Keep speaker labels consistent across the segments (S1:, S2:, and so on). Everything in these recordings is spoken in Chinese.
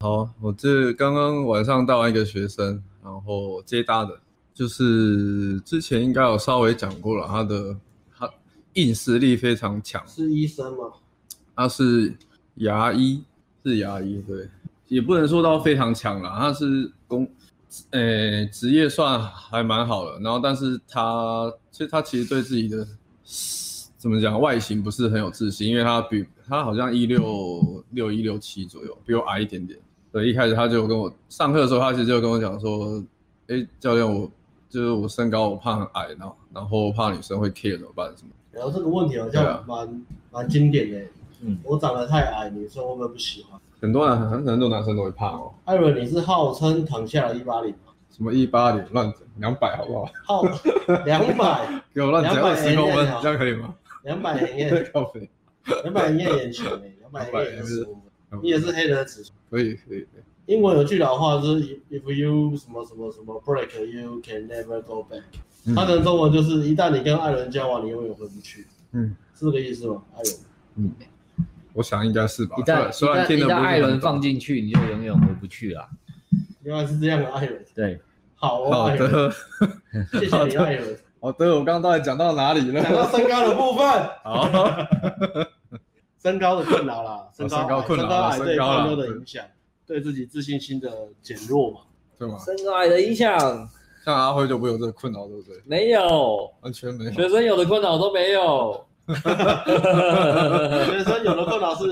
S1: 好，我这刚刚晚上带完一个学生，然后接搭的，就是之前应该有稍微讲过了，他的他硬实力非常强，
S2: 是医生吗？
S1: 他是牙医，是牙医，对，也不能说到非常强啦，他是工，呃，职业算还蛮好的，然后但是他其实他其实对自己的怎么讲外形不是很有自信，因为他比他好像一六六一六七左右，比我矮一点点。对，一开始他就跟我上课的时候，他其实就跟我讲说，哎，教练我就是我身高我怕很矮，然后然后怕女生会 care 怎么办什么。
S2: 然后这个问题好
S1: 对啊
S2: 像蛮蛮经典的欸，
S3: 嗯
S2: 我长得太矮，女生会不会不喜欢？
S1: 很多男很多男生都会怕哦，
S2: 艾伦，你是号称躺下了一八零吗？
S1: 什么一八零乱整两百好不 好？
S2: 号两百，
S1: 给我乱整二
S2: 200
S1: 十公分
S2: 哎，
S1: 这样可以吗？
S2: 两百零
S3: 哎
S2: 眼，
S1: 靠背，
S2: 两百零眼眼球欸，两百零眼十五分，你也是黑人的指数。
S1: 可以可以。可以
S2: 英文有句老话就是 "If you 什么什么什么 break, you can never go back"，、
S1: 嗯
S2: 它的中文就是一旦你跟爱人交往，你永远回不去，
S1: 嗯，
S2: 是这个意思吗？艾伦，
S1: 我想应该是吧。
S3: 一
S1: 啊虽
S3: 旦
S1: 然虽然
S3: 一
S1: 听得
S3: 旦一
S1: 不
S3: 旦
S1: 是
S3: 艾伦
S1: 很
S3: 放
S1: 懂。
S3: 进去，你就永远回不去了。
S2: 原来是这样的艾伦，
S3: 对，
S2: 好哦，
S1: 好
S2: 艾伦，
S1: 的，
S2: 谢谢你，艾伦。
S1: 好的，我刚刚到底讲到哪里
S2: 讲到
S1: 了？
S2: 身高的部分，
S1: 好，
S2: 身高的困扰啦，身高
S1: 哦身高困扰啦
S2: 身高矮对
S1: 身高啊啦
S2: 朋友的影响，对自己自信心的减弱 嘛。
S1: 对吗？
S3: 身高矮的影响
S1: 像阿辉就不会有这个困扰，对不对？
S3: 没有，
S1: 完全没有。
S3: 学生有的困扰都 没有。
S2: 学生有的困扰是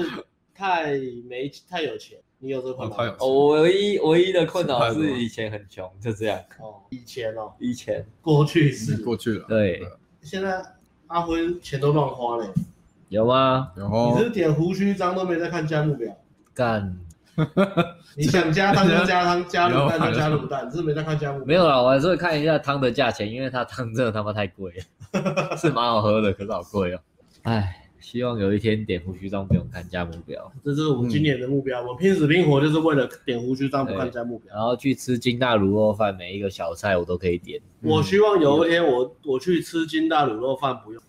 S2: 太没太有钱，你有这个困
S1: 哦太有
S2: 扰
S1: 钱
S3: 哦我唯一唯一的困扰是以前很穷，就这样。
S2: 哦，以前哦，
S3: 以前
S2: 过去
S1: 是
S2: 是，
S1: 嗯过去了。
S3: 对
S2: 现在阿辉钱都乱花嘞，
S3: 有吗？
S1: 然
S2: 你
S1: 后
S2: 是点胡须章都没在看价目 表，
S3: 干
S2: 你想加汤就加汤，加卤蛋
S1: 有
S2: 就加卤蛋，你是没在看价目
S3: 没
S2: 表。
S3: 有啦，我还是会看一下汤的价钱，因为它汤真的他妈 太贵了，是蛮好喝的，可是好贵哦。唉，希望有一天点胡须章不用看价目表，
S2: 这是我们今年的目标，我们拼死拼活就是为了点胡须章不
S1: 哎
S2: 看价目表。
S3: 然后去吃金大卤肉饭，每一个小菜我都可以点。
S2: 我希
S1: 嗯
S2: 望有一天我我去吃金大卤肉饭不用，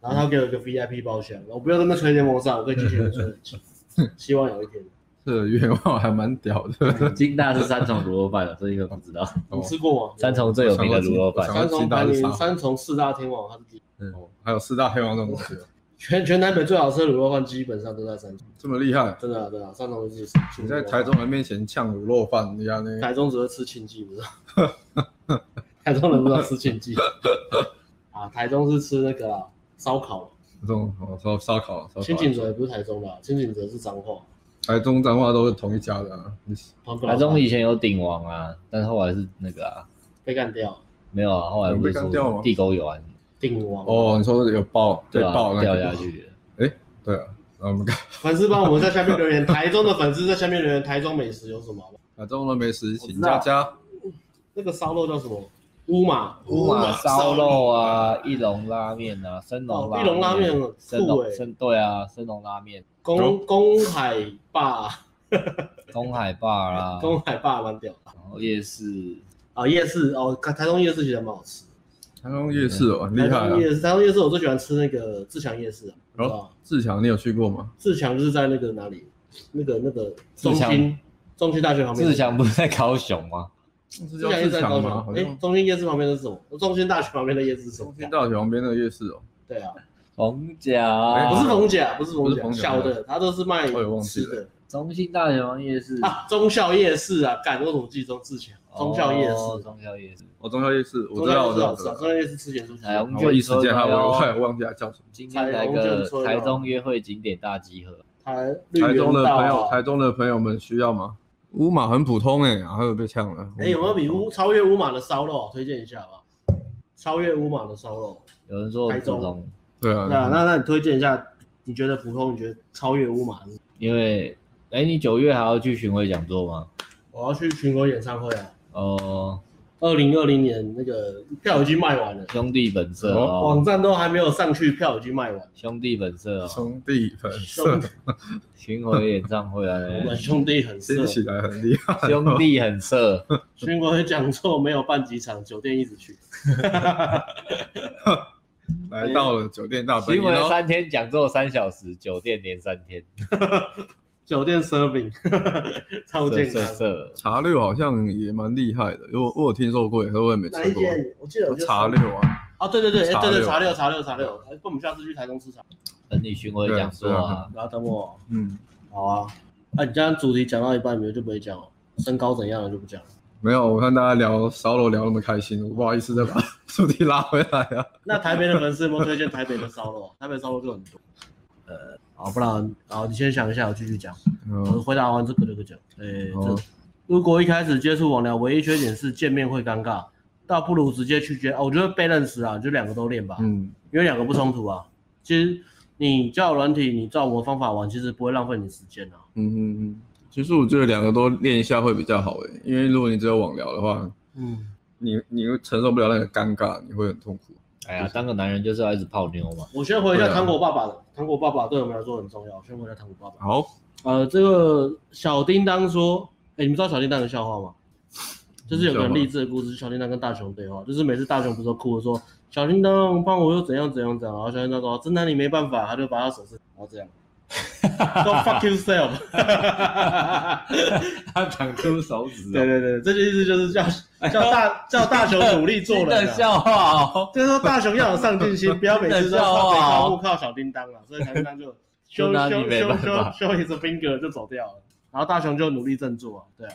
S2: 然后他给我一个 VIP 包厢，我不要在那吹联盟上，我可以继续吹冷气。
S1: 嗯
S2: 希望有一天，
S1: 这个愿望还蛮屌的。
S3: 金大是三重卤肉饭啊，这一个不知道。
S1: 哦
S2: 你吃过吗？
S3: 三重最有名的卤肉
S1: 我
S3: 饭，
S1: 想
S2: 三
S1: 过金
S2: 重
S1: 大
S2: 排
S1: 是啥
S2: 名三重四大天王，他是第一
S1: 哦还有四大黑王这种东西，哦
S2: 全全台北最好吃的卤肉饭基本上都在三重，
S1: 这么厉害？
S2: 真的啊真的啊，三重是
S1: 你在台中人面前呛卤肉饭，你看那
S2: 台中只会吃庆记，不知道。 台中人不知道吃庆记啊，台中是吃那个啊烧烤，
S1: 这种哦烧烧烤、烧
S2: 清
S1: 烤，
S2: 景泽也不是台中啦，清景泽是彰化。
S1: 台中彰化都是同一家的啊。你
S3: 台中
S2: 也
S3: 以前有鼎王啊，但后来是那个啊，
S2: 被干掉，
S3: 没有啊，后来不是
S1: 有被干掉吗
S3: 说地沟油啊，
S2: 定王。
S1: 哦，你说有爆被
S3: 对啊
S1: 爆，那
S3: 掉
S1: 个
S3: 下。去了。
S1: 对啊，然后我们看
S2: 粉丝帮我们在下面留言，台中的粉丝在下面留言，台中美食有什么好不好？
S1: 台中人美食，请
S3: 我知道
S1: 大家
S2: 那个烧肉叫什么？乌马
S3: 乌马烧肉，啊，一龙拉面啊，生龙拉
S2: 哦
S3: 啊
S2: 一龙拉面
S1: 嗯
S2: 很酷
S3: 生龙
S2: 欸
S3: 生对啊，生龙拉面，
S2: 公公海坝，
S3: 东海 坝啦，
S2: 公海坝蛮屌的
S3: 然后夜市，
S2: 啊。夜市哦，看台中夜市其实蛮好吃。
S1: 台中夜市哦，很厉害
S2: 台
S1: 啊哦
S2: 中。夜市，台中夜市我最喜欢吃那个自强夜市啊。
S1: 然
S2: 知道
S1: 后
S2: 吗
S1: 志强，你有去过吗？
S2: 自强就是在那个哪里？那个那个中
S3: 自强
S2: 心，中心大学旁边。
S3: 志祥不是在高雄吗？
S1: 是
S2: 自
S1: 叫
S2: 强夜
S1: 志
S2: 市在高
S1: 强吗？
S2: 雄
S1: 好。
S2: 哎
S1: 像，
S2: 中心夜市旁边的是什么？中心大学旁边的夜市是什么
S1: 中？心大学旁边那个夜市哦，
S2: 对啊，
S3: 逢甲
S1: 哎
S2: 不是
S3: 啊，
S2: 逢甲，不是
S1: 不
S2: 逢
S1: 是逢
S2: 甲，
S1: 甲
S2: 小的，它都是卖
S1: 我也忘记
S2: 吃
S1: 了
S2: 的
S3: 中兴大学王夜市，
S2: 啊。忠孝夜市啊，干，为什么记中自强？忠孝夜
S3: 哦
S2: 市，
S3: 中校夜市，
S1: 哦，中校夜市，我
S2: 忠
S1: 知道，我
S2: 孝
S1: 知道我知
S2: 夜市好吃啊，
S1: 道。
S2: 忠孝夜市吃前是
S3: 彩虹
S1: 然后
S3: 眷
S1: 一时间还
S2: 啊
S3: 村
S1: 我
S3: 哦
S1: 我也忘记它叫什么。
S3: 今天来个台中约会景点大集合，
S2: 台
S1: 台
S2: 绿
S1: 中
S2: 园
S1: 的
S2: 道
S1: 朋友，
S2: 啊。
S1: 台中的朋友们需要吗？乌马很普通哎、欸，还有被呛了。
S2: 哎，有没有比乌超越乌马的烧肉？啊推荐一下吧。超越乌马的烧肉，
S3: 有人说我
S2: 台
S3: 普
S2: 中
S3: 通，
S1: 对啊，
S2: 那那那你推荐一下，你觉得普通？你觉得超越乌马？
S3: 因为哎，你九月还要去巡回讲座吗？
S2: 我要去群狗演唱会啊，
S3: 哦，
S2: 二零二零年那个票已经卖完了，
S3: 兄弟本色
S1: 哦
S3: 哦
S2: 网，站都还没有上去，票已经卖完了。
S3: 兄弟本色哦，
S1: 兄弟粉色
S2: 兄弟，
S3: 巡回演唱会啊，
S2: 我们兄弟很色
S1: 听。起来很厉害。
S3: 兄弟很色，
S2: 全国的讲座没有办几场，酒店一直去。
S1: 来到了酒店大本
S3: 巡
S1: 营
S3: 回
S1: 哦，
S3: 三天讲座三小时，酒店连三天，
S2: 酒店 serving，超
S3: 色
S2: 健
S3: 色
S2: 康。
S3: 色，
S1: 茶六好像也蛮厉害的，因为我我有听说过，可是我也没
S2: 哪
S1: 吃
S2: 一
S1: 过。
S2: 间？我记得我就
S1: 茶六啊，
S2: 啊，对对对，哎对
S1: 茶
S2: 对
S1: 六
S2: 茶六茶六茶六，哎不，我们下次去台中吃茶。
S3: 等你巡回
S1: 对啊
S3: 讲座
S1: 对啊
S3: 啊，
S2: 然后等我，
S1: 嗯，
S2: 好啊。啊，你刚刚主题讲到一半，你们就不会讲哦，身高怎样了就不讲了。
S1: 没有，我看大家聊烧肉聊那么开心，我不好意思再把 主题拉回来啊。
S2: 那台北的粉丝有没有推荐台北的烧 肉啊？台北烧肉就很多。呃，好，不然好，你先想一下，我继续讲。我
S1: 嗯，
S2: 回答完这个这个讲。诶、
S1: 哦
S2: 这如果一开始接触网聊，唯一缺点是见面会尴尬，倒不如直接去接。哦，我觉得 balance 啊，就两个都练吧，
S1: 嗯
S2: 因为两个不冲突啊。其实你教软体，你照我们方法玩，其实不会浪费你时间啊。
S1: 嗯嗯嗯，其实我觉得两个都练一下会比较好诶，因为如果你只有网聊的话，
S2: 嗯，
S1: 你你会承受不了那个尴尬，你会很痛苦。
S3: 哎呀，当个男人就是要一直泡妞嘛。
S2: 我先回一下
S1: 对啊
S2: 糖果爸爸的，糖果爸爸对我们来说很重要。我先回一下糖果爸爸。
S1: 好，
S2: 呃，这个小叮当说，哎、你们知道小叮当的笑话吗？就是有个很励志的故事，小叮当跟大雄对话，就是每次大雄不是都哭着说小叮当帮我又怎样怎样怎样，然后小叮当说真拿你没办法，他就把他手伸，然后这样，说 fuck yourself，
S3: 他长出手指
S2: 对对对，这个意思就是叫叫大叫大雄努力做人、啊。
S3: 话哦，
S2: 就是说大雄要有上进心，不要每次都靠北靠木靠小叮当了，所以小叮当就修
S3: 就拿
S2: 修
S3: 啊
S2: 修
S3: 你没
S2: 修
S3: 办法
S2: 修一 s finger 就走掉了，然后大雄就努力振作啊，对啊。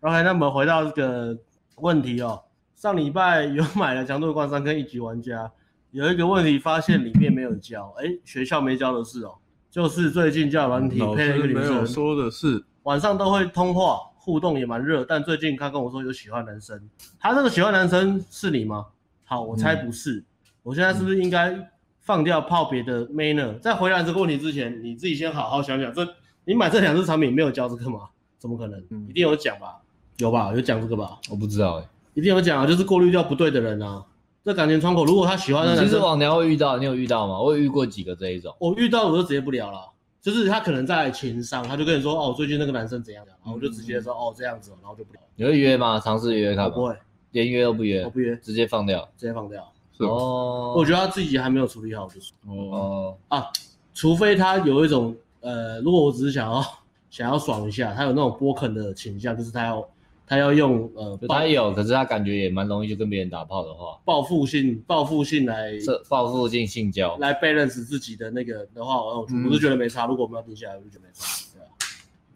S2: OK，那我们回到这个问题哦，上礼拜有买了《强度关山》跟一级玩家，有一个问题发现里面没有教，哎，学校没教的是哦，就是最近教软体
S1: 老
S2: 配了一个
S1: 师
S2: 女
S1: 没有
S2: 生，
S1: 说的是，
S2: 晚上都会通话互动也蛮热，但最近他跟我说有喜欢男生，他这个喜欢男生是你吗？好，我猜不是。我现在是不是应该放掉泡别的妹呢？在回答这个问题之前，你自己先好好想想，这你买这两只产品没有教这个吗？怎么可能？
S1: 嗯
S2: 一定有讲吧？有吧？有讲这个吧？
S3: 我不知道哎。
S2: 一定有讲啊，就是过滤掉不对的人啊。这感情窗口，如果他喜欢的男
S3: 嗯其实
S2: 生，
S3: 网聊会遇到，你有遇到吗？我有遇过几个这一种，
S2: 我遇到我就直接不聊了，就是他可能在情商，他就跟你说哦，最近那个男生怎样怎样，然后我就直接说哦这样子哦，然后就不聊了。
S3: 你会约吗？尝试约
S2: 我
S3: 看
S2: 不
S3: 吗？
S2: 会，
S3: 连约都不约
S2: 我，不约，
S3: 直接放掉。
S2: 直接放掉。
S1: 是吧
S3: 哦，
S2: 我觉得他自己还没有处理好，就是
S1: 哦，
S3: 哦，
S2: 除非他有一种呃，如果我只是想要 想要爽一下，他有那种波肯的倾向，就是他要他要用呃
S3: 就
S2: 报
S3: 他有，可是他感觉也蛮容易就跟别人打炮的话，
S2: 报复性报复性来
S3: 这报复性性交，
S2: 来 balance 自己的那个的话，我我
S1: 嗯
S2: 我是觉得没差。如果我们要定下来，我就觉得没差，对啊。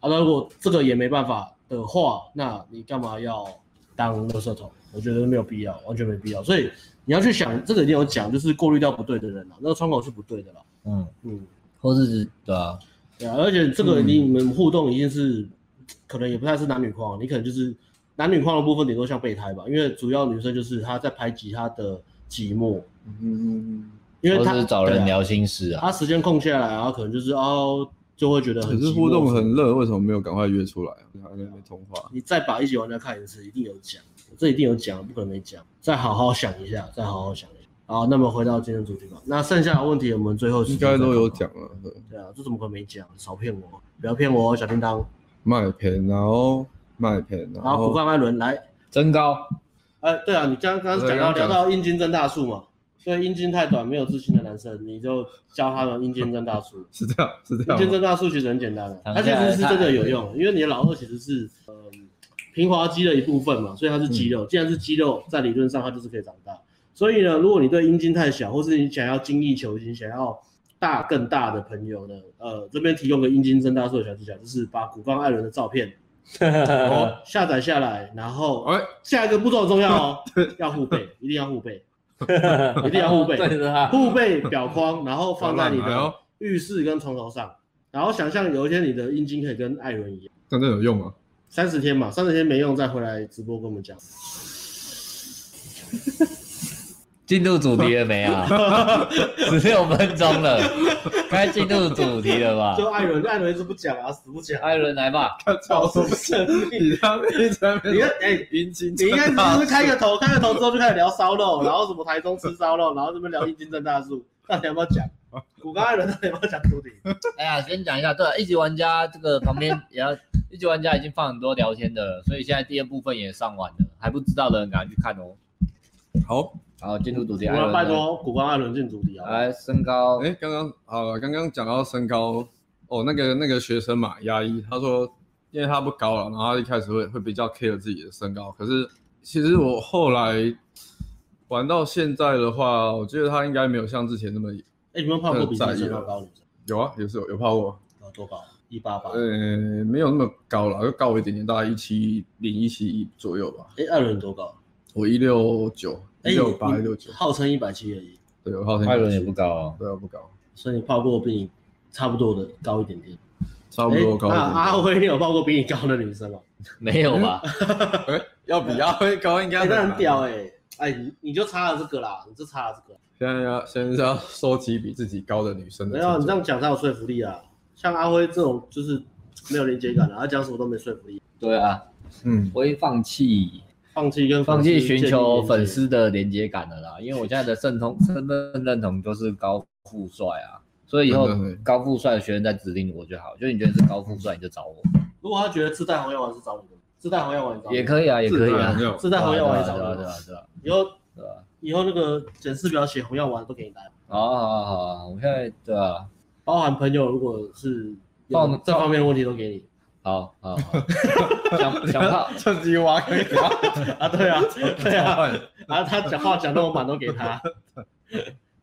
S2: 啊，那如果这个也没办法的话，那你干嘛要当垃圾桶？我觉得没有必要，完全没必要。所以你要去想，这个一定有讲，就是过滤掉不对的人啊了，那个窗口是不对的了。
S3: 嗯，
S2: 嗯，
S3: 或是对啊，
S2: 对啊，而且这个
S1: 嗯
S2: 你们互动一定是，可能也不太是男女框，你可能就是男女框的部分顶多像备胎吧，因为主要女生就是她在排挤她的寂寞，
S1: 嗯嗯嗯。
S2: 因为
S3: 或
S2: 她
S3: 是找
S2: 对
S3: 人
S2: 啊
S3: 聊心事啊，
S2: 他时间空下来，然后可能就是哦，就会觉得很
S1: 可是
S2: 寂寞
S1: 互动很热，为什么没有赶快约出来啊？还在那边通话。
S2: 你再把一起玩家看一次，一定有讲，这一定有讲，不可能没讲。再好好想一下，再好好想一下。好，那么回到今天的主题吧。那剩下的问题我们最后时
S1: 应
S2: 间
S1: 该
S2: 再
S1: 都有
S2: 看看。
S1: 讲了，对，
S2: 对啊，这怎么可能没讲？少骗我，不要骗我哦，小叮当。
S1: 麦片，然后麦片，然
S2: 好，苦
S1: 后
S2: 干麦伦来。
S3: 增高，
S2: 哎，对啊，你刚刚
S3: 呃
S1: 对
S2: 讲到
S1: 刚
S2: 聊
S1: 讲
S2: 到阴茎增大术嘛，所以阴茎太短没有自信的男生，你就教他们阴茎增大 术。
S1: 是这样，是这
S2: 阴茎
S1: 样吗。
S2: 增大术其实很简单的，
S3: 躺
S2: 它其
S3: 下来
S2: 实是真的有用，因为你的老二其实是呃平滑肌的一部分嘛，所以它是肌
S3: 嗯
S2: 肉。既然是肌肉，在理论上它就是可以长大。所以呢，如果你对阴茎太小，或是你想要精益求精、想要大更大的朋友呢，呃，这边提供个阴茎增大术的小技巧，就是把古方艾伦的照片、哦、下载下来，然后
S3: 哦
S1: 哎，
S2: 下一个步骤很重要哦，要互背，一定要互背，一定要互背，
S3: 对着啊他，
S2: 互背表框，然后放在你
S1: 当然
S2: 的
S1: 了
S2: 浴室跟床头上，然后想象有一天你的阴茎可以跟艾伦一样，
S1: 那这有用啊吗？
S2: 三十天嘛，三十天没用再回来直播跟我们讲。
S3: 进入主题了 没啊？十六分钟了，该进入主题了吧
S2: 就？艾伦，艾伦一直不讲啊，死不讲，
S3: 艾伦来吧，
S1: 看超
S2: 保持
S1: 什么？
S2: 神秘。
S1: 你他们一直在那
S2: 你看
S1: 边，
S2: 哎、
S1: 阴茎
S2: 你应该
S1: 增大
S2: 只是开个头，开个头之后就开始聊烧肉，然后什么台中吃烧肉，然后这边聊阴茎正大树， 到底要不要讲？古刚艾伦到底要不要讲主题？
S3: 哎呀，先讲一下，对了，一级玩家这个旁边也要， 一级玩家已经放很多聊天的了，所以现在第二部分也上完了，还不知道的人赶快去看哦。
S1: 好，
S3: 好，进入主题，
S2: 我
S3: 艾伦哎
S2: 们拜托古刚艾伦进主题啊！
S3: 来身高，
S1: 哎，刚刚好了，刚刚讲到身高哦，那个那个学生嘛，牙医，他说，因为他不高了，然后他一开始会会比较 care 自己的身高。可是其实我后来玩到现在的话，我觉得他应该没有像之前那么
S2: 哎，你们泡过比
S1: 在
S2: 自
S1: 意
S2: 己身高
S1: 了
S2: 高的女生？
S1: 有啊，也是有有泡过，
S2: 呃，多高？一八八。
S1: 呃，没有那么高了，就高我一点点，大概一七零、一七一左右吧。
S2: 哎，艾伦多高？
S1: 我一六九、一
S2: 哎，你
S1: 六八、一六九
S2: 你，号称一百七而已，
S1: 对，我号称
S3: 艾伦也
S1: 170
S3: 不，高哦，
S1: 对，我啊不高，
S2: 所以你泡过比你差不多的高一点点。
S1: 差不多高一
S2: 哎
S1: 点
S2: 那
S1: 点。
S2: 阿辉，你有泡过比你高的女生吗？
S3: 没有 吧？
S1: 哎要比阿辉高应该
S2: 哎，
S1: 很
S2: 那
S1: 难
S2: 很屌哎。哎，你你就差了这个啦，你就差了这个。
S1: 现在要现在是要收集比自己高的女生的
S2: 没
S1: 成就，
S2: 有，啊你这样讲才有说服力啊。像阿辉这种就是没有连接感的，他讲什么都没说服力，
S3: 对啊，
S1: 嗯，
S3: 我已经放弃
S2: 放弃跟
S3: 放
S2: 粉丝
S3: 弃寻求
S2: 建立连接
S3: 粉。丝的连接感了啦，因为我现在的认 同身份认同就是高富帅啊，所以以后
S1: 真的欸
S3: 高富帅的学生在指定我就好，就是你觉得是高富帅你就找我，
S2: 如果他觉得自带红药丸是找你的，自带红药丸你找你
S3: 也可以啊，也可
S1: 自
S3: 以
S1: 带
S3: 啊
S1: 红，药
S2: 自带红药丸也
S3: 对
S2: 找
S3: 啊
S2: 你
S3: 对啊
S2: 的。
S3: 对啊
S2: 以后
S3: 对啊，
S2: 以后那个检视表写红药丸都给你带，
S3: 好啊好啊好啊，我现在对啊，
S2: 包含朋友如果是
S3: 放
S2: 有这方面的问题都给你
S3: 好好好，想想 泡
S1: 趁机挖坑给
S2: 啊，对啊对
S1: 他
S2: 啊，
S1: 换，
S2: 啊他讲话讲那么满都给他，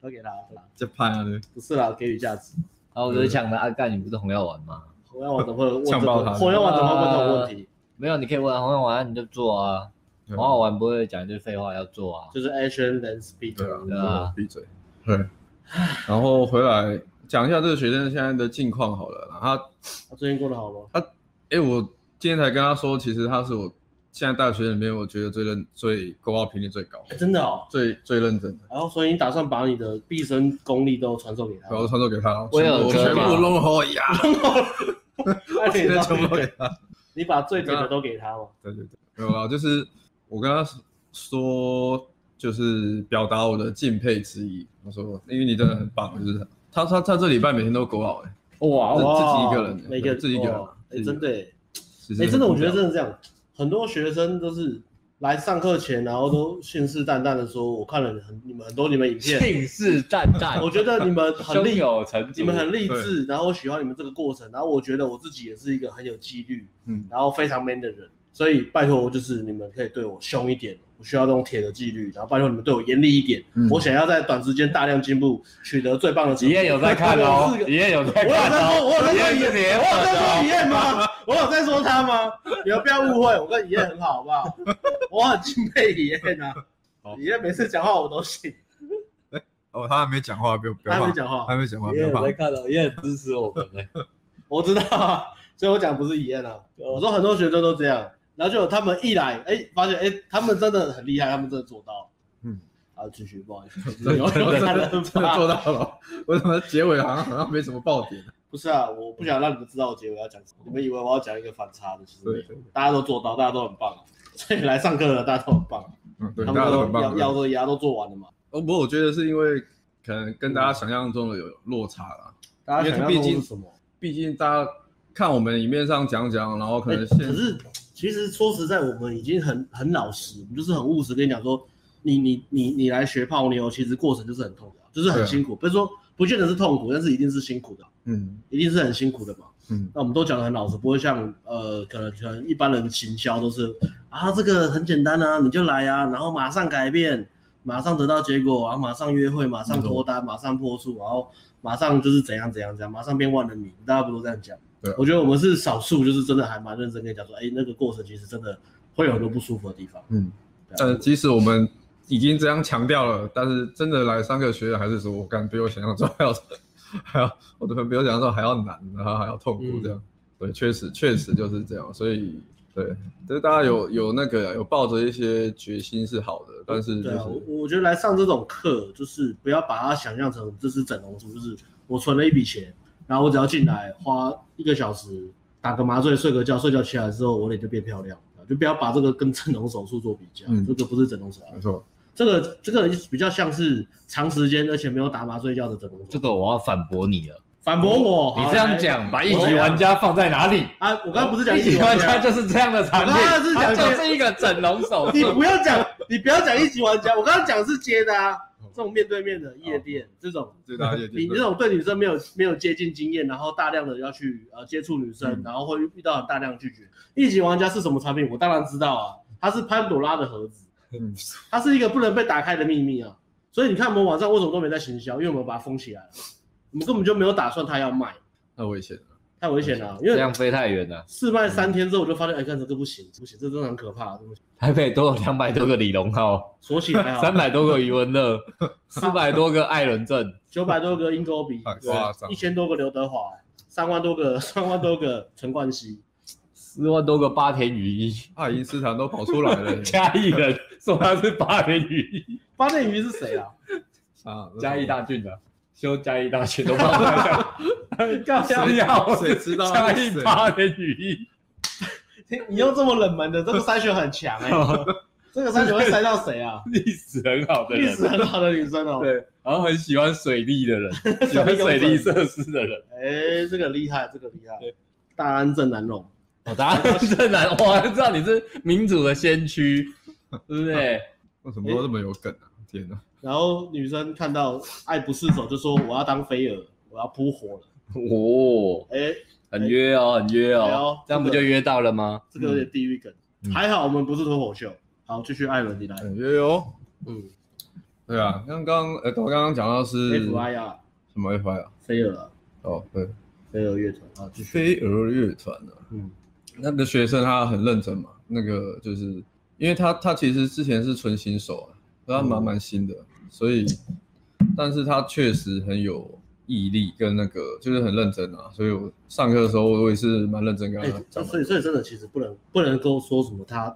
S2: 都给他，
S1: 这拍啊，这
S2: 不是啦，给予价值。
S3: 啊，我就抢了阿干，你不是红药丸 吗？
S2: 红药丸怎么会问这
S1: 呛爆
S2: 个？
S1: 他
S2: 红药丸怎么会问这种问题？
S3: 没有，你可以问啊红药丸，你就做啊，
S2: 嗯
S3: 红
S2: 哦
S3: 药丸不会讲一句废话，要做啊，
S2: 就是 action then speak。
S1: 对啊，
S3: 对啊
S1: 闭嘴，对，然后回来讲一下这个学生现在的近况好了啦，他
S2: 他最近过得好吗？
S1: 哎，我今天才跟他说，其实他是我现在大学里面我觉得最认最勾画频率最高、
S2: 哎真的哦。
S1: 最最认真的，
S2: 然后，所以你打算把你的毕生功力都传授给他？
S1: 然后传授给他，
S3: 我有
S1: 全部
S3: 割
S1: 全
S3: 吗
S1: 部弄好呀，
S2: 而且
S1: 现
S2: 你
S1: 在
S2: 知
S1: 全部
S2: 道
S1: 给他。
S2: 你把最甜的都给他嘛？
S1: 对对对，没有啦，就是我跟他说，就是表达我的敬佩之意。我说，因为你真的很棒，就是他他他这礼拜每天都狗好哎、
S3: 哇
S1: 自己
S3: 哇，
S1: 一个人
S2: 每个
S1: 自己一个人
S2: 哇
S1: 自己
S2: 哎，
S1: 一个人
S2: 真的哎，
S1: 其实
S2: 哎，
S1: 很
S2: 真的，我觉得
S1: 重
S2: 真的这样，很多学生都是来上课前，然后都信誓旦旦的说，我看了你很你们很多你们影片，
S3: 信誓旦旦，
S2: 我觉得你们很
S3: 胸
S2: 厉，
S3: 有成竹，
S2: 你们很励志，然后我喜欢你们这个过程，然后我觉得我自己也是一个很有纪律，
S1: 嗯，
S2: 然后非常 man 的人，所以拜托就是你们可以对我凶一点，我需要这种铁的纪律，然后拜托你们对我严厉一点，
S1: 嗯
S2: 我想要在短时间大量进步，取得最棒的成
S3: 李
S2: 绩。
S3: 艳有在看哦
S2: 我有，
S3: 李艳有在
S2: 我有在
S3: 看
S2: 说，
S3: 哦，
S2: 我有在
S3: 李
S2: 说
S3: 艳
S2: 李
S3: 是
S2: 艳，
S3: 连
S2: 我有在说李
S3: 的哦，
S2: 艳吗？我有在说他吗？你们不要误会，我跟李艳很好，好不 好？我很敬佩李艳啊
S1: 好，
S2: 李艳每次讲话我都信，
S1: 要哦，他还没讲话，不要不
S2: 他
S1: 要
S2: 还没
S1: 怕，
S2: 讲话
S1: 他，还没讲话，
S3: 李
S1: 不
S3: 艳
S1: 要
S3: 有
S1: 怕
S3: 在。看哦，李艳很支持我们哎，
S2: 我知道啊，所以我讲不是李艳啊。我说很多学生都这样，然后就有他们一来，哎，发现哎，他们真的很厉害，他们真的做到了。
S1: 嗯，
S2: 啊，继续，不好意思，
S1: 真
S2: 有
S1: 的真
S2: 有
S1: 的
S2: 看了
S1: 真的做到了，我怎么结尾好像好像没什么爆点？
S2: 不是啊，我不想让你们知道我结尾要讲什么，你们以为我要讲一个反差的，其实没
S1: 对
S2: 有，
S1: 对，对
S2: 大家都做到，大家都很棒，所以来上课的大家都很棒，
S1: 嗯，对，
S2: 他
S1: 大
S2: 们
S1: 家都
S2: 都
S1: 很棒
S2: 咬。咬着牙都做完了嘛。
S1: 哦，不过我觉得是因为可能跟大家想象中的有落差啦，
S2: 大
S1: 因为毕竟
S2: 什么？
S1: 毕竟大家看我们影片上讲讲，然后可
S2: 哎
S1: 能
S2: 可
S1: 现
S2: 是其实说实在，我们已经很很老实，我们就是很务实跟你讲说，你你你你来学泡妞，其实过程就是很痛苦，就是很
S1: 对啊
S2: 辛苦，不是说不见得是痛苦，但是一定是辛苦的，啊
S1: 嗯
S2: 一定是很辛苦的嘛。
S1: 嗯，
S2: 那我们都讲的很老实，不会像呃，可能可能一般人行销都是啊，这个很简单啊，你就来啊，然后马上改变，马上得到结果，然后马上约会，马上脱单，马上破处，然后马上就是怎样怎样怎样，马上变万人迷，大家不都这样讲？
S1: 对啊
S2: 我觉得我们是少数，就是真的还蛮认真跟你讲说，哎，那个过程其实真的会有很多不舒服的地方。
S1: 嗯，
S2: 对啊
S1: 但即使我们已经这样强调了，但是真的来上课学的还是说，我感比我想象中还要还要，我的比我想象中还要难，然后还要痛苦这
S2: 嗯
S1: 样。对，确实确实就是这样，所以对，就是大家有有那个有抱着一些决心是好的，但是就
S2: 对
S1: 是、
S2: 啊，我我觉得来上这种课，就是不要把它想象成这是整容术，就是我存了一笔钱，然后我只要进来花一个小时打个麻醉睡个觉，睡觉起来之后我脸就变漂亮，就不要把这个跟整容手术做比较，
S1: 嗯
S2: 这个不是整容手术
S1: 没，错，
S2: 这个这个比较像是长时间而且没有打麻醉药的整容手
S3: 这
S2: 术。
S3: 个我要反驳你了，
S2: 反驳我，
S3: 你
S2: 好
S3: 这样
S2: 来
S3: 讲，把
S2: 我
S3: 一级玩家放在哪里？
S2: 啊，我刚刚不是讲
S3: 一级玩家就是这样的产品
S2: 我刚刚是，讲
S3: 它就是一个整容手
S2: 你
S3: 术，
S2: 不要讲，你不要讲一级玩家，我刚刚讲是接的啊，这种面对面的夜
S3: 哦
S2: 店，这种
S1: 最大夜
S2: 你
S1: 店
S2: 这种对女生没有没有接近经验，然后大量的要去呃接触女生，
S3: 嗯
S2: 然后会遇到大量拒绝。一级玩家是什么产品？我当然知道啊，它是潘朵拉的盒子，
S1: 嗯
S2: 它是一个不能被打开的秘密啊。所以你看我们网站为什么都没在行销，因为我们把它封起来了，我们根本就没有打算它要卖，
S1: 太危险了。
S2: 太危险了。啊因
S3: 这
S2: 为
S3: 样飞太远了。
S2: 试卖三天之后，我就发现，哎，看这个不行，不行，这真的很可怕，这不行。
S3: 台北都有两百多个李荣浩，
S2: 锁起来
S3: 三
S2: 啊，
S3: 百多个余文 乐，四百多个艾伦正，
S2: 九百多个鹰钩鼻
S1: 太夸，张
S2: 一千多个刘德华，三万多个三万多个陈冠希。
S3: 四万多个八田雨衣，，
S1: 爱因斯坦都跑出来 了
S3: 嘉义人说他是八田雨 衣，
S2: 八内鱼是谁啊？
S1: 啊，
S3: 嘉义大俊的，修嘉义大学都帮 我 讲，干
S1: 谁
S3: 要
S1: 谁知道
S3: 嘉
S1: 他
S3: 义
S1: 是谁
S3: 八田雨衣，
S2: 你你用这么冷门的，这个筛选很强 哎、这个筛选会筛到谁啊？
S3: 历史很好的
S2: 历
S3: 人
S2: 史，很好的女生哦、
S3: 对，然后很喜欢水利的人， 喜欢水利设施的人。
S2: 哎、这个厉害，这个厉害
S3: 对。
S2: 大安镇南榕，
S3: 哦，答案正南， 我知道你是民主的先 驱，对不对？
S1: 为什么都这么有梗啊？天哪！
S2: 然后女生看到爱不释手，就说我要当飞蛾，我要扑火了。
S3: 哦，
S2: 哎、
S3: 很约哦，很约
S2: 哎呦
S3: 哦，这样不就约到了吗？
S2: 这个有点地狱梗。
S3: 嗯
S2: 还好我们不是脱口秀。好，继续艾伦，你来。
S1: 很约哦。
S2: 嗯
S1: 对啊，刚刚呃，我刚刚讲到是
S2: ，F I 啊，
S1: 什么 FI 啊？
S2: 飞蛾啊，
S1: 哦，对，
S2: 飞蛾乐团啊，继续。
S1: 飞蛾乐团啊。
S2: 嗯，
S1: 那个学生他很认真嘛，那个就是因为他他其实之前是纯新手啊，他蛮蛮新的，所以但是他确实很有毅力跟那个就是很认真啊，所以我上课的时候我也是蛮认真跟
S2: 哎、
S1: 他
S2: 这
S1: 讲
S2: 所
S1: 的。
S2: 以所以真的其实不能不能够说什么他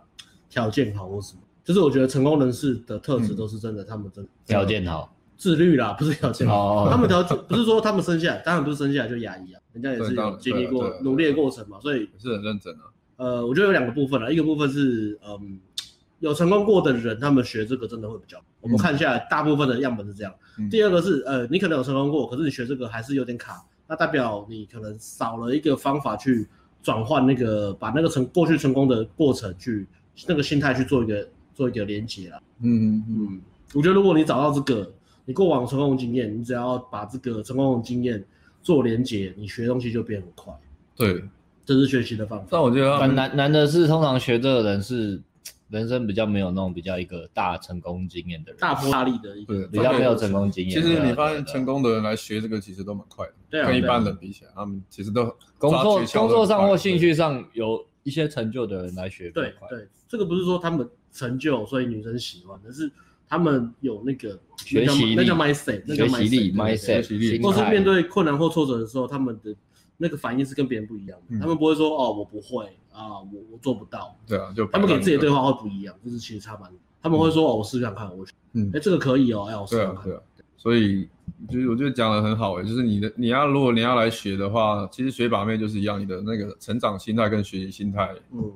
S2: 条件好或什么，就是我觉得成功人士的特质
S1: 嗯
S2: 都是真的，他们真的
S3: 条件好
S2: 自律啦，不是条件好。他
S3: 哦，
S2: 们条件不是说他们生下来，当然不是生下来就牙医啊，人家也是
S1: 对当
S2: 有
S1: 然
S2: 经历
S1: 对
S2: 过
S1: 啊对啊
S2: 努力的过程嘛，所以
S1: 也是很认真啊，
S2: 呃，我觉得有两个部分了，一个部分是嗯，有成功过的人，他们学这个真的会比较好。我们看下来，大部分的样本是这样。
S1: 嗯
S2: 第二个是呃，你可能有成功过，可是你学这个还是有点卡，那代表你可能少了一个方法去转换那个，把那个成过去成功的过程去那个心态去做一个做一个连接啦。
S1: 嗯嗯
S2: 嗯，我觉得如果你找到这个，你过往成功的经验，你只要把这个成功的经验做连接，你学东西就变很快，
S1: 对。
S2: 这是学习的方法。
S1: 但我觉得他
S3: 但
S1: 们
S3: 难难的是，通常学这个人是人生比较没有那种比较一个大成功经验的人，
S2: 大波大力的一
S1: 对
S2: 个，
S3: 比较没有成功经验。
S1: 其实
S3: 对啊
S1: 你发现
S3: 对啊
S1: 成功的人来学这个，其实都蛮快的，
S2: 对啊
S1: 跟一
S2: 对
S3: 啊
S1: 般人比起来，他们其实都
S3: 工作
S1: 抓诀窍都
S3: 工作上
S1: 很快
S3: 或兴趣上有一些成就的人来学比较
S2: 对
S3: 快，
S2: 对，这个不是说他们成就所以女生喜欢，而是他们有那个
S3: 学习力
S2: 那叫 mindset，那叫
S3: 学习力
S2: mindset
S1: 学
S2: 对对对
S3: mindset
S1: 习力
S3: 心
S2: 或是
S3: 态
S2: 面对困难或挫折的时候，他们的那个反应是跟别人不一样的，
S1: 嗯
S2: 他们不会说哦我不会啊，我我做不到，
S1: 对啊，就
S2: 他们给自己的对
S1: 话，
S2: 话会不一样，就是其实差蛮多，他们会说哦我试试看看，我
S1: 嗯
S2: 哎，这个可以哦，哎我试
S1: 对
S2: 试
S1: 啊
S2: 看，
S1: 对啊，所以就是我觉得讲的很好诶、就是你的你要如果你要来学的话，其实学把妹就是一样，你的那个成长心态跟学习心态
S2: 嗯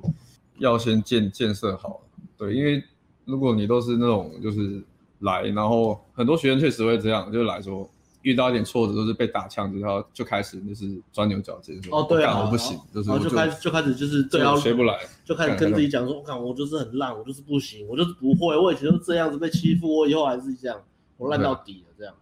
S1: 要先建建设好，对，因为如果你都是那种就是来，然后很多学员确实会这样，就来说。遇到一点挫折，就是被打枪之后，就开始就是钻牛角尖，说
S2: 哦对啊
S1: 干我不行，就是
S2: 然
S1: 我
S2: 后就开始就开始就是
S1: 这
S2: 对啊，
S1: 学不来，
S2: 就开始跟自己讲说，我看我就是很烂，我就是不行，我就是不会，我以前就是这样子被欺负，我以后还是这样，我烂
S1: 啊
S2: 到底了这样。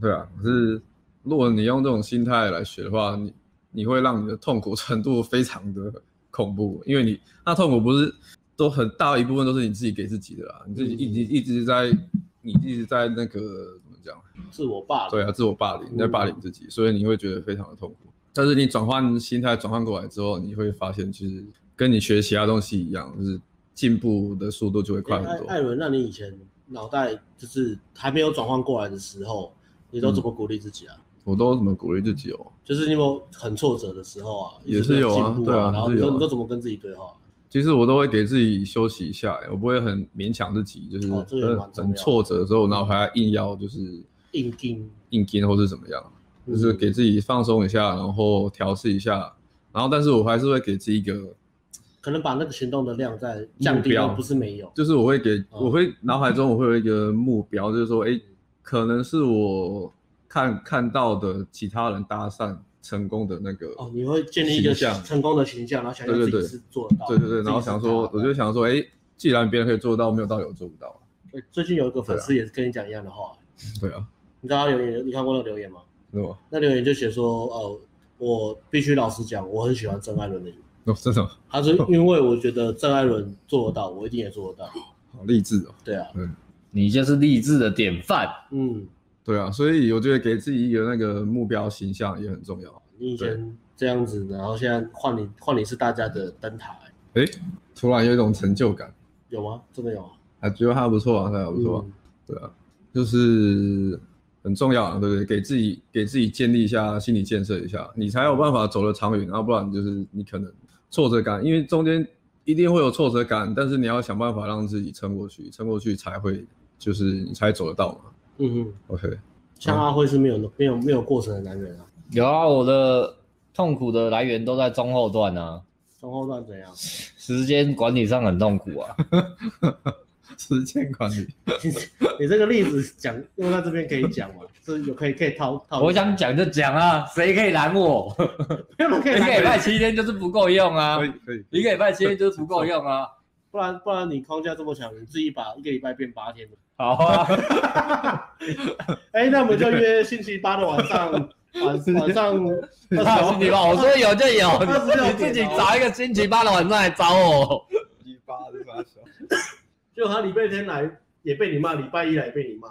S1: 对啊，可是如果你用这种心态来学的话，你你会让你的痛苦程度非常的恐怖，因为你那痛苦不是都很大一部分都是你自己给自己的啦，你自己一直一直在你一直在那个怎么讲？
S2: 自我霸凌。
S1: 对啊，自我霸凌，你在霸凌自己，所以你会觉得非常的痛苦。但是你转换心态转换过来之后，你会发现其实跟你学其他东西一样，就是进步的速度就会啊快
S2: 哎
S1: 很
S2: 艾艾
S1: 多。
S2: 伦，那你以前脑袋就是还没有转换过来的时候，你都怎么鼓励自己啊？
S1: 我都怎么鼓励自己哦？
S2: 就是你有没有很挫折的时候啊，
S1: 也是有啊
S2: 一直没进步
S1: 对啊
S2: 然后
S1: 是
S2: 你
S1: 有
S2: 都
S1: 啊
S2: 你都怎么跟自己对话？
S1: 其实我都会给自己休息一下、欸，我不会很勉强自己，就是
S2: 哦这个也
S1: 很
S2: 蛮重要
S1: 很挫折的时候，然后还要硬要就是
S2: 硬盯，
S1: 硬拼或是怎么样，
S2: 嗯
S1: 就是给自己放松一下，然后调试一下，然后但是我还是会给自己一个，
S2: 可能把那个行动的量再降
S1: 目
S2: 低，
S1: 标
S2: 但不是没有。
S1: 就是我会给、
S2: 哦
S1: 我会脑海中我会有一个目标，就是说，哎、
S2: 嗯
S1: 可能是我看看到的其他人搭讪成功的那个
S2: 哦，你会建立一个
S1: 形象
S2: 成功的形象，然后想象
S1: 对
S2: 自
S1: 对
S2: 己是做得到的，
S1: 对对对，然后
S2: 自己是
S1: 想说，欸
S2: 达到
S1: 我
S2: 的
S1: 就想说，哎、既然别人可以做到，没有道理我做不到啊。
S2: 对，最近有一个粉丝也是跟你讲一样的话，
S1: 对啊，
S2: 你知道他留言，你看过那个留言吗？
S1: 对吧？
S2: 那留言就写说，呃，我必须老实讲，我很喜欢郑艾伦的赢，
S1: 哦，真的吗
S2: 他说因为我觉得郑艾伦做得到，我一定也做得到。
S1: 好励志哦。
S2: 对啊，
S3: 你就是励志的典范。
S2: 嗯，
S1: 对啊，所以我觉得给自己一个那个目标形象也很重要。
S2: 你以前这样子，然后现在换你换你是大家的灯塔、欸
S1: 诶，突然有一种成就感，
S2: 有吗？真的有啊，
S1: 啊，觉得他不错啊，他还不错啊、
S2: 嗯
S1: 对啊，就是很重要啊，对不对？给自己给自己建立一下心理建设一下，你才有办法走得长远。要不然就是你可能挫折感，因为中间一定会有挫折感，但是你要想办法让自己撑过去，撑过去才会就是你才走得到嘛。
S2: 嗯哼，
S1: OK，
S2: 像阿辉是没有没有没有过程的男人啊，
S3: 有啊，我的痛苦的来源都在中后段啊，
S2: 中后段怎样？
S3: 时间管理上很痛苦啊。
S1: 时间管理，
S2: 你这个例子讲用在这边可以讲吗？这有可以可以套套。
S3: 我想，讲就讲啊，谁可以拦我？
S2: 没有人可
S3: 一
S2: 以
S3: 个礼
S2: 来
S3: 拜七天就是不够用啊
S1: 可，以可以，
S3: 一个礼拜七天就是不够用啊。
S2: 不然不然你框架这么强，你自己把一个礼拜变八天
S3: 好 啊，
S2: 哎，那我 们就约星期八的晚上，晚晚上
S3: 那
S2: 二
S3: 星期八，我说有就有，
S2: 26
S3: 你自己找一个星期八的晚上来找 我。
S1: 一八的发小，
S2: 就他礼拜天来也被你骂，礼拜一来也被你骂，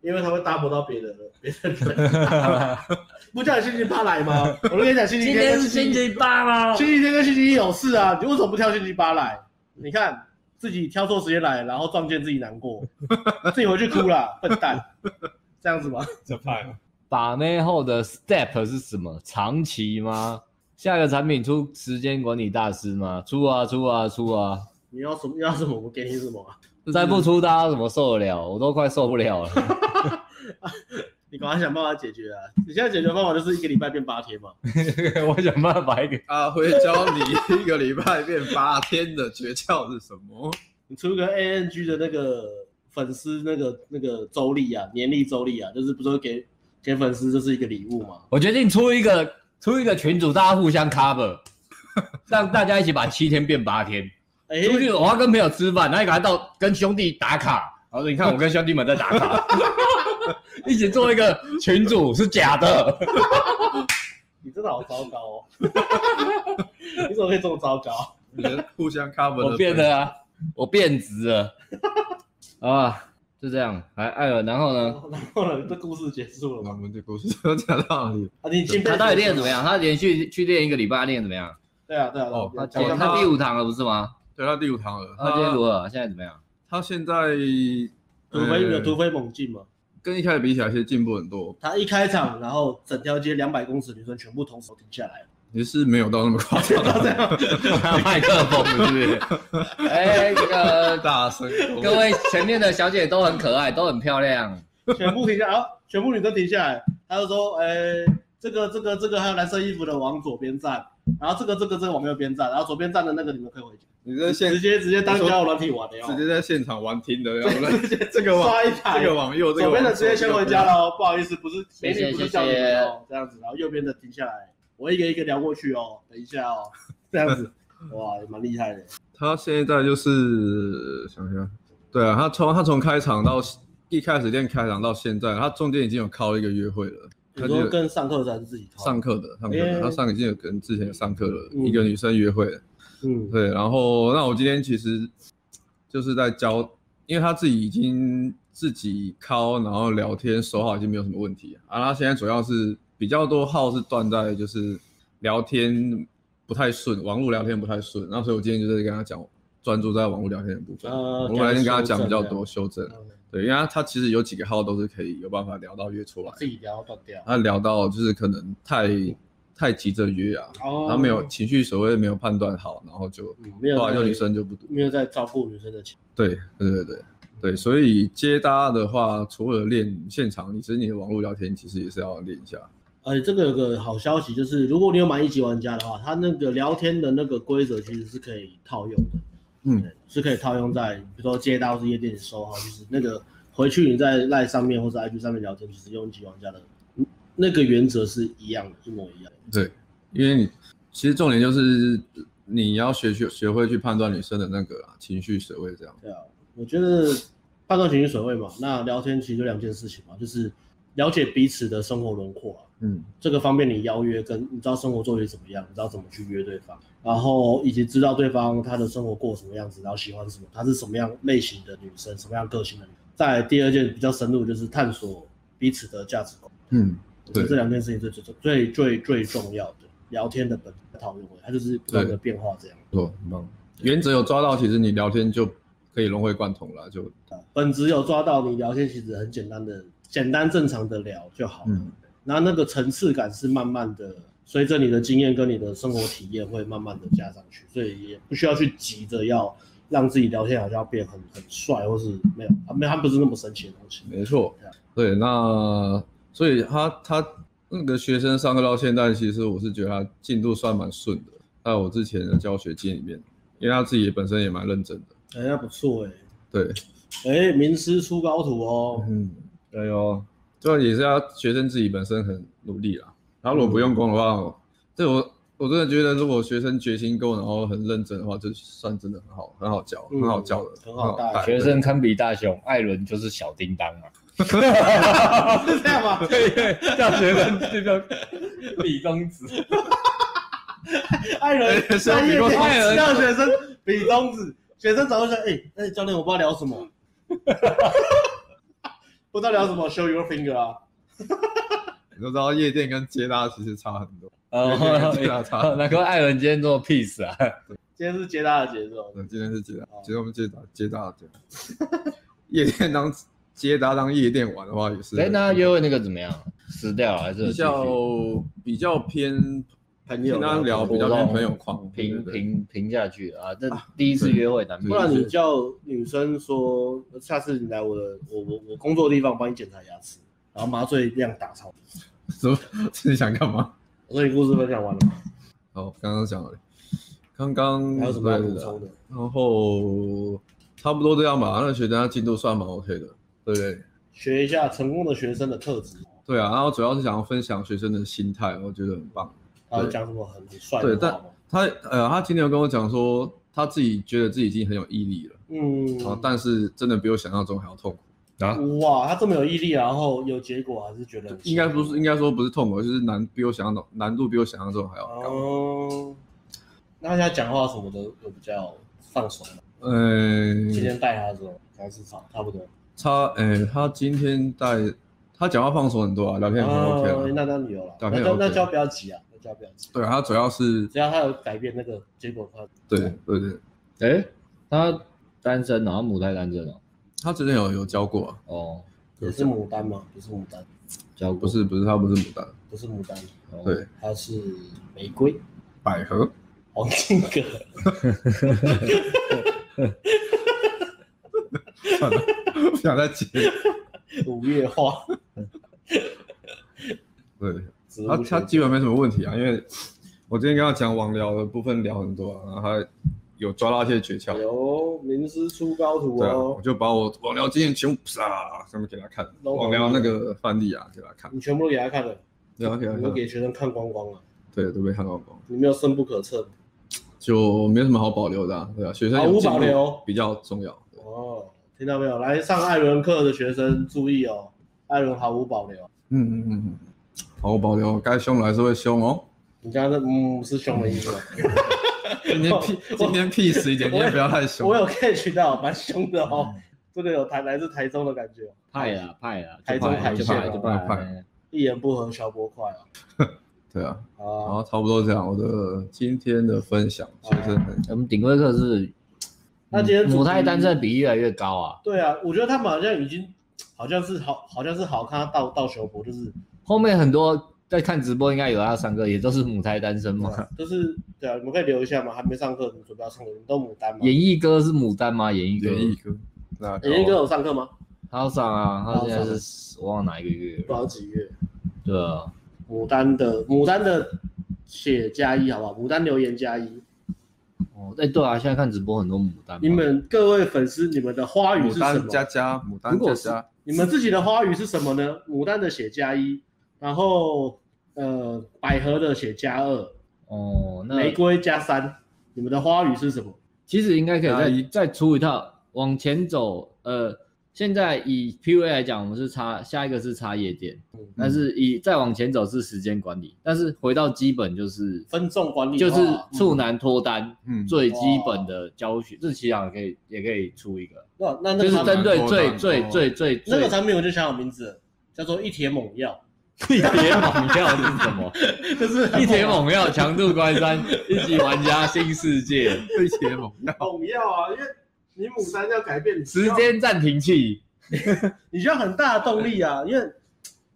S2: 因为他会搭不到别的别的人。不叫你星期八来吗？ 我都跟你讲，星期
S3: 今
S2: 天
S3: 天
S2: 跟
S3: 是星
S2: 期
S3: 期八吗？
S2: 啊 星期天跟星期一有事啊，你为什么不挑星期八来？你看自己挑错时间来，然后撞见自己难 过，自己回去哭啦，笨蛋，这样子吗？
S1: 这派
S3: 把妹后的 step 是什么？长期吗？下个产品出时间管理大师吗？出啊出啊出啊！
S2: 你要什么要什么，我给你什么啊、
S3: 再不出，大家怎么受得了？我都快受不了 了。
S2: 你赶快想办法解决啊！你现在解决方法就是一个礼拜变八天嘛。
S3: 我想办法一个
S1: 阿辉教你一个礼拜变八天的诀窍是什 么？
S2: 你出个 ANG 的那个粉丝那个那个周历啊，年历周历啊，就是不是会给给粉丝这是一个礼物嘛？
S3: 我决定出一个出一个群组，大家互相 cover，让大家一起把七天变八天。
S2: 哎、
S3: 出去我要跟朋友吃饭，然后赶快到跟兄弟打卡。然后说你看我跟兄弟们在打 卡，一起做一个群主是假的。
S2: 你真的好糟糕哦！ 你怎么可以这么糟糕？啊
S1: 你们互相 cover 的
S3: 我变了啊，我变质了 啊，就这样。还艾尔，然后呢？
S2: 然后呢，这故事结束
S1: 我
S2: 了吗？
S1: 们的故事就讲到哪里？
S2: 啊，你进
S3: 他到底练得
S2: 么？
S3: 怎么样？他连续去练一个礼拜，练得怎么样？
S2: 对啊，对啊，
S1: 哦
S2: 对啊
S1: 讲
S3: 他
S1: 到
S3: 他第五堂了不是吗？
S1: 对他第五堂了，
S3: 他今天如何？现在怎么样？
S1: 他现在
S2: 突飞有
S1: 呃
S2: 突飞猛进嘛？
S1: 跟一开始比起来，其实进步很多，
S2: 他一开场，然后整条街两百公尺女生全部同时停下来了，
S1: 也是没有到那么夸张，
S3: 麦克风是不是？ 哎，这个
S1: 大声
S3: 各位前面的小姐都很可爱，都很漂亮。
S2: 全部停下，然后全部女生停下来，他就说，呃，这个这个这个还有蓝色衣服的往左边站，然后这个这个这个往右边站，然后左边站的那个你们可以回去，
S1: 你在现
S2: 直接直接当交友软体玩的哟，
S1: 直接在现场玩听的，要不然这个往
S2: 刷一排
S1: 这个往右，这
S2: 左
S1: 个
S2: 边
S1: 往
S2: 的
S1: 左
S2: 直接先回家。喽，不好意思，不是美
S3: 谢谢
S2: 女不是叫你们哦，这样子，然后右边的停下来，我一个一个聊过去哦，等一下哦，这样子，哇，蛮厉害的，
S1: 他现在就是想一下，对啊，他从他从开场到一开始练开场到现在，他中间已经有靠一个约会了，
S2: 你
S1: 他就
S2: 说跟上课还是自己掏？
S1: 上课的上课的，
S2: 哎
S1: 他上已经有跟之前上课了
S2: 嗯
S1: 一个女生约会了。
S2: 嗯，
S1: 对，然后那我今天其实就是在教，因为他自己已经自己敲，然后聊天手好已经没有什么问题了啊。他现在主要是比较多号是断在就是聊天不太顺，网络聊天不太顺，那所以我今天就是跟他讲，专注在网络聊天的部分。
S2: 呃
S1: 我来跟他哦讲比较
S2: 给他
S1: 多修正，
S2: 嗯
S1: 对，因为他他其实有几个号都是可以有办法聊到约出来，
S2: 自己聊断掉，
S1: 他聊到就是可能太太急着约啊，
S2: 哦
S1: 他没有情绪所谓没有判断好，然后就
S2: 嗯没有
S1: 后来就
S2: 在
S1: 女生就不读。
S2: 没有在照顾女生的情，
S1: 对对对对对，所以接搭的话，除了练现场，你其实你的网络聊天其实也是要练一下。
S2: 而且这个有个好消息就是，如果你有满一级玩家的话，他那个聊天的那个规则其实是可以套用的。
S1: 嗯
S2: 对，是可以套用在比如说街道是夜店收哈，就是那个回去你在赖上面或者 IG 上面聊天，其实用极玩家的嗯那个原则是一样的，一模一样的。
S1: 对，因为你其实重点就是你要学去学会去判断女生的那个啊情绪水位这样。
S2: 对啊，我觉得判断情绪水位嘛，那聊天其实就两件事情嘛，就是了解彼此的生活轮廓啊，
S3: 嗯，
S2: 这个方面你邀约跟你知道生活作息怎么样，你知道怎么去约对方，然后以及知道对方他的生活过什么样子，然后喜欢什么，她是什么样类型的女生，什么样个性的女生。再来第二件比较深入就是探索彼此的价值观，
S1: 嗯，
S2: 我觉得
S1: 对
S2: 这两件事情最最最最最重要的。聊天的本质讨论回，它就是不断的变化这样。
S1: 不错，很棒。原则有抓到，其实你聊天就可以融会贯通了，就
S2: 本质有抓到，你聊天其实很简单的、简单正常的聊就好了。
S1: 嗯
S2: 然后那个层次感是慢慢的，随着你的经验跟你的生活体验会慢慢的加上去，所以也不需要去急着要让自己聊天好像要变很很帅，或是没有，啊、没有，它不是那么神奇的东西。
S1: 没错
S2: 对啊。
S1: 对，那所以他他那个学生上课到现在，其实我是觉得他进度算蛮顺的，在我之前的教学经验里面，因为他自己本身也蛮认真的。
S2: 哎、那不错哎、
S1: 对，
S2: 哎，名师出高徒哦。
S1: 嗯，
S3: 哎
S1: 对哦，这也是要学生自己本身很努力啦。然后如果不用功的话，我这我我真的觉得，如果学生决心够，然后很认真的话，就算真的很好，很好教，
S2: 嗯
S1: 很好教的，
S2: 很好带
S1: 带
S3: 学生堪比大雄，艾伦就是小叮当啊。
S2: 是这样吗？
S3: 叫学生这个李宗子，
S2: 爱人
S1: 哎是要
S2: 专
S1: 比
S2: 业
S1: 过
S2: 培
S1: 爱人
S2: 让学生比中指，学生早就想，哎、哎、教练，我不知道聊什么， 不知道聊什么，show your finger 啊。
S1: 你都知道夜店跟街搭其实差很 多。
S3: 哦，难怪艾伦今天这么 peace 啊。
S2: 今天是接搭的节奏，
S1: 嗯，今天是街搭
S2: 哦，
S1: 今天我们街搭街搭对，夜店当街搭当夜店玩的话也是
S3: 哎，那约会那个怎么样？撕掉了还是有
S1: 比
S3: 继续
S1: 较比较偏
S2: 朋
S1: 跟他聊比较偏
S3: 活动
S1: 朋友框，对
S3: 平
S1: 对对
S3: 平平下去啊？这第一次约会难免
S1: 嗯
S2: 不然你叫女生说，下次你来我的我我我工作的地方帮你检查牙齿，然后麻醉量打超。
S1: 什么？你想干嘛？
S2: 所以故事分享完了吗？
S1: 好，刚刚讲了，刚刚
S2: 还有什么要
S1: 嗯对
S2: 补
S1: 的
S2: 充的？
S1: 然后差不多这样吧。那学生他进度算蛮 OK 的，对不对？
S2: 学一下成功的学生的特质，哦
S1: 对啊，然后主要是想要分享学生的心态，我觉得很棒。
S2: 他会讲什么很很帅
S1: 对
S2: 的话吗？
S1: 他呃，他今天有跟我讲说，他自己觉得自己已经很有毅力了，
S2: 嗯，
S1: 然后但是真的比我想象中还要痛苦。啊，
S2: 哇，他这么有毅力，然后有结果，还是觉得很
S1: 应该不是，应该说不是痛苦，就是难比我想象中难度比我想象中还要高。
S2: 哦。那他讲话什么的有比较放松吗，
S1: 嗯、
S2: 今天带他的时候还是差差不多。
S1: 他呃，他今天在他讲话放松很多啊，聊天很 OK
S2: 哦
S1: 啊。
S2: 那那你有了，
S1: 打
S2: 那
S1: 开
S2: 那
S1: OK
S2: 那就要不要急啊，那就要不要急。
S1: 对啊，他主要是
S2: 只要他有改变那个结果的话，
S1: 对对对，
S3: 哎，他单身哦，他母胎单身哦。
S1: 他之前有有教过啊，
S3: 哦，
S2: 也是牡丹吗？不是牡丹，
S3: 交
S1: 不
S3: 过
S1: 是不是，他不是牡丹，
S2: 不是牡丹，
S3: 哦
S1: 对，
S2: 它是玫瑰、
S1: 百合。
S2: 黄金葛。
S1: 算了，不想再 接。
S2: 五月花。
S1: 对
S2: 植物
S1: 他，
S2: 学
S1: 他基本没什么问题啊，因为我今天跟他讲网聊的部分聊很多啊，然后他有抓到一些诀窍。
S2: 有哎名师出高徒
S1: 对啊，我
S2: 哦，
S1: 就把我网聊经验全部啪上面给他看，
S2: 都
S1: 网聊那个范例啊给他看，
S2: 你全部都给他看了，
S1: 对啊给他
S2: 你都
S1: 看，
S2: 给学生看光光了，
S1: 对，都被看到光，
S2: 你没有深不可测
S1: 就没什么好保留的、啊，对啊，学生
S2: 毫
S1: 有
S2: 无
S1: 进
S2: 保
S1: 步
S2: 留
S1: 比较重要。对
S2: 哦。听到没有？来上艾伦课的学生注意哦，艾伦毫无保留。
S1: 嗯嗯嗯嗯，毫无保留，该凶的还是会凶哦。
S2: 你刚刚那嗯是凶的意思吗？
S1: 今天屁，今天屁死一点，今天不要太凶嗯
S2: 我。有 catch 到，蛮凶的哦，这个有台来自台中的感觉哦，
S3: 派啦派啦，
S2: 台中海
S3: 就
S2: 线
S3: 派啦就派啦
S1: 派
S3: 就派啦。
S2: 一言不合消波快啊。
S1: 对啊，然
S3: 哦
S2: 啊，
S1: 后差不多这样，我的今天的分享，学生很
S3: 哎我们顶规课是
S2: 那今天主题
S3: 母胎单身比例越来越高啊。
S2: 对啊，我觉得他们好像已经，好像是好，好像是好看他到到修博，就是
S3: 后面很多在看直播，应该有他上课，也都是母胎单身嘛。
S2: 就是对啊，你们可以留一下嘛，还没上课，你准备要上课，你们都牡丹吗？
S3: 演绎哥是牡丹吗？演绎哥，
S1: 演绎哥，那
S2: 演艺哥有上课吗？
S3: 他要上啊，他现
S2: 他要
S3: 在
S2: 上
S3: 是我忘了哪一个月
S2: 不知道
S3: 了。
S2: 几月。
S3: 对啊，
S2: 牡丹的牡丹的写加一好不好？牡丹留言加一。
S3: 哦，哎对啊，现在看直播很多牡丹嘛。
S2: 你们各位粉丝，你们的花语
S1: 牡
S2: 是什
S1: 丹
S2: 么？
S1: 佳佳，牡丹嗯
S3: 如
S1: 佳
S3: 果是
S1: 佳，
S2: 你们自己的花语是什么呢？牡丹的写加一，然后呃百合的写加二，
S3: 哦，那
S2: 玫瑰加三。你们的花语是什么？
S3: 其实应该可
S1: 加一
S3: 以再再出一套，往前走，呃，现在以 PUA 来讲，我们是差下一个是差夜店，
S2: 嗯
S3: 但是以再往前走是时间管理，但是回到基本就是
S2: 分众管理
S3: 就
S2: 的话嗯
S3: 是处男脱单
S1: 嗯，
S3: 最基
S2: 哦
S3: 本的教学，这其实也可以也可以出一个，
S2: 嗯那那那
S3: 就
S2: 个
S3: 是
S2: 产
S3: 针对
S1: 脱
S3: 最
S1: 单
S3: 最
S1: 哦
S3: 最最
S2: 那个
S3: 最
S2: 产品我就想好名字了，叫做一帖猛药，
S3: 一铁猛药是什么？
S2: 就是
S3: 一铁猛药强度关山，一级玩家新 世界，
S1: 最邪猛药，
S2: 猛药啊，因为你牡丹要改变，你需
S3: 时
S2: 要
S3: 间暂停器，
S2: 你需要很大的动力啊，因为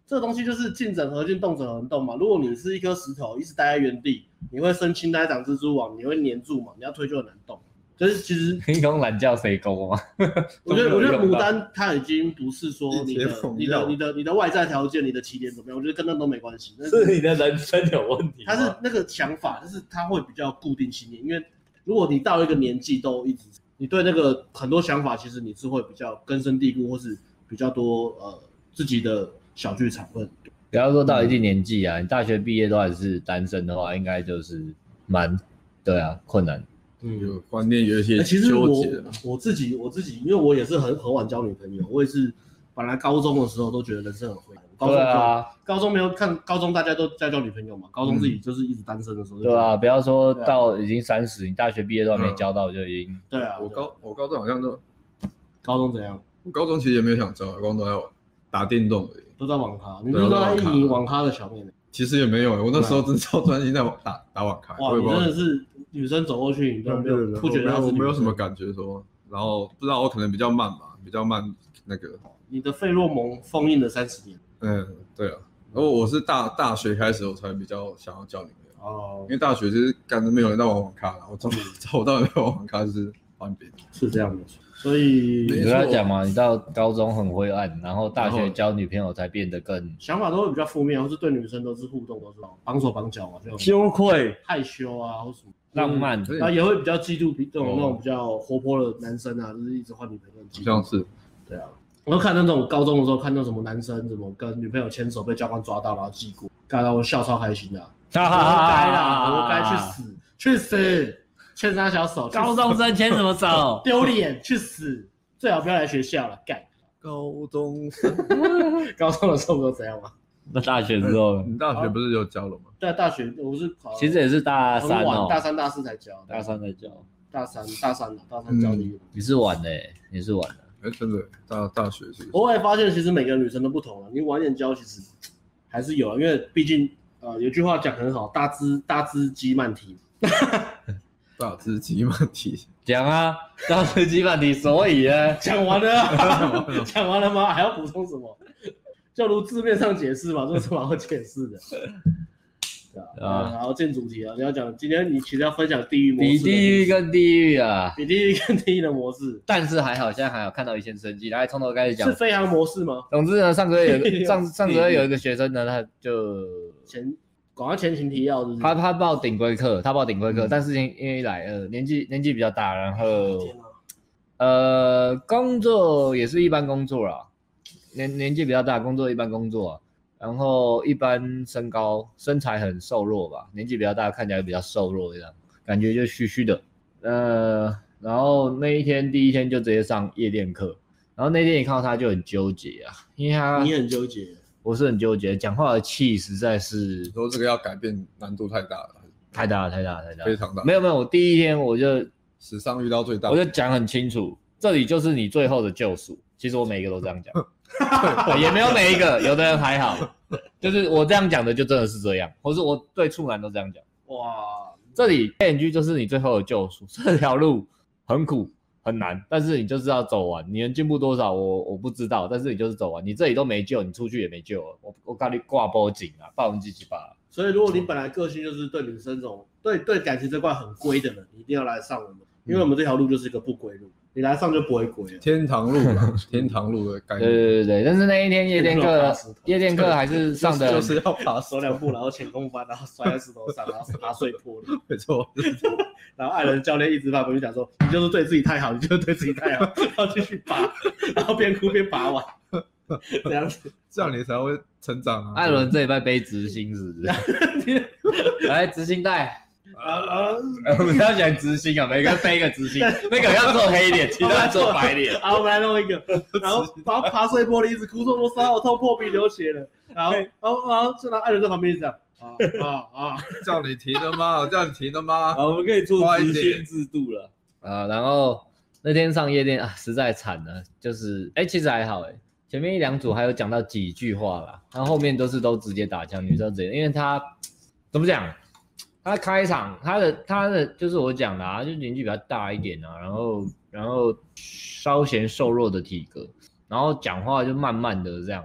S2: 这个东西就是进整合进，动整合动嘛。如果你是一颗石头，一直待在原地，你会生青苔长蜘蛛网，你会粘住嘛，你要推就很难动。就是其实
S3: 你讲懒觉谁勾啊吗？
S2: 我觉得，
S3: 都
S2: 我
S3: 没
S2: 觉
S3: 有
S2: 得
S3: 用
S2: 牡
S3: 到
S2: 丹它已经不是说你的、你的、你的、你的外在条件、你的起点怎么样，我觉得跟那都没关系。但是
S3: 你的人生 有问题
S2: 它是那个想法，就是它会比较固定信念，因为如果你到一个年纪都一直，你对那个很多想法，其实你是会比较根深蒂固，或是比较多呃自己的小剧场会。
S3: 不要说到一定年纪啊，你大学毕业都还是单身的话，应该就是蛮对啊困难。
S1: 有观念有一些
S2: 欸其
S1: 嗯
S2: 实
S1: 纠
S2: 我
S1: 结啊。
S2: 我自己我自己，因为我也是很很晚交女朋友，我也是本来高中的时候都觉得人生很灰暗。高中
S3: 对啊，
S2: 高中没有看高中大家都在交女朋友嘛，高中
S1: 嗯
S2: 自己就是一直单身的时候就觉
S3: 对
S2: 得、
S3: 啊，不要说到已经三十，你大学毕业都还没交到就已经
S2: 对啊，
S1: 我
S2: 对啊
S1: 高我高中好像都，
S2: 高中怎样
S1: 我高中其实也没有想交，高中都在玩打电动而已。
S2: 都在网咖，你
S1: 对
S2: 不
S1: 啊都在
S2: 是都在
S1: 网咖
S2: 意淫网咖的小妹妹？
S1: 其实也没有，欸我那时候真的超专心在网打打网咖，
S2: 啊哇，
S1: 我也
S2: 你
S1: 不知道
S2: 真的是女生走过去，你都没有不觉得她
S1: 我没有
S2: 是
S1: 我
S2: 女
S1: 没有
S2: 生
S1: 什么，感觉说，然后不知道我可能比较慢吧，比较慢那个，
S2: 你的费洛蒙封印了三十年
S1: 嗯，对啊。然后我是大大学开始我才比较想要交女朋友，
S2: 哦
S1: 因，为大学就是干的没有人在玩网咖，然后找找我到底在玩网咖就是玩别的，
S2: 是这样的，所以
S1: 没
S3: 你
S1: 错
S3: 跟他讲嘛，你到高中很灰暗，然后大
S1: 然
S3: 学
S1: 后
S3: 交女朋友才变得更
S2: 想法都会比较负面，或是对女生都是互动都是绑手绑脚嘛，就
S3: 羞愧、
S2: 害羞啊，或什么
S3: 浪，漫。
S1: 所以
S2: 然后也会比较嫉妒比这种
S1: 哦
S2: 那种比较活泼的男生啊，就是一直换女朋友，
S1: 好像是
S2: 对啊。我看那种高中的时候，看到什么男生怎么跟女朋友牵手被教官抓到，然后记过，看到我笑超开心的、啊，
S3: 哈
S2: 活该啦，活该去
S3: 死！
S2: 死，去死，牵他小手，去死
S3: 高中生牵什么手？
S2: 丢脸，去死，最好不要来学校了，干。
S1: 高中生。
S2: 高中的时候不都这样吗？
S3: 那大学之后，
S1: 你大学不是有交了吗？
S2: 对啊，大学我是考，
S3: 其实也是大
S2: 很
S3: 三
S2: 晚，
S3: 哦，
S2: 大三大四才教，
S3: 大三才交。
S2: 大三大三啊了，大三教的一个。
S3: 你是晚的欸，你是晚的。
S1: 哎，真的大大学是
S2: 我也发现，其实每个女生都不同了。啊你晚点教，其实还是有啊，因为毕竟呃，有句话讲很好，大只大只鸡慢蹄。
S1: 大只鸡嘛 体，
S3: 讲啊，当时基本你所以 呢，
S2: 讲完了啊， 讲完了吗？还要补充什么？就如字面上解释嘛，这有什么好解释的？ 对啊，
S3: 啊
S2: 然后进主题啊，你要讲今天你其实要分享地狱模式
S3: 比
S2: 的，
S3: 地狱更地狱啊！
S2: 比地狱跟地狱的模式
S3: 但是还好，现在还有看到一线生机。来，从头开始讲
S2: 是。飞扬模式吗？
S3: 总之呢，上个 月有
S2: 地狱
S3: 个
S2: 啊
S3: 上上个月有一个学生呢，他就
S2: 前广告前情提要就是
S3: 他他报顶规课，他报顶规课，
S1: 嗯
S3: 但是因因为来呃年纪年纪比较大，然后
S2: 天啊
S3: 呃工作也是一般工作啦，年年纪比较大，工作一般工作啊、然后一般身高身材很瘦弱吧，年纪比较大，看起来比较瘦弱这样，感觉就虚虚的。呃，然后那一天第一天就直接上夜店课，然后那天一看到他就很纠结啊，因为他
S2: 你很纠结，
S3: 我是很纠结，讲话的气实在是
S1: 你说这个要改变难度太大了，
S3: 太大了，太大了，太大了，
S1: 非常大
S3: 没有没有，我第一天我就
S1: 史上遇到最大
S3: 我就讲很清楚，这里就是你最后的救赎。其实我每一个都这样讲，
S1: 对
S3: 也没有每一个，有的人还好，就是我这样讲的就真的是这样，或是我对处男都这样讲。
S2: 哇，
S3: 这里 PNG 就是你最后的救赎，这条路很苦很难，但是你就是要走完，你能进步多少我我不知道，但是你就是走完，你这里都没救，你出去也没救了，我我告诉你挂包紧啊，暴人机鸡巴。
S2: 所以如果你本来个性就是对女生这种对对感情这块很龟的人，你一定要来上我们，因为我们这条路就是一个不归路，你来上就不会归了。
S1: 天堂路啦，天堂路的概
S3: 对
S1: 念，
S3: 对对对，但是那一天夜店
S2: 那种大
S3: 课
S2: 石头，
S3: 夜店课还是上的，
S1: 就是要爬
S2: 手两步，然后前空翻，然后摔在石头上，然后打碎玻璃。
S1: 没错，
S2: 然后艾伦教练一直把朋友讲说：“你就是对自己太好，你就是对自己太好。”然后继续拔，然后边哭边拔完，这样子。
S1: 这样你才会成长啊。
S3: 艾伦这礼拜背执行是不是？来执行带，
S2: 啊啊
S3: 我们要讲知心啊，每个背一个知 心，那个要做黑脸，其他做 白脸。
S2: 啊！我们来 弄一个，然后把它爬碎玻璃，一直哭，说我手好痛，破皮流血了。然后，然后，然后就拿爱人在旁边一直这样啊啊啊！
S1: 叫你停了吗？我叫你停了 吗？
S4: 好，我们可以做
S1: 快一
S4: 直
S1: 点
S4: 线制度了。
S3: 啊，然后那天上夜店啊，实在惨了，就是哎、其实还好哎、前面一两组还有讲到几句话啦，然后后面都是都直接打枪，女生直接，因为她怎么讲，她开场她的她的就是我讲的啊，就年纪比较大一点啊，然后然后稍显瘦弱的体格，然后讲话就慢慢的这样，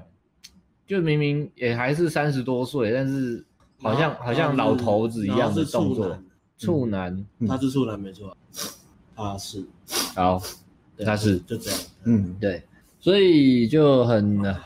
S3: 就明明也还是三十多岁，但是好像好像老头子一样的动作，处男，
S1: 嗯
S2: 他是处男没错，他是，
S3: 好，
S2: 对
S3: 他是
S2: 就这样。
S1: 嗯，
S3: 对，所以就很，呃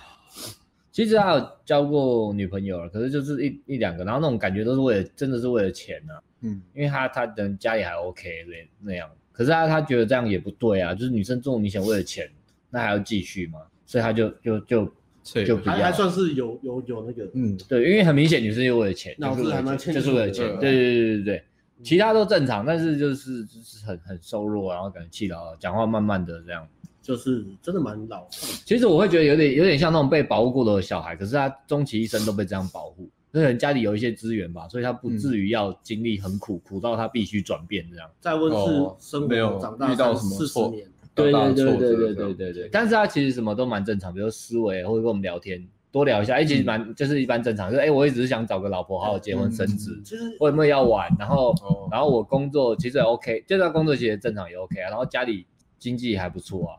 S3: 其实他有交过女朋友了，可是就是一一两个，然后那种感觉都是为了，真的是为了钱啊，
S1: 嗯，
S3: 因为他他可能家里还 OK 那那样，可是他他觉得这样也不对啊，就是女生这么明显为了钱，那还要继续吗？所以他就就就
S1: 切
S3: 就不
S2: 还
S3: 要
S2: 还，算是有有有那个，
S1: 嗯，
S3: 对，因为很明显女生就为了钱，
S2: 脑子
S3: 就是为了
S2: 还蛮清
S3: 钱就是
S2: 楚
S3: 为了
S2: 的啊
S3: 钱，
S1: 对
S3: 对对对对对。其他都正常，但是就是就是很很瘦弱，然后感觉气到讲话慢慢的这样，
S2: 就是真的蛮老的。
S3: 其实我会觉得有点有点像那种被保护过的小孩，可是他终其一生都被这样保护，那可能家里有一些资源吧，所以他不至于要经历很苦，苦到他必须转变这样。
S2: 在温
S1: 哦
S2: 室生
S1: 没有
S2: 活长大
S1: 遇到什么
S2: 四十
S1: 错
S2: 年，
S1: 对对对对对对
S3: 对对。但是他其实什么都蛮正常，比如说思维或者跟我们聊天，多聊一下，哎、其实蛮、就是一般正常，就是哎、我也只是想找个老婆好好结婚
S1: 嗯
S3: 生子，
S2: 其实
S3: 我有没有要玩，然后
S1: 哦，
S3: 然后我工作其实也 OK，就算工作其实正常也 OK 啊，然后家里经济还不错啊，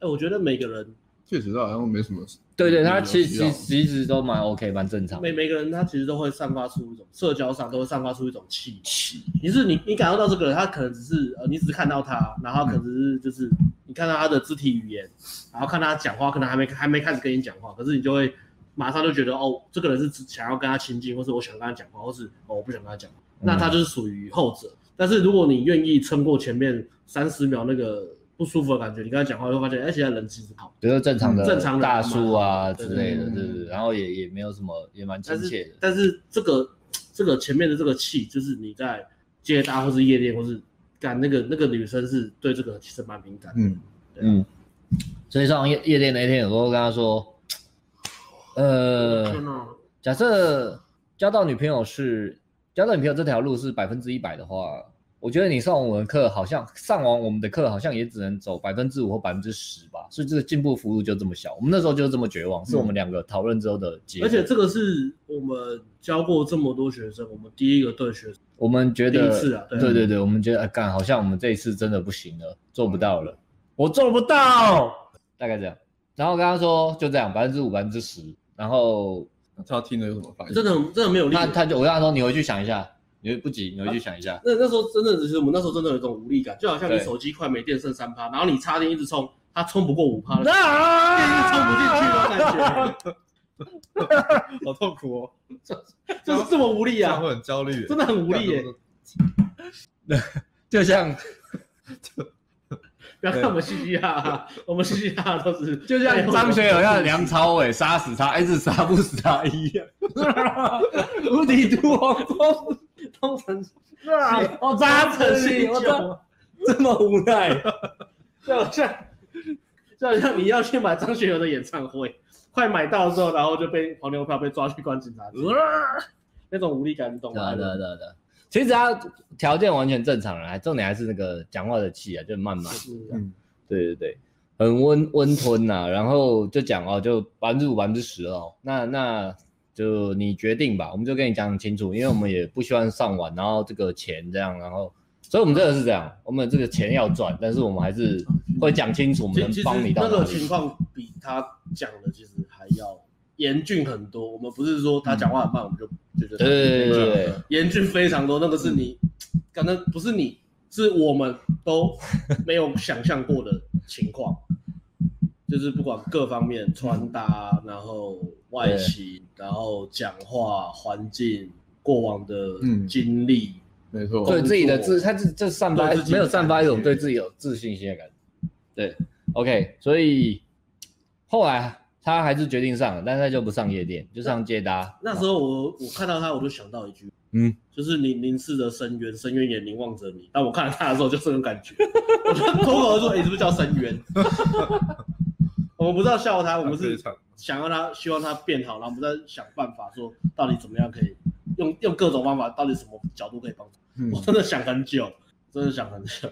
S2: 哎，我觉得每个人
S1: 确实好像没什么。
S3: 对对，他
S1: 理由
S3: 其
S1: 嗯需
S3: 实
S1: 要
S3: 其实都蛮 OK，蛮正常的。
S2: 每每个人他其实都会散发出一种社交上都会散发出一种气你是你你感受到这个人，他可能只是呃，你只是看到他，然后可能只是就是你看到他的肢体语言，然后看他讲话，可能还没还没开始跟你讲话，可是你就会马上就觉得哦，这个人是只想要跟他亲近，或是我想跟他讲话，或是哦我不想跟他讲话，那他就是属于后者。但是如果你愿意撑过前面三十秒那个不舒服的感觉，你跟他讲话就会发现，哎，现在人其实好。
S3: 比如说正常的
S2: 嗯正常人
S3: 大叔啊
S2: 嘛
S3: 之类的，
S1: 对对
S3: 对
S1: 对
S3: 对对，然后也也没有什么，也蛮亲
S2: 嗯但
S3: 切
S2: 是啊
S3: 的。
S2: 但是这个这个前面的这个气，就是你在接搭或是夜店或是干那个那个女生是对这个其实蛮敏感的。
S1: 嗯，
S3: 嗯，所以上夜夜店那天，有时候跟他说，
S2: 天
S3: 呃，
S2: 哪，
S3: 假设交到女朋友是交到女朋友这条路是百分之一百的话，我觉得你上我们的课好像上完我们的课好像也只能走百分之五或百分之十吧，所以这个进步幅度就这么小。我们那时候就这么绝望，是我们两个讨论之后的结果。
S2: 而且这个是我们教过这么多学生，我们第一个对学生，
S3: 我们觉得
S2: 第一次啊对
S3: 对
S2: 啊
S3: 对对，我们觉得啊干、好像我们这一次真的不行了，做不到了，我做不到，大概这样。然后跟他说就这样，百分之五、百分之十。然后
S1: 他听了有什么反应？
S2: 真的很真的没有力。
S3: 他他就我啊跟他说，你回去想一下，你不急，你回去想一下。
S2: 那那时候真的只是我们那时候真的有一种无力感，就好像你
S3: 对
S2: 手机快没电剩三趴，然后你插电一直充，它充不过五 趴，电
S3: 啊！
S2: 充不进去的感觉，
S1: 好痛苦哦，
S2: 就是这么无力
S1: 这样
S2: 啊，
S1: 会很焦虑，
S2: 真的很无力耶、
S3: 就像
S2: 不要看我们嘻嘻哈哈，我们嘻嘻哈哈都是
S3: 就像张学友 要梁朝伟杀死他，一直杀不死他一样， 无敌毒王风，
S2: 通常 啊
S3: 我扎成你，我扎这么无奈。
S2: 就好像就好像你要去买张学友的演唱会， 快买到之后，然后就被黄牛票被抓去关警察局，那种无力感，你懂
S3: 对
S2: 吗
S3: 啊，？对啊，对啊，对啊。其实他条件完全正常了，重点还是那个讲话的气啊，就慢慢，
S2: 嗯
S1: 嗯，
S3: 对对对，很温温吞呐、然后就讲哦，就百分之五、百分之十哦，那那就你决定吧，我们就跟你讲清楚，因为我们也不希望上晚，然后这个钱这样，然后，所以我们这个是这样，我们这个钱要赚，但是我们还是会讲清楚，我们
S2: 其
S3: 嗯能
S2: 其实
S3: 帮你到
S2: 那
S3: 哪
S2: 个
S3: 里。
S2: 情况比他讲的其实还要严峻很多。我们不是说他讲话很慢，我们就就觉得
S3: 对对对对对，
S2: 严峻非常多。那个是你，
S1: 嗯
S2: 可能不是你，是我们都没有想象过的情况，就是不管各方面穿搭，然后外形，然后讲话环境、过往的
S1: 嗯
S2: 经历，
S1: 没错，
S3: 对自己的自，
S2: 工作
S3: 他这这散发
S2: 对自己的
S3: 没有散发一种
S2: 感觉
S3: 对自己有自信心的感觉。对，OK，所以后来他还是决定上了，但是他就不上夜店，就上街搭。
S2: 那时候我我看到他，我就想到一句，
S1: 嗯，
S2: 就是你凝视着深渊，深渊也凝望着你。但我看了他的时候，就是那种感觉， 我就脱口而出：“哎、你是不是叫深渊？” 我们不是要笑他，我们
S1: 非
S2: 是
S1: 常
S2: 想要他，希望他变好，然后我们在想办法说，到底怎么样可以用用各种方法，到底什么角度可以帮助？
S1: 嗯
S2: 我真的想很久，真的想很久。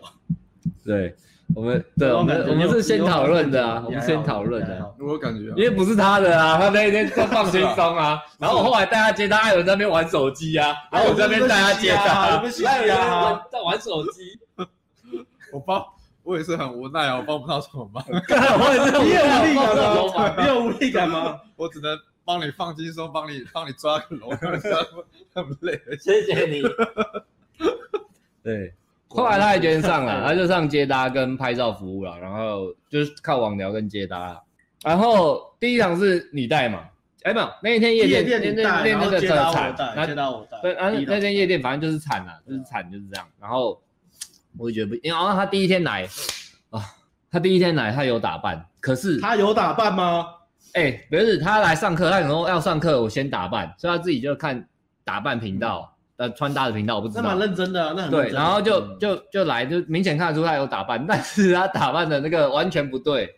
S3: 对，我们 对，我
S2: 种感
S3: 们
S2: 觉
S3: 我们
S2: 你有
S3: 是先讨论的啊，
S2: 你
S3: 我
S2: 有
S3: 们先讨论的啊、
S1: 我有感觉啊
S3: 因为不是他的啊，他那一天就放轻松 啊，然后我后来带他接他，艾伦在那边玩手机啊，然后我这边带他接他，
S2: 哎你不是
S3: 艾伦在那边玩
S2: 啊
S3: 在玩手 机，
S1: 我帮，我也是很无奈啊，我帮不到什么忙，
S3: 干我也是
S2: 你有 无力
S3: 放
S2: 感
S3: 啊这种嘛
S2: 吗？你 有无力感吗？
S1: 我只能帮你放轻松，帮你帮你抓个龙， 很累。
S3: 谢谢你。对，后来他也决定上了，他就上接搭跟拍照服务了，然后就是靠网聊跟接搭啦。然后第一场是你带嘛？哎，没有，那一天夜
S2: 夜
S3: 店
S2: 店
S3: 那
S2: 你
S3: 那
S2: 带，
S3: 那
S2: 然
S3: 那
S2: 后
S3: 个
S2: 接
S3: 真
S2: 到
S3: 的
S2: 我
S3: 惨，
S2: 带，接
S3: 那
S2: 到我带。
S3: 对，然后
S2: 第一
S3: 那
S2: 档
S3: 天夜店反正就是惨啊，就是惨就是这样。然后我也觉得不，因为啊他第一天来啊，他第一天来他有打扮，可是
S2: 他有打扮吗？
S3: 哎、不是他来上课，他可能要上课，我先打扮，所以他自己就看打扮频道、呃穿搭的频道，我不知
S2: 嗯那
S3: 道。
S2: 蛮认真的啊，那很认
S3: 对，
S2: 真
S3: 然后就
S1: 嗯
S3: 就就来，就明显看得出他有打扮，但是他打扮的那个完全不对，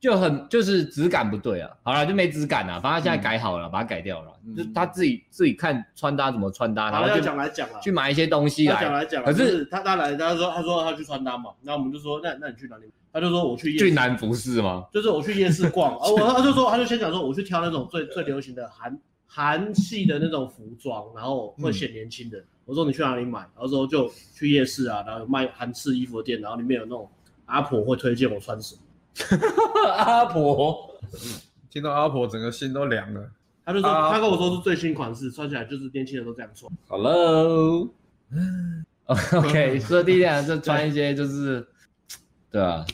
S3: 就很就是质感不对啊。好了，就没质感了，反正他
S2: 嗯
S3: 现在改好了，把它改掉了，
S1: 嗯
S3: 就他自己自己看穿搭怎么穿搭，然
S2: 好
S3: 后
S2: 要
S3: 就
S2: 讲来讲啊，
S3: 去买一些东西
S2: 要讲
S3: 来，
S2: 来讲啊。
S3: 可是
S2: 就是他他来，他说他说他去穿搭嘛，那我们就说那那你去哪里？他就说我去夜
S3: 俊
S2: 市，
S3: 男服饰吗？
S2: 就是我去夜市逛，啊，我他就说他就先讲说我去挑那种最最流行的韩韩系的那种服装，然后
S3: 嗯
S2: 会显年轻的。我说你去哪里买？然后说就去夜市啊，然后有卖韩式衣服的店，然后里面有那种阿婆会推荐我穿什么。
S3: 阿婆，
S1: 听到阿婆，整个心都凉了。
S2: 他就说，
S1: 啊
S2: 他跟我说是最新款式，穿起来就是年轻人都这样穿。
S3: Hello。OK，所以第一点就穿一些就是，对啊，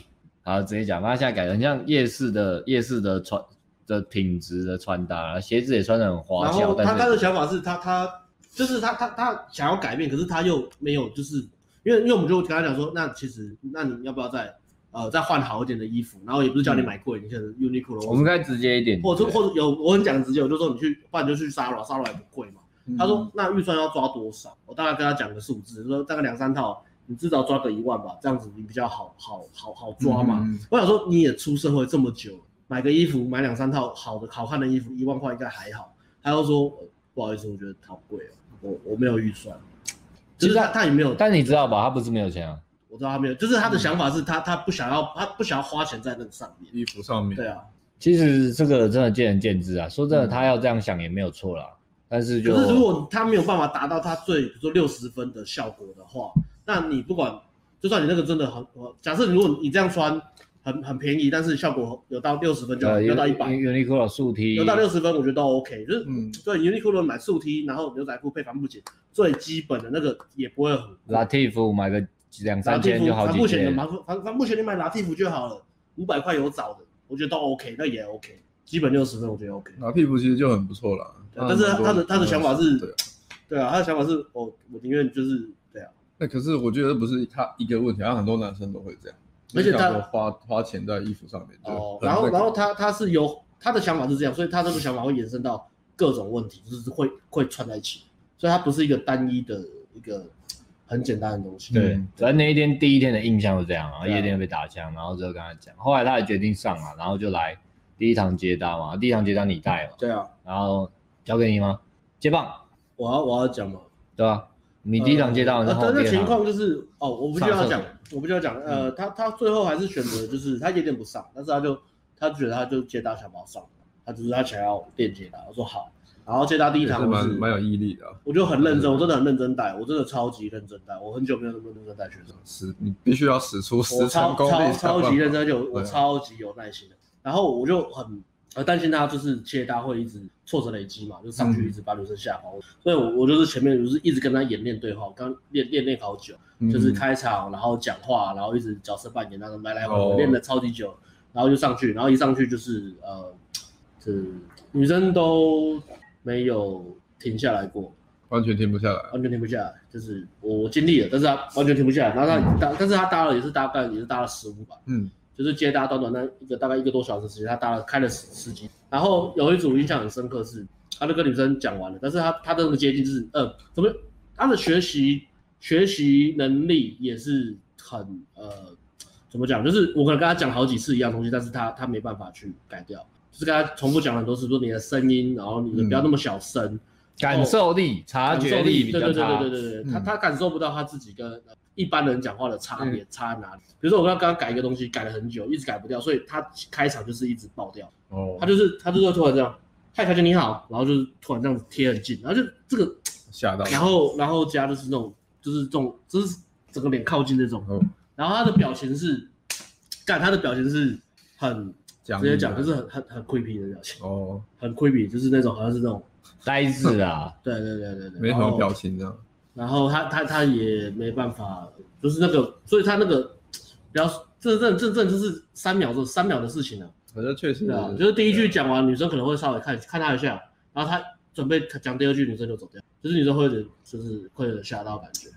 S3: 好直接讲，他现在改的很像夜市的夜市的穿的品质的穿搭，鞋子也穿的很花
S2: 然
S3: 俏，
S2: 后他
S3: 但
S2: 他
S3: 是
S2: 的想法是他他就是他他他想要改变，可是他又没有，就是因为因为我们就跟他讲说，那其实那你要不要再呃再换好一点的衣服？然后也不是叫你买贵，你可能 Uniqlo
S3: 嗯我们该直接一点，
S2: 或者
S3: 对
S2: 或者有我很讲直接，我就说你去，不然你就去 Zara，Zara 也不贵嘛。他
S1: 嗯
S2: 说那预算要抓多少？我大概跟他讲个数字，说大概两三套，你至少抓个一万吧，这样子你比较好好好好抓嘛。
S1: 嗯
S2: 我想说，你也出社会这么久，买个衣服，买两三套好的、好看的衣服，一万块应该还好。他又说、呃不好意思，我觉得好贵哦，我我没有预算。
S3: 其
S2: 其
S3: 实
S2: 实
S3: 他
S2: 他他也没有，
S3: 但你知道吧，他不是没有钱啊，
S2: 我知道他没有，就是他的想法是他他不想要，他不想要花钱在那个上面。
S1: 衣服上面，
S2: 对啊，
S3: 其实这个真的见仁见智啊，说真的，
S1: 嗯
S3: 他要这样想也没有错啦，但是就
S2: 可是如果他没有办法达到他最比如说六十分的效果的话，那你不管，就算你那个真的很，呃假设如果你这样穿很很便宜，但是效果有到六十分就好，
S3: 呃
S2: 有到一百，
S3: Uniqlo 竖梯
S2: 有到六十分我觉得都 OK，就是
S1: 嗯，
S2: 对 Uniqlo 买竖 T，然后牛仔裤配帆布鞋，最基本的那个也不会很贵。
S3: 拉蒂夫买个两
S2: 拉
S3: 三
S2: 蒂
S3: 千
S2: 夫
S3: 就好
S2: 帆
S3: 几
S2: 布鞋
S3: 件
S2: 的，帆布帆帆布鞋你买拉蒂夫就好了，五百块有找的，我觉得都 OK，那也 OK，基本六十分我觉得 OK。
S1: 拿屁股其实就很不错啦。
S2: 对嗯但是
S1: 很多
S2: 他的他的想法是
S1: 对啊
S2: 对啊，他的想法是我我宁愿就是对啊，
S1: 那可是我觉得不是他一个问题，他很多男生都会这样，
S2: 而且
S1: 就
S2: 他
S1: 想说花花钱在衣服上面，就
S2: 哦，
S1: 很
S2: 然后
S1: 那个
S2: 然后他他是有他的想法是这样，所以他这个想法会延伸到各种问题，就是会会串在一起，所以它不是一个单一的一个很简单的东西。
S3: 对
S1: 嗯，
S3: 反正那一天第一天的印象是这样啊，
S2: 对啊
S3: 夜店被打枪，然后之后跟他讲，后来他也决定上嘛，然后就来第一堂接搭嘛，第一堂接搭你带嘛，
S2: 对啊，
S3: 然后交给你吗？接棒，
S2: 我要我要讲嘛，
S3: 对吧、你第一堂接到，
S2: 呃
S3: 然后
S2: 但
S3: 第
S2: 那
S3: 二
S2: 情
S3: 堂
S2: 况就是，哦，我不需
S3: 上
S2: 要
S3: 厕
S2: 讲
S3: 所，嗯
S2: 我不需要讲，呃，他他最后还是选择就是他夜店不上，但是他就他觉得他就接搭小毛上，他只是他想要练接搭，我说好，然后接搭第一
S1: 也是
S2: 堂我
S1: 蛮
S2: 是，
S1: 蛮有毅力的啊。
S2: 我就很认真，我真的很认真带，我真的超级认真带，我很久没有那么认真带学生，
S1: 使你必须要使出
S2: 我
S1: 十
S2: 超
S1: 成功
S2: 超
S1: 力，
S2: 超级认真，而且我
S1: 对
S2: 我
S1: 啊
S2: 超级有耐心的，然后我就很很担心他就是接搭会一直挫折累积嘛，就上
S1: 嗯
S2: 去一直把女生吓跑，所以我我就是前面就是一直跟他演练对话，我刚练练练好久。
S1: 真
S2: 就是开场，然后讲话，然后一直角色扮演，那啊种来来回
S1: 哦
S2: 回练了超级久，然后就上去，然后一上去就是呃，是女生都没有停下来过，
S1: 完全停不下来。啊
S2: 完全停不下来，就是我我经历了，但是她完全停不下来，然后她搭，但是她搭了也是大概也是搭了十五吧，
S1: 嗯，
S2: 就是接搭短短那一个大概一个多小时时间，他搭了开了十十几，然后有一组印象很深刻是，他就跟女生讲完了，但是他他的那个接近就是，呃，怎么他的学习学习能力也是很呃，怎么讲，就是我可能跟他讲好几次一样东西，但是他他没办法去改掉，就是跟他重复讲了很多次，说你的声音，然后你的
S1: 嗯
S2: 不要那么小声，
S3: 感受力、察
S2: 哦感
S3: 觉
S2: 受
S3: 力
S2: 力
S3: 比
S2: 对
S3: 较
S2: 对对
S3: 差
S2: 对。对对对，他
S3: 嗯
S2: 他感受不到他自己跟呃一般人讲话的差别差哪里。比如说我刚刚改一个东西，改了很久，一直改不掉，所以他开场就是一直爆掉。
S1: 哦
S2: 他，就是他就是突然这样，嗨，小姐你好，然后就是突然这样子贴很近，然后就这个，
S1: 吓
S3: 嗯
S1: 到了，
S2: 然后然后加就是那种就是这种就是整个脸靠近那种，
S1: 哦
S2: 然后他的表情是，干他的表情是很
S1: 讲
S2: 直接讲，就是是很很很 creepy 的表情，
S1: 哦，
S2: 很 creepy，就是那种好像是那种，
S3: 呆滞啊，
S2: 对对对对对，
S1: 没什
S2: 然
S1: 么
S2: 后
S1: 表情这啊样，
S2: 然后他他他也没办法，就是那个，所以他那个，然后这这这这就是三秒钟三秒的事情啊，
S1: 可是确实
S2: 对啊，就是第一句讲完，女生可能会稍微看看他一下，然后他准备讲第二句，女生就走掉，就是女生会有点就是会有点吓到感觉，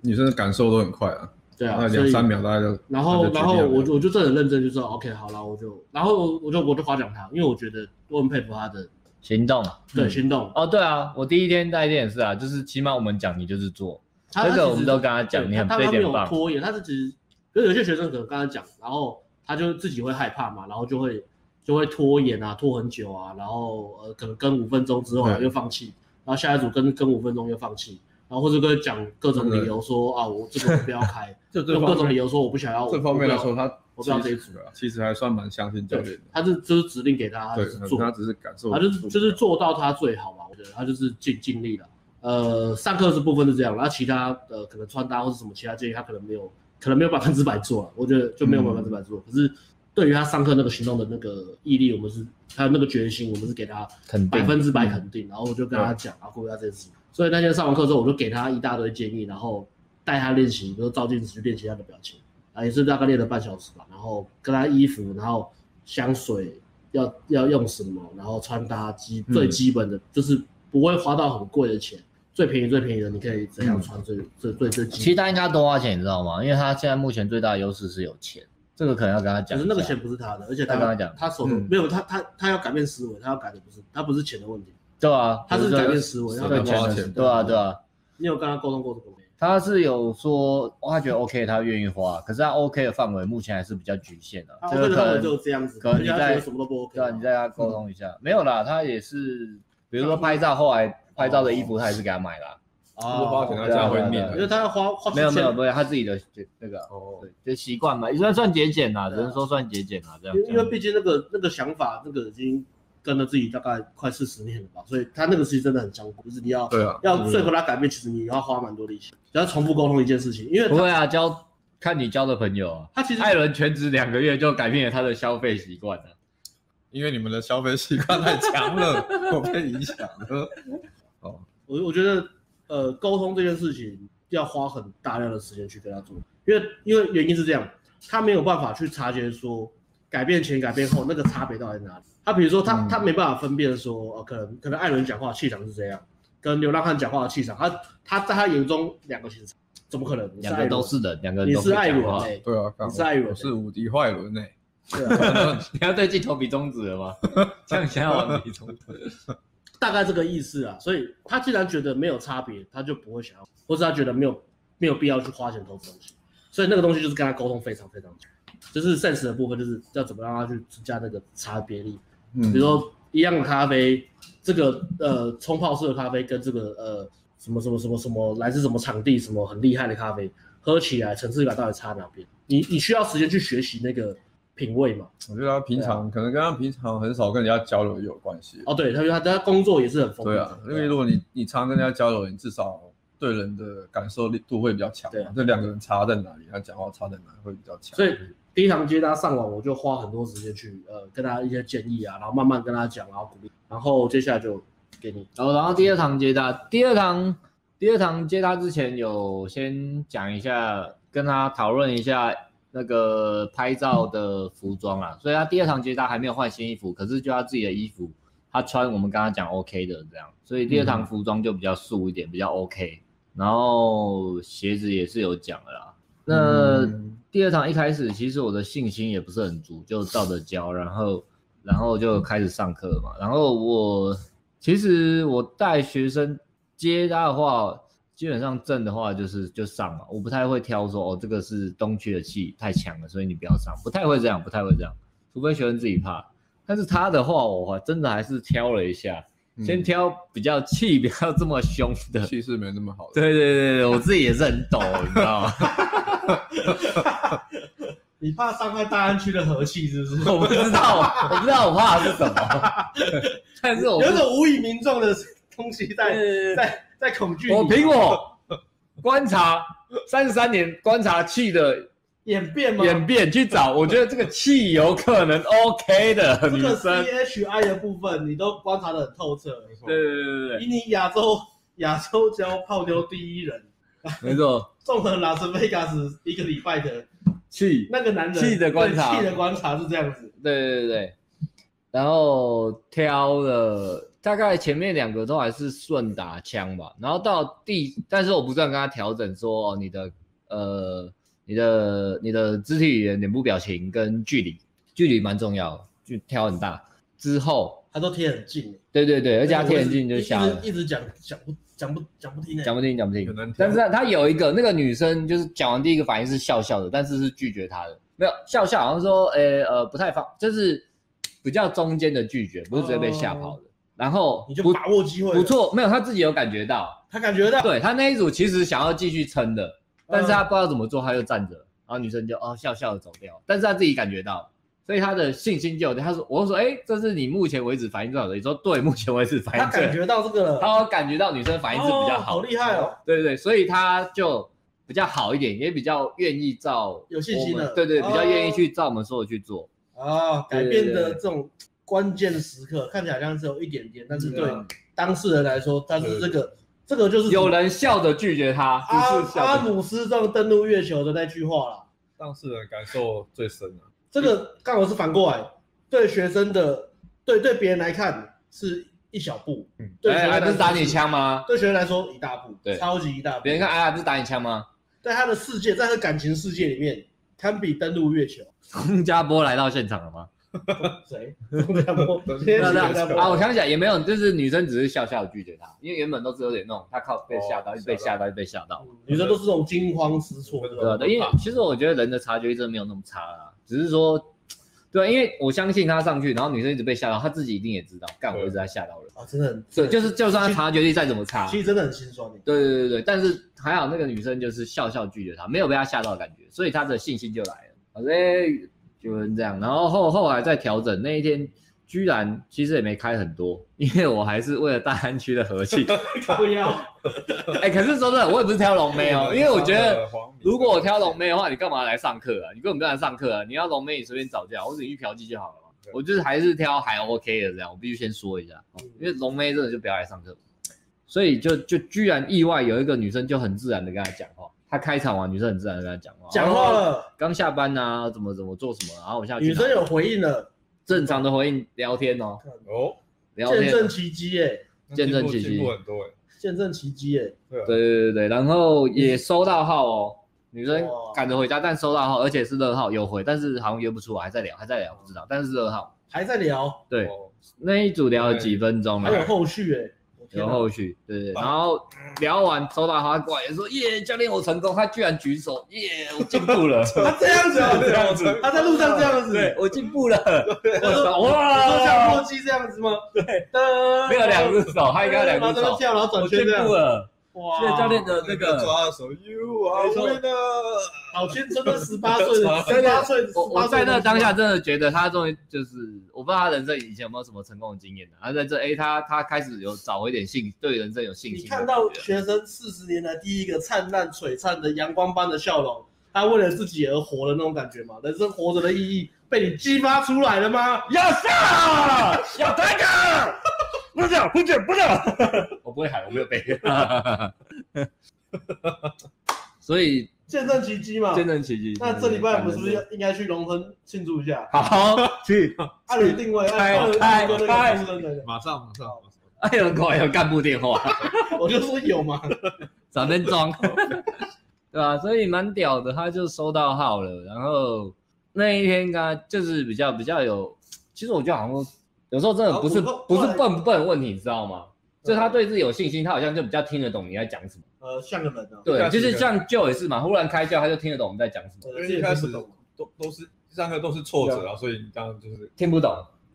S1: 女生的感受都很快啊，
S2: 对
S1: 大
S2: 啊，
S1: 概
S2: 所
S1: 两
S2: 以
S1: 三秒大概就，
S2: 然
S1: 他
S2: 后
S1: 就决定
S2: 然后
S1: 要不
S2: 我
S1: 要
S2: 就我就真的很认真就说 OK 好了，我就然后我就我就夸奖他，因为我觉得我很佩服他的
S3: 行动。
S2: 对
S1: 嗯
S2: 心动，
S3: 哦，对啊，我第一天带店也是啊，就是起码我们讲你就是做，
S2: 他他
S3: 这个
S2: 其实
S3: 我们都跟他讲
S2: 对
S3: 你很
S2: 他
S3: 这一
S2: 他没
S3: 点
S2: 有
S3: 棒
S2: 拖延，他是只是，有有些学生可能跟他讲，然后他就自己会害怕嘛，然后就会就会拖延啊，拖很久啊，然后呃可能跟五分钟之后
S1: 对
S2: 又放弃，然后下一组跟跟五分钟又放弃，然后或者跟他讲各种理由说啊我这个我不要开，
S1: 就
S2: 用各种理由说我不想要，
S1: 这方面来说，
S2: 我
S1: 他
S2: 我不要这一
S1: 其实其实还算蛮相信
S2: 不
S1: 教
S2: 要，
S1: 练
S2: 对
S1: 的，，
S2: 他是就是指令给他，他就
S1: 啊对
S2: 是，做，
S1: 他只是感受不
S2: 他
S1: 了，
S2: 就是就是做到他最好嘛，我觉得他就是尽尽力了。呃，上课是部分是这样，然后其他呃可能穿搭或是什么其他建议，他可能没有，可能没有百分之百做了，我觉得就没有百分之百做。可是对于他上课那个行动的那个毅力，我们是还有那个决心，我们是给他
S3: 肯
S2: 百
S3: 定。
S2: 分之百肯定。然后我就跟他讲，然后顾他这件事情。所以那天上完课之后，我就给他一大堆建议，然后带他练习，比如说照镜子去练习他的表情，啊，也是大概练了半小时吧。然后跟他衣服，然后香水要要用什么，然后穿搭基
S1: 嗯
S2: 最基本的、就是不会花到很贵的钱，最便宜最便宜的你可以怎样穿最、最最最
S3: 其
S2: 基
S3: 实
S2: 本。
S3: 他应该多花钱，你知道吗？因为他现在目前最大的优势是有钱，这个可能要跟他
S2: 可
S3: 讲一
S2: 是那
S3: 下。
S2: 个钱不是他的，而且他
S3: 他跟他讲
S2: 他手头、
S1: 嗯
S2: 没有他他他要改变思维，他要改的不是他不是钱的问题，
S3: 对啊，
S2: 他是
S3: 这
S2: 改
S3: 个
S2: 变思维，
S1: 是
S2: 要改
S3: 对
S2: 变
S1: 花
S2: 思
S3: 钱的
S2: 维
S1: 钱
S3: 对啊对啊，
S2: 你有跟他沟通过这个没？
S3: 他是有说哦他觉得 OK，他愿意花，可是他 OK 的范围目前还是比较局限的
S2: 啊，，
S3: 这
S2: 我
S3: 个
S2: 跟他
S3: 可
S2: 们就
S3: 能
S2: 这样子，
S3: 可能
S2: 而且他
S3: 你在
S2: 觉得什么都不 OK
S3: 对啊，
S2: 嘛。
S3: 你再跟他沟通一下。没有啦，他也是，比如说拍照，后来拍照的衣服他还是给他买啦。
S1: 哦就是花钱他这样会念
S2: 因
S1: 的，
S2: 为啊他要花花
S3: 没有没有
S2: 钱
S3: 没有，他自己的就那个
S1: 哦，
S3: 对，就习惯嘛，也算算节俭啦，只
S2: 对啊
S3: 能说算节俭啦，这样
S2: 因为因为毕竟那个那个想法，那个已经跟了自己大概快四十年了吧，所以他那个其实真的很艰苦，就是你要
S1: 对啊，
S2: 要
S1: 就是
S2: 说服他改变，其实你要花蛮多力气，只要重复沟通一件事情，因为
S3: 不
S2: 他
S3: 会啊，交看你交的朋友啊。
S2: 他其实
S3: 艾伦全职两个月就改变了他的消费习惯了，
S1: 因为你们的消费习惯太强 了，我被影响了。
S2: 我我觉得呃沟通这件事情要花很大量的时间去跟他做，因为因为原因是这样，他没有办法去察觉说改变前改变后那个差别到底在哪里。他比如说他、
S1: 嗯
S2: 他没办法分辨说，呃，可能可能艾伦讲话的气场是这样，跟流浪汉讲话的气场，他他在他眼中两个其实怎么可能？你
S3: 两个
S2: 艾伦
S3: 都是的，两个
S2: 你
S3: 都
S2: 是艾
S3: 爱
S2: 伦
S3: 我，
S2: 欸
S1: 对啊，干
S2: 你是艾伦
S1: 我是无敌坏人哎，
S2: 对啊
S3: 你要对镜头比中指了 吗？这样想要比中指，
S2: 大概这个意思啊。所以他既然觉得没有差别，他就不会想要，或者他觉得没有没有必要去花钱投资东西。所以那个东西就是跟他沟通非常非常久，就是 sense 的部分，就是要怎么让他去增加那个差别力。
S1: 嗯
S2: 比如说一样的咖啡，这个呃冲泡式的咖啡跟这个呃什么什么什么什么来自什么场地什么很厉害的咖啡，喝起来层次感到底差哪边？你你需要时间去学习那个品味嘛？
S1: 嗯我觉得他平常可能跟他平常很少跟人家交流也有关系。
S2: 哦，对，他他他工作也是很丰富
S1: 对
S2: 的
S1: 啊，因为如果你你常跟人家交流，你至少对人的感受力度会比较强
S2: 对
S1: 嘛
S2: 啊。
S1: 这两个人差在哪里，他讲话差在哪里会比较强。
S2: 所以第一堂接他上网，我就花很多时间去呃跟他一些建议啊，然后慢慢跟他讲，然后鼓励，然后接下来就给你
S3: 然后然后第二堂接他，第二堂第二堂接他之前有先讲一下，跟他讨论一下那个拍照的服装啊，所以他第二堂接他还没有换新衣服，可是就他自己的衣服，他穿我们刚刚讲 OK 的这样，所以第二堂服装就比较素一点，比较 OK，然后鞋子也是有讲的啦。那、
S1: 嗯
S3: 第二堂一开始，其实我的信心也不是很足，就照着教，然后然后就开始上课嘛。然后我其实我带学生接他的话，基本上正的话就是就上嘛，我不太会挑说哦，这个是东区的气太强了，所以你不要上，不太会这样，不太会这样，除非学生自己怕。但是他的话，我还真的还是挑了一下，先挑比较气不要这么凶的。
S1: 嗯气势没那么好的。
S3: 对对对对，我自己也是很抖，你知道吗？
S2: 你怕伤害大安区的和气是不是？
S3: 我不知道，我不知道我怕的是 什么，但是我不
S2: 有一种无以名状的东西在
S3: 对
S2: 在在恐惧你。
S3: 我凭我观察三十三年观察气的
S2: 演变吗？
S3: 演变去找，我觉得这个气有可能 OK 的
S2: 这
S3: 女
S2: 个
S3: 生。
S2: CHI 的部分你都观察的很透彻，
S3: 对对对对
S2: 以你亚洲亚洲交泡妞第一人，
S3: 对，没错，
S2: 纵横拉斯维加斯一个礼拜的
S3: 气，
S2: 那个男人
S3: 气的观察
S2: 对气的观察是这样子。
S3: 对对对对。然后挑了大概前面两个都还是顺打枪吧，然后到第，但是我不断跟他调整说、哦、你的呃你的你的肢体语言、脸部表情跟距离，距离蛮重要的，就挑很大。之后
S2: 他都贴很近，
S3: 对对对，而
S2: 而
S3: 且他贴很近就瞎了
S2: 一，直讲讲不讲不讲不听欸
S3: 讲不听讲不听
S1: 很难。
S3: 但是他他有一个那个女生，就是讲完第一个反应是笑笑的，但是是拒绝他的，没有笑笑，好像说，诶呃不太方，就是比较中间的拒绝，不是直接被吓跑的。然后
S2: 哦你就
S3: 不
S2: 把握机会。
S3: 不，错，没有他自己有感觉到，
S2: 他感觉到，
S3: 对他那一组其实想要继续撑的，但是
S2: 嗯
S3: 他不知道怎么做，他就站着，然后女生就哦笑笑的走掉，但是他自己感觉到。所以他的信心就有，他说：“我就说，哎、这是你目前为止反应最好的。”你说：“对，目前为止反
S2: 他
S3: 应最
S2: 感
S3: 好。”
S2: 觉到这个了，
S3: 他有感觉到女生反应是比较
S2: 哦
S3: 好的，
S2: 好厉害哦。
S3: 对对对，所以他就比较好一点，也比较愿意照
S2: 有信心
S3: 我们
S2: 了
S3: 对对，
S2: 哦
S3: 比较愿意去照我们说的去做。
S2: 啊，改
S3: 对
S2: 变
S3: 对
S2: 的
S3: 对
S2: 这种关键时刻，看起来好像只有一点点，但是对
S1: 嗯
S2: 当事人来说，但是这个这个就是
S3: 啊
S2: 啊
S3: 有人笑着拒绝他，
S2: 阿
S3: 不是
S2: 阿
S3: 笑着。
S2: 姆斯壮登陆月球的那句话啦。
S1: 当事人感受最深啊。
S2: 这个刚好是反过来，对学生的对对别人来看是一小步，
S1: 嗯
S2: 对学
S3: 哎，
S2: 生来
S3: 哎
S2: 说
S3: 不是打你，枪吗？
S2: 对学生来说一大步，
S3: 对
S2: 超级一大步。
S3: 别人看，哎，不是打你枪吗？
S2: 在他的世界，在他的感情世界里面，堪比登陆月球。
S3: 钟家波来到现场了吗？
S2: 谁？ 钟家波，今天
S3: 对
S2: 是
S3: 对
S2: 钟家
S3: 啊，我
S2: 波。
S3: 想起来也没有，就是女生只是笑笑地拒绝他，因为原本都是有点那种，他靠被吓到，
S1: 哦
S3: 一直被吓到，一直被吓到。
S2: 嗯女生都是这种惊慌失措的，
S3: 对啊，对，因为
S2: 嗯
S3: 其实我觉得人的察觉力真的没有那么差啦，只是说，对啊，因为我相信他上去，然后女生一直被吓到，他自己一定也知道，干，我一直在吓到人。
S2: 啊，真的很，
S3: 对，就是就算他察觉力再怎么差，
S2: 其
S3: 对
S2: 实真的很心酸的。欸
S3: 对对对，但是还好那个女生就是笑笑拒绝他，没有被他吓到的感觉，所以他的信心就来了。反正就是这样，然后后后来再调整那一天。居然其实也没开很多，因为我还是为了大安区的和 气。
S2: 不要，
S3: 哎、可是说真的，我也不是挑龙妹哦，
S1: 啊
S3: 因为我觉得如果我挑龙妹的话，你干嘛来上课啊？你根本不用来上课啊！你要龙妹，你随便找就好，或者你去嫖妓就好了嘛。
S1: 对
S3: 我就是还是挑还 OK 的这样，我必须先说一下，哦
S2: 嗯
S3: 因为龙妹真的就不要来上课。所以就就居然意外有一个女生就很自然的跟他讲话，她开场完女生很自然的跟他讲话， 哦
S2: 讲话，了，
S3: 刚下班呐、怎么怎么做什么，然后我下去
S2: 女
S3: 哪
S2: 生有回应了，
S3: 正常的回应聊天哦，
S1: 哦，
S3: 聊
S2: 见
S3: 天，
S2: 证奇迹耶，
S1: 那
S3: 见证
S1: 进步
S3: 奇迹
S1: 进步很多哎。
S2: 见证奇迹欸耶，
S1: 对啊
S3: 对对对对，然后也收到号哦，女生
S2: 哇
S3: 赶着回家，但收到号，而且是热号有回，但是好像约不出来，还在聊，还在聊，不知道，但是热号。
S2: 还在聊，
S3: 对，
S1: 哦
S3: 那一组聊了几分钟
S2: 还
S3: 了
S2: 有，后续耶，我天
S3: 嗯有
S2: 哪
S3: 后续，对对，然后聊完收到他过来也说耶，教练我成功，他居然举手，耶，我进步了，
S2: 他这样子哦，
S1: 这样子
S2: 他在路上这样子，
S3: 对我进步了，我
S2: 说你
S3: 说
S2: 说像
S3: 哇
S2: 洛，基这样子吗？对，噔
S3: 没有两只手，他应该有两只
S2: 然后
S3: 手，
S2: 跳，然后
S3: 我
S2: 转
S3: 进
S2: 圈这样
S3: 步，了，
S2: 哇
S3: 谢谢教练的那个。
S1: 抓手，You are
S2: 没错
S1: winner。
S2: 好天真的十八岁的，
S3: 真
S2: 十
S3: 的
S2: 八岁，
S3: 我我
S2: 18岁
S3: 在
S2: 的
S3: 那当下真的觉得他终于就是，我不知道他人生以前有没有什么成功的经验的、啊，他在这哎、他他开始有找回一点信，对人生有信心
S2: 你
S3: 的
S2: 看
S3: 感觉。
S2: 到学生四十年来第一个灿烂璀璨的阳光般的笑容，他为了自己而活的那种感觉吗？人生活着的意义被你激发出来了吗？
S3: 要上，要抬杠，不是不是不是，我不会喊，我没有背。 所以
S2: 见证奇迹嘛。
S3: 见证奇迹。
S2: 那这礼拜我们是不是要应该去龙村庆祝一下？
S3: 好去？
S2: 按你定位，
S3: 开
S2: 按
S3: 开
S2: 按哥那
S3: 开
S2: 个出生的，
S1: 马上马上马上，
S3: 哎呦，我有干部电话。
S2: 我就说有嘛。
S3: 早点装，对吧、所以蛮屌的，他就收到号了。然后那一天刚就是比较比较有，其实我觉得好像有时候真的
S4: 好
S3: 不是
S4: 我后
S3: 不是
S4: 后来
S3: 笨不笨的问题，你知道吗？就他对自己有信心，他好像就比较听得懂你在讲什么。
S4: 呃，像个人啊，
S1: 对
S3: 对，
S1: 啊
S3: 就是
S1: 是的
S3: 像 Joe 也是嘛，忽然开窍，他就听得懂我们在讲什么，
S4: 呃
S1: 因
S4: 这
S1: 为
S4: 也
S1: 一开始
S4: 不懂
S1: 都都是上课都是挫折啊，所以你当然就是
S3: 听不懂。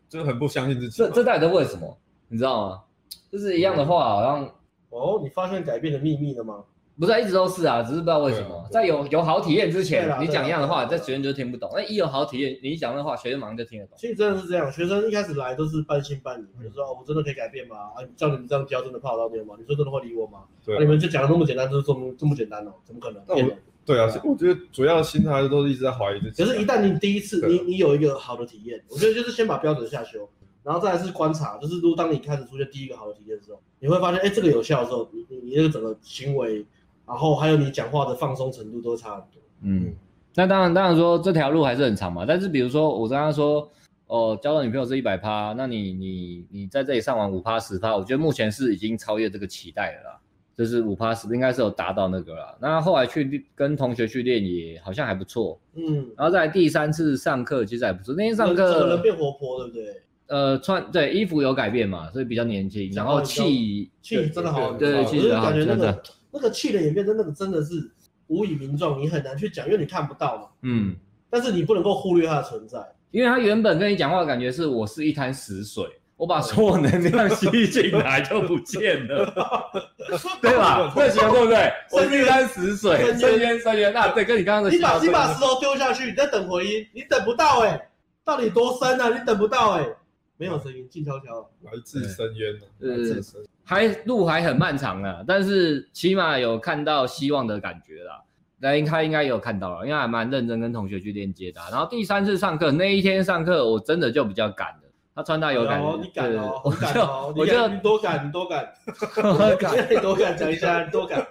S1: 就是很不相信自己嘛。
S3: 这这到底在问什么？你知道吗？就是一样的话，好像
S2: 哦，你发现改变的秘密了吗？
S3: 不是啊一直都是啊，只是不知道为什么，在有有好体验之前
S4: 对啦，
S3: 你讲一样的话，
S4: 对啦对
S3: 在
S4: 啦
S3: 学生就听不懂；那一有好体验，你一讲的话，学生马上就听得懂。
S2: 其实真的是这样，学生一开始来都是半信半
S1: 嗯
S2: 疑，就说、哦、我真的可以改变吗？啊，叫你们这样教，真的泡到面吗？你说真的会理我吗？
S1: 对
S2: 啊、你们就讲的那么简单，就是这么这么简单哦，怎么可能？
S1: 那我
S2: 骗人
S1: 对啊，是我觉得主要的心态都是一直在怀疑自己
S2: 可
S1: 啊。
S2: 是，一旦你第一次，
S1: 对啊
S2: 你你有一个好的体验，我觉得就是先把标准下修，然后再来是观察，就是如果当你开始出现第一个好的体验的时候，你会发现，哎，这个有效的时候，你你你那个整个行为，然后还有你讲话的放松程度都会差很多。
S3: 嗯，那当然，当然说这条路还是很长嘛。但是比如说我刚刚说，哦、交到女朋友是一百趴，那你你你在这里上完五趴十趴，我觉得目前是已经超越这个期待了啦。就是五趴十应该是有达到那个了。那后来去跟同学去练也好像还不错，
S2: 嗯，
S3: 然后再来第三次上课其实还不错。那天上
S2: 整个人
S3: 课
S2: 变活泼，对不对？
S3: 呃穿对衣服有改变嘛，所以比较年轻，然
S2: 然后
S3: 后
S2: 你就
S3: 气
S2: 气真的好，
S1: 对对
S2: 我
S1: 气
S2: 就
S3: 质好
S2: 感觉那
S3: 真的
S2: 个那个气的演变，真的那个真的是无以名状，你很难去讲，因为你看不到嘛。
S3: 嗯，
S2: 但是你不能够忽略它的存在，
S3: 因为他原本跟你讲话，感觉是我是一滩死水，我把所有能量吸进来就不见了， 对吧？这形容对不对？我是一滩死水，
S2: 深渊
S3: 深渊深渊。那对，跟你刚刚 的
S2: 你
S3: 形
S2: 把
S3: 容
S2: 你
S3: 对
S2: 把石头丢下去，你在等回音，你等不到哎、到底多深啊？你等不到哎、没有声音，静悄悄。
S1: 来自深渊啊，
S3: 对
S1: 来自深渊。
S3: 还路还很漫长啊，但是起码有看到希望的感觉啦。那他应该也有看到了，因为还蛮认真跟同学去链接的啊、然后第三次上课那一天上课，我真的就比较赶了。他穿搭有感觉，
S2: 哦你敢哦，
S3: 对
S2: 你敢哦，
S3: 我
S2: 你
S3: 就
S2: 敢，你多敢，你多 敢，
S3: 我就
S2: 你多敢讲一下，你多敢。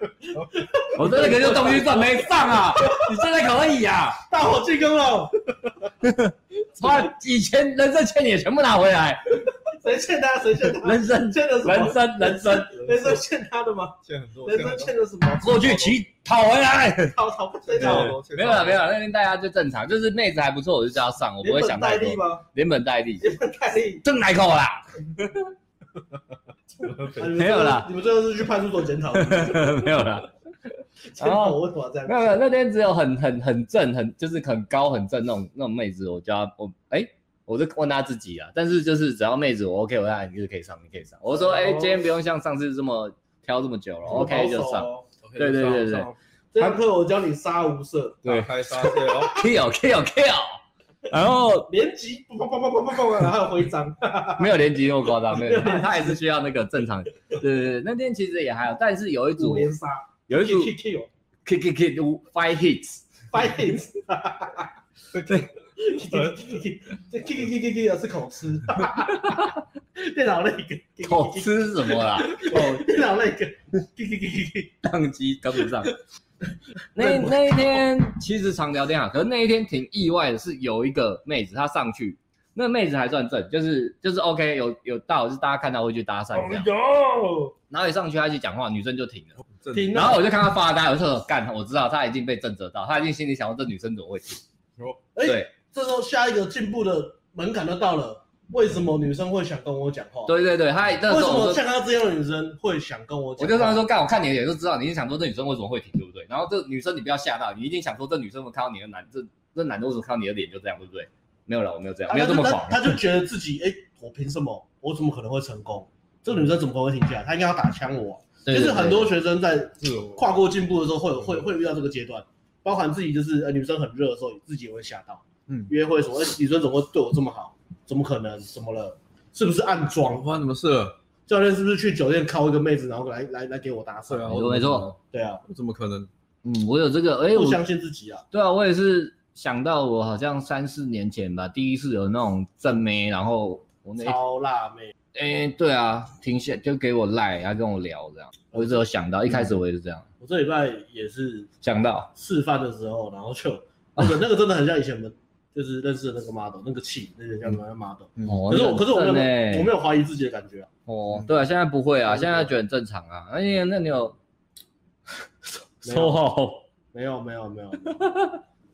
S3: 我真的可能就东西算没上啊！你现在可以啊！
S2: 大伙进攻了，
S3: 把啊以前人生欠你的全部拿回 来，
S2: 谁欠他？谁欠他？
S3: 人生
S2: 欠的什
S3: 人
S2: 么？
S3: 生人生，
S2: 人生欠他的吗？
S1: 欠很多，
S2: 人生欠的什么？
S3: 过去骑讨回来。
S2: 讨讨不谁
S1: 欠
S2: 讨
S1: 很
S2: 了？
S1: 多，欠很多
S3: 没有了没有了，那天大家就正常，就是妹子还不错，我就叫她上，我不会
S2: 连
S3: 想
S2: 本
S3: 太
S2: 带
S3: 多
S2: 利。吗？
S3: 连本带利，
S2: 连本带利。
S3: 挣奶口啦。没有啦
S2: 你们最后是去派出所检讨，检
S3: 没有啦，
S2: 讨我为什么要这样
S3: 没？有没有，那天只有很很很正，很就是很高很正那种那种妹子，我叫她我哎、我就问她自己啊，但是就是只要妹子我 OK，我让你就是可以上，你可以上。我说哎、今天不用像上次这么挑这么久了，OK 就上。对对对对
S1: 上
S2: 这堂课我教你杀无赦，
S1: 打开杀戒，哦然后
S3: kill kill kill，然后
S2: 连击，砰砰砰砰砰砰砰，然后还有徽章。
S3: 没有连击那么夸张，没有， 他也是需要那个正常。对对对，那天其实也还好，但是有一
S2: 五
S3: 组
S2: 连杀，
S3: 有一组
S2: kick kill
S3: kick kick kick five hits，
S2: five hits，
S1: 对，
S2: 这 kick kick kick kick 是口吃，电脑那个
S3: 口，吃什么 啦？口
S2: 电脑那个 kick kick kick，
S3: 宕机跟不上。 那那一天其实常聊天啊，可是那一天挺意外的是，有一个妹子她上去，那妹子还算正，就是就是 OK，有有到就是大家看到会去搭讪这
S2: 哦
S3: 样，
S2: 有
S3: 然后一上去她一讲话，女生就停了。
S1: 正
S2: 停
S3: 然后我就看他发呆，我就说干，我知道他已经被震慑到，他已经心里想说这女生怎么会听？
S2: 哎，
S3: 对
S2: 这时候下一个进步的门槛就到了，为什么女生会想跟我讲话？
S3: 对对对，他那
S2: 为
S3: 时
S2: 什
S3: 候
S2: 么
S3: 我就
S2: 像她这样的女生会想跟我讲话？
S3: 我就跟他说干，我看你的脸就知道，你是想说这女生为什么会停，对不对？然后这女生你不要吓到，你一定想说这女生我看到你的男，这这男的为什么看到你的脸就这样，对不对？没有了，我没有这样，
S2: 他
S3: 没有这么狂。啊
S2: 他就他就觉得自己，哎、我凭什么？我怎么可能会成功？这个女生怎么可能会停下来？她应该要打枪我啊、
S3: 对对
S2: 就是很多学生在
S1: 自我
S2: 跨过进步的时候会，有会会遇到这个阶段，包含自己就是呃女生很热的时候，自己也会吓到，
S1: 嗯
S2: 约会什么，哎女生怎么会对我这么好？怎么可能？怎么了？是不是暗
S1: 我
S2: 装？
S1: 发生什么事了？
S2: 教练是不是去酒店靠一个妹子，然后来来来给我搭讪
S1: 对？啊，
S3: 没错
S1: 我
S3: 没错，
S2: 对啊，
S1: 我怎么可能？
S3: 嗯，我有这个，哎、
S2: 不
S3: 我
S2: 相信自己啊，
S3: 对啊，我也是想到我好像三四年前吧，第一次有那种正妹，然后我那
S2: 超辣妹，
S3: 哎、对啊，停下就给我赖，他跟我聊这样，我一直有想到，一开始我也是这样
S2: 我这礼拜也是
S3: 想到，
S2: 示范的时候，然后就那个那个真的很像以前我们就是认识的那个 model，那个气，那个叫什么 model。嗯
S3: 哦
S2: 可是我可是我
S3: 那很
S2: 没
S3: 正
S2: 有
S3: 欸
S2: 我没有怀疑自己的感觉啊，
S3: 哦，对啊，现在不会啊，
S2: 嗯
S3: 现在觉得很正常啊。哎呀，那你 有
S2: 没有
S3: 好
S2: 没有没有没有，没有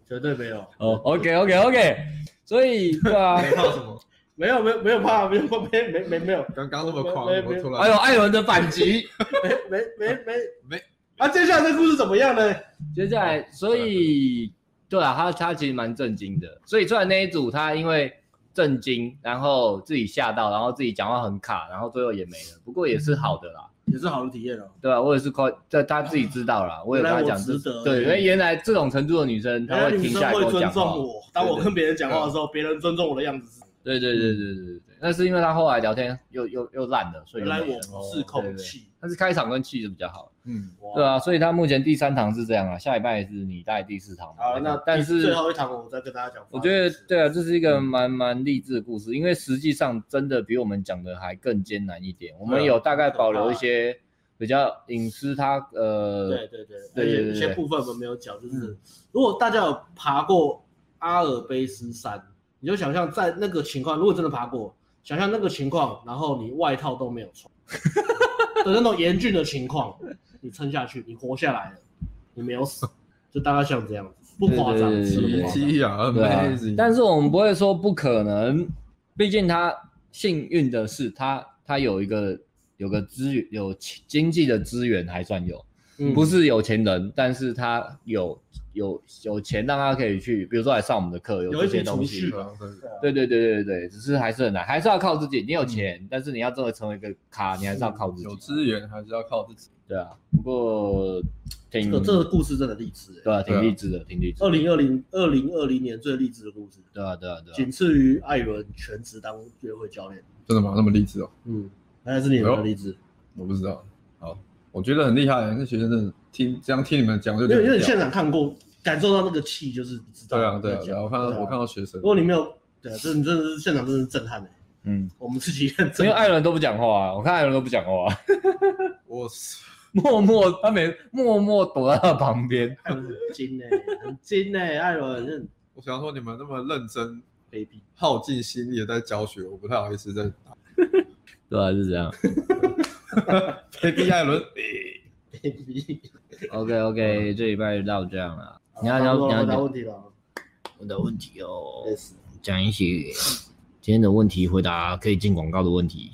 S2: 绝对没有。
S3: 哦，OK OK OK，所以对啊，
S1: 怕什么？
S2: 没有没有没有怕，没有怕没没没没有
S4: 刚刚那么狂，
S2: 没
S4: 我
S2: 没
S4: 突然
S3: 还有哎艾伦的反 击。
S2: 没没没没
S4: 没
S2: 啊！接下来这故事怎么样呢？
S3: 接下来，所以对啊，他他其实蛮震惊的。所以虽然那一组他因为震惊，然后自己吓到，然后自己讲话很卡，然后最后也没了。不过也是好的啦，
S2: 也是好的体验哦。
S3: 对吧、啊我也是快，这他自己知道啦，我也跟他讲
S2: 原来我值得
S3: 对，因为原来这种程度的女生，
S2: 原
S3: 她
S2: 来
S3: 会
S2: 女
S3: 停
S2: 生
S3: 下来跟
S2: 会尊
S3: 讲
S2: 重
S3: 话。
S2: 我，当我跟别人讲话的时候，别人尊重我的样子。
S3: 对对对对对对，那是因为她后来聊天又又又烂了，所以
S2: 原
S3: 就没
S2: 来
S3: 了哦
S2: 我不是空气。哦
S3: 但是开场跟气质比较好，
S4: 嗯，
S2: 哇
S3: 对啊，所以他目前第三堂是这样啊，下礼拜是你带第四堂嘛。
S2: 好，那
S3: 但是
S2: 最后嗯一堂我再跟大家讲。
S3: 我觉得对啊，这是一个蛮蛮励志的故事，因为实际上真的比我们讲的还更艰难一点。我
S2: 啊
S3: 们有大概保留一些比较隐私它，呃
S2: 对，对对，而
S3: 对
S2: 且
S3: 对
S2: 有
S3: 对
S2: 些部分我们没有讲，就是如果大家有爬过阿尔卑斯山，你就想象在那个情况，如果真的爬过，想象那个情况，然后你外套都没有穿的那种严峻的情况，你撑下去，你活下来了，你没有死，就大概像这样子，不夸张，
S3: 对对对
S2: 真的不夸张。
S1: 奇迹啊
S3: 对啊
S1: ，amazing！。
S3: 但是我们不会说不可能，毕竟他幸运的是他他有一个有个资源有经济的资源还算有，
S2: 嗯
S3: 不是有钱人，但是他有有有钱让他可以去，比如说来上我们的课，有
S2: 有一
S3: 这些
S2: 笔
S3: 东
S2: 储
S3: 西。
S2: 蓄
S1: 对，啊对
S3: 对对对对对对，只是还是很难，还是要靠自己。你有钱，但是你要真的成为一个咖，你还是要靠自己。
S1: 嗯有资源还是要靠自己。
S3: 对啊，不过挺
S2: 这个这个故事真的励志欸。
S3: 对啊，
S1: 对
S3: 挺
S1: 啊
S3: 励志的，挺励志的。
S2: 二零二零二零二零年最励志的故事，
S3: 对啊对啊对啊
S2: 仅，次于艾伦全职当约会教练。
S1: 真的吗？那么励志哦？
S2: 嗯，那是你有没有励志？
S1: 我不知道。好，我觉得很厉害，那学生真的听这样听你们讲就
S2: 因
S1: 觉
S2: 为
S1: 得
S2: 因为
S1: 很
S2: 你
S1: 屌
S2: 现场看过，感受到那个气，就是你知道。
S1: 对啊对啊，
S2: 你在
S1: 对
S2: 讲
S1: 啊我看到
S2: 对啊
S1: 我看到学生
S2: 如，果你没有，对啊，这你真的是现场真的是震撼欸
S3: 嗯，
S2: 我们自己也很
S3: 因
S2: 震
S3: 为
S2: 撼。
S3: 艾伦都不讲话啊，我看艾伦都不讲话啊，
S4: 我是
S3: 默默他每默默躲在他旁边。
S2: 艾伦很精哎，很精哎，艾伦很
S4: 我想说你们那么认真，
S2: 卑鄙。
S4: 耗尽心力的在教学，我不太好意思在
S3: 对啊，是这样。
S4: 黑 B 艾伦，
S2: 卑鄙
S3: OK OK，这礼拜就到这样了。
S2: 好
S3: 你要你
S2: 差
S3: 要
S2: 不多
S3: 你
S2: 了
S3: 要
S2: 回答问
S3: 讲
S2: 题了，
S3: 我的问题哦
S2: 累死了。
S3: 讲一些今天的问题回答可以进广告的问 题，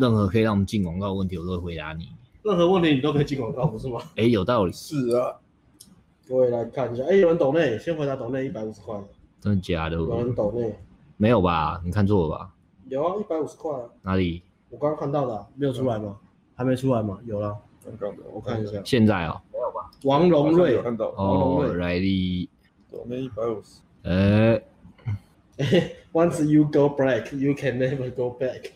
S3: 任何可以让我们进广告的问题，我都会回答你。
S2: 任何问题你都可以进广告，不是吗？
S3: 哎、有道理，
S4: 是啊，
S2: 各位来看一下，哎，有人抖内，先回答抖内一百五十块，
S3: 真的假的？
S2: 有人抖内，
S3: 没有吧？你看错了吧？
S2: 有啊，一百五十块啊，
S3: 哪里？
S2: 我刚刚看到的啊，没有出来吗？还没出来吗？有了，
S4: 刚刚的
S2: 我看一下，
S3: 现在哦、
S2: 王荣瑞
S4: 有，看到
S2: 好
S3: 哦，来历，
S4: 我那一百五十，
S3: 呃，
S2: Once you go black, you can never go back 。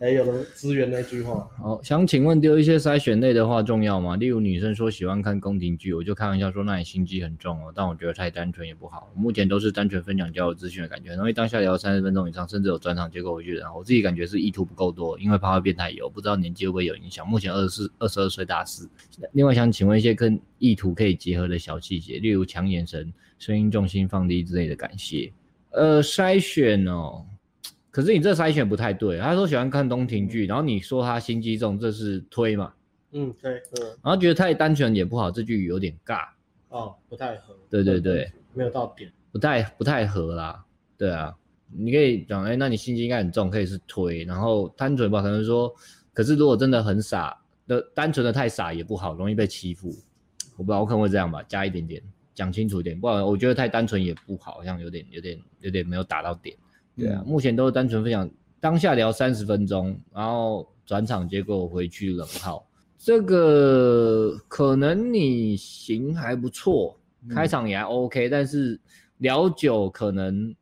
S2: 哎，有人支援那句话，
S3: 好，想请问丢一些筛选类的话重要吗？例如女生说喜欢看宫廷剧，我就开玩笑说那你心机很重哦，但我觉得太单纯也不好。我目前都是单纯分享交友资讯的感觉，很容易当下聊三十分钟以上，甚至有转场结果回去的。然后我自己感觉是意图不够多，因为怕会变太油，不知道年纪会不会有影响。目前二十四、二十二岁大四。另外想请问一些跟意图可以结合的小细节，例如强眼神、声音重心放低之类的。感谢。呃，筛选哦，可是你这筛选不太对。他说喜欢看宫廷剧，然后你说他心机重，这是推嘛？
S2: 嗯，对，嗯，
S3: 然后觉得太单纯也不好，这句有点尬。
S2: 哦，不太合，
S3: 对对对，
S2: 没有到点，
S3: 不太不太合啦。对啊，你可以讲，哎、那你心机应该很重，可以是推。然后单纯吧，可能说，可是如果真的很傻的，单纯的太傻也不好，容易被欺负。我不知道，我可能会这样吧，加一点点，讲清楚一点，不然我觉得太单纯也不好，好像有点有点有点没有打到点。对啊，目前都是单纯分享，当下聊三十分钟，然后转场结果回去冷泡。这个可能你行还不错，开场也还 OK，、但是聊久可能，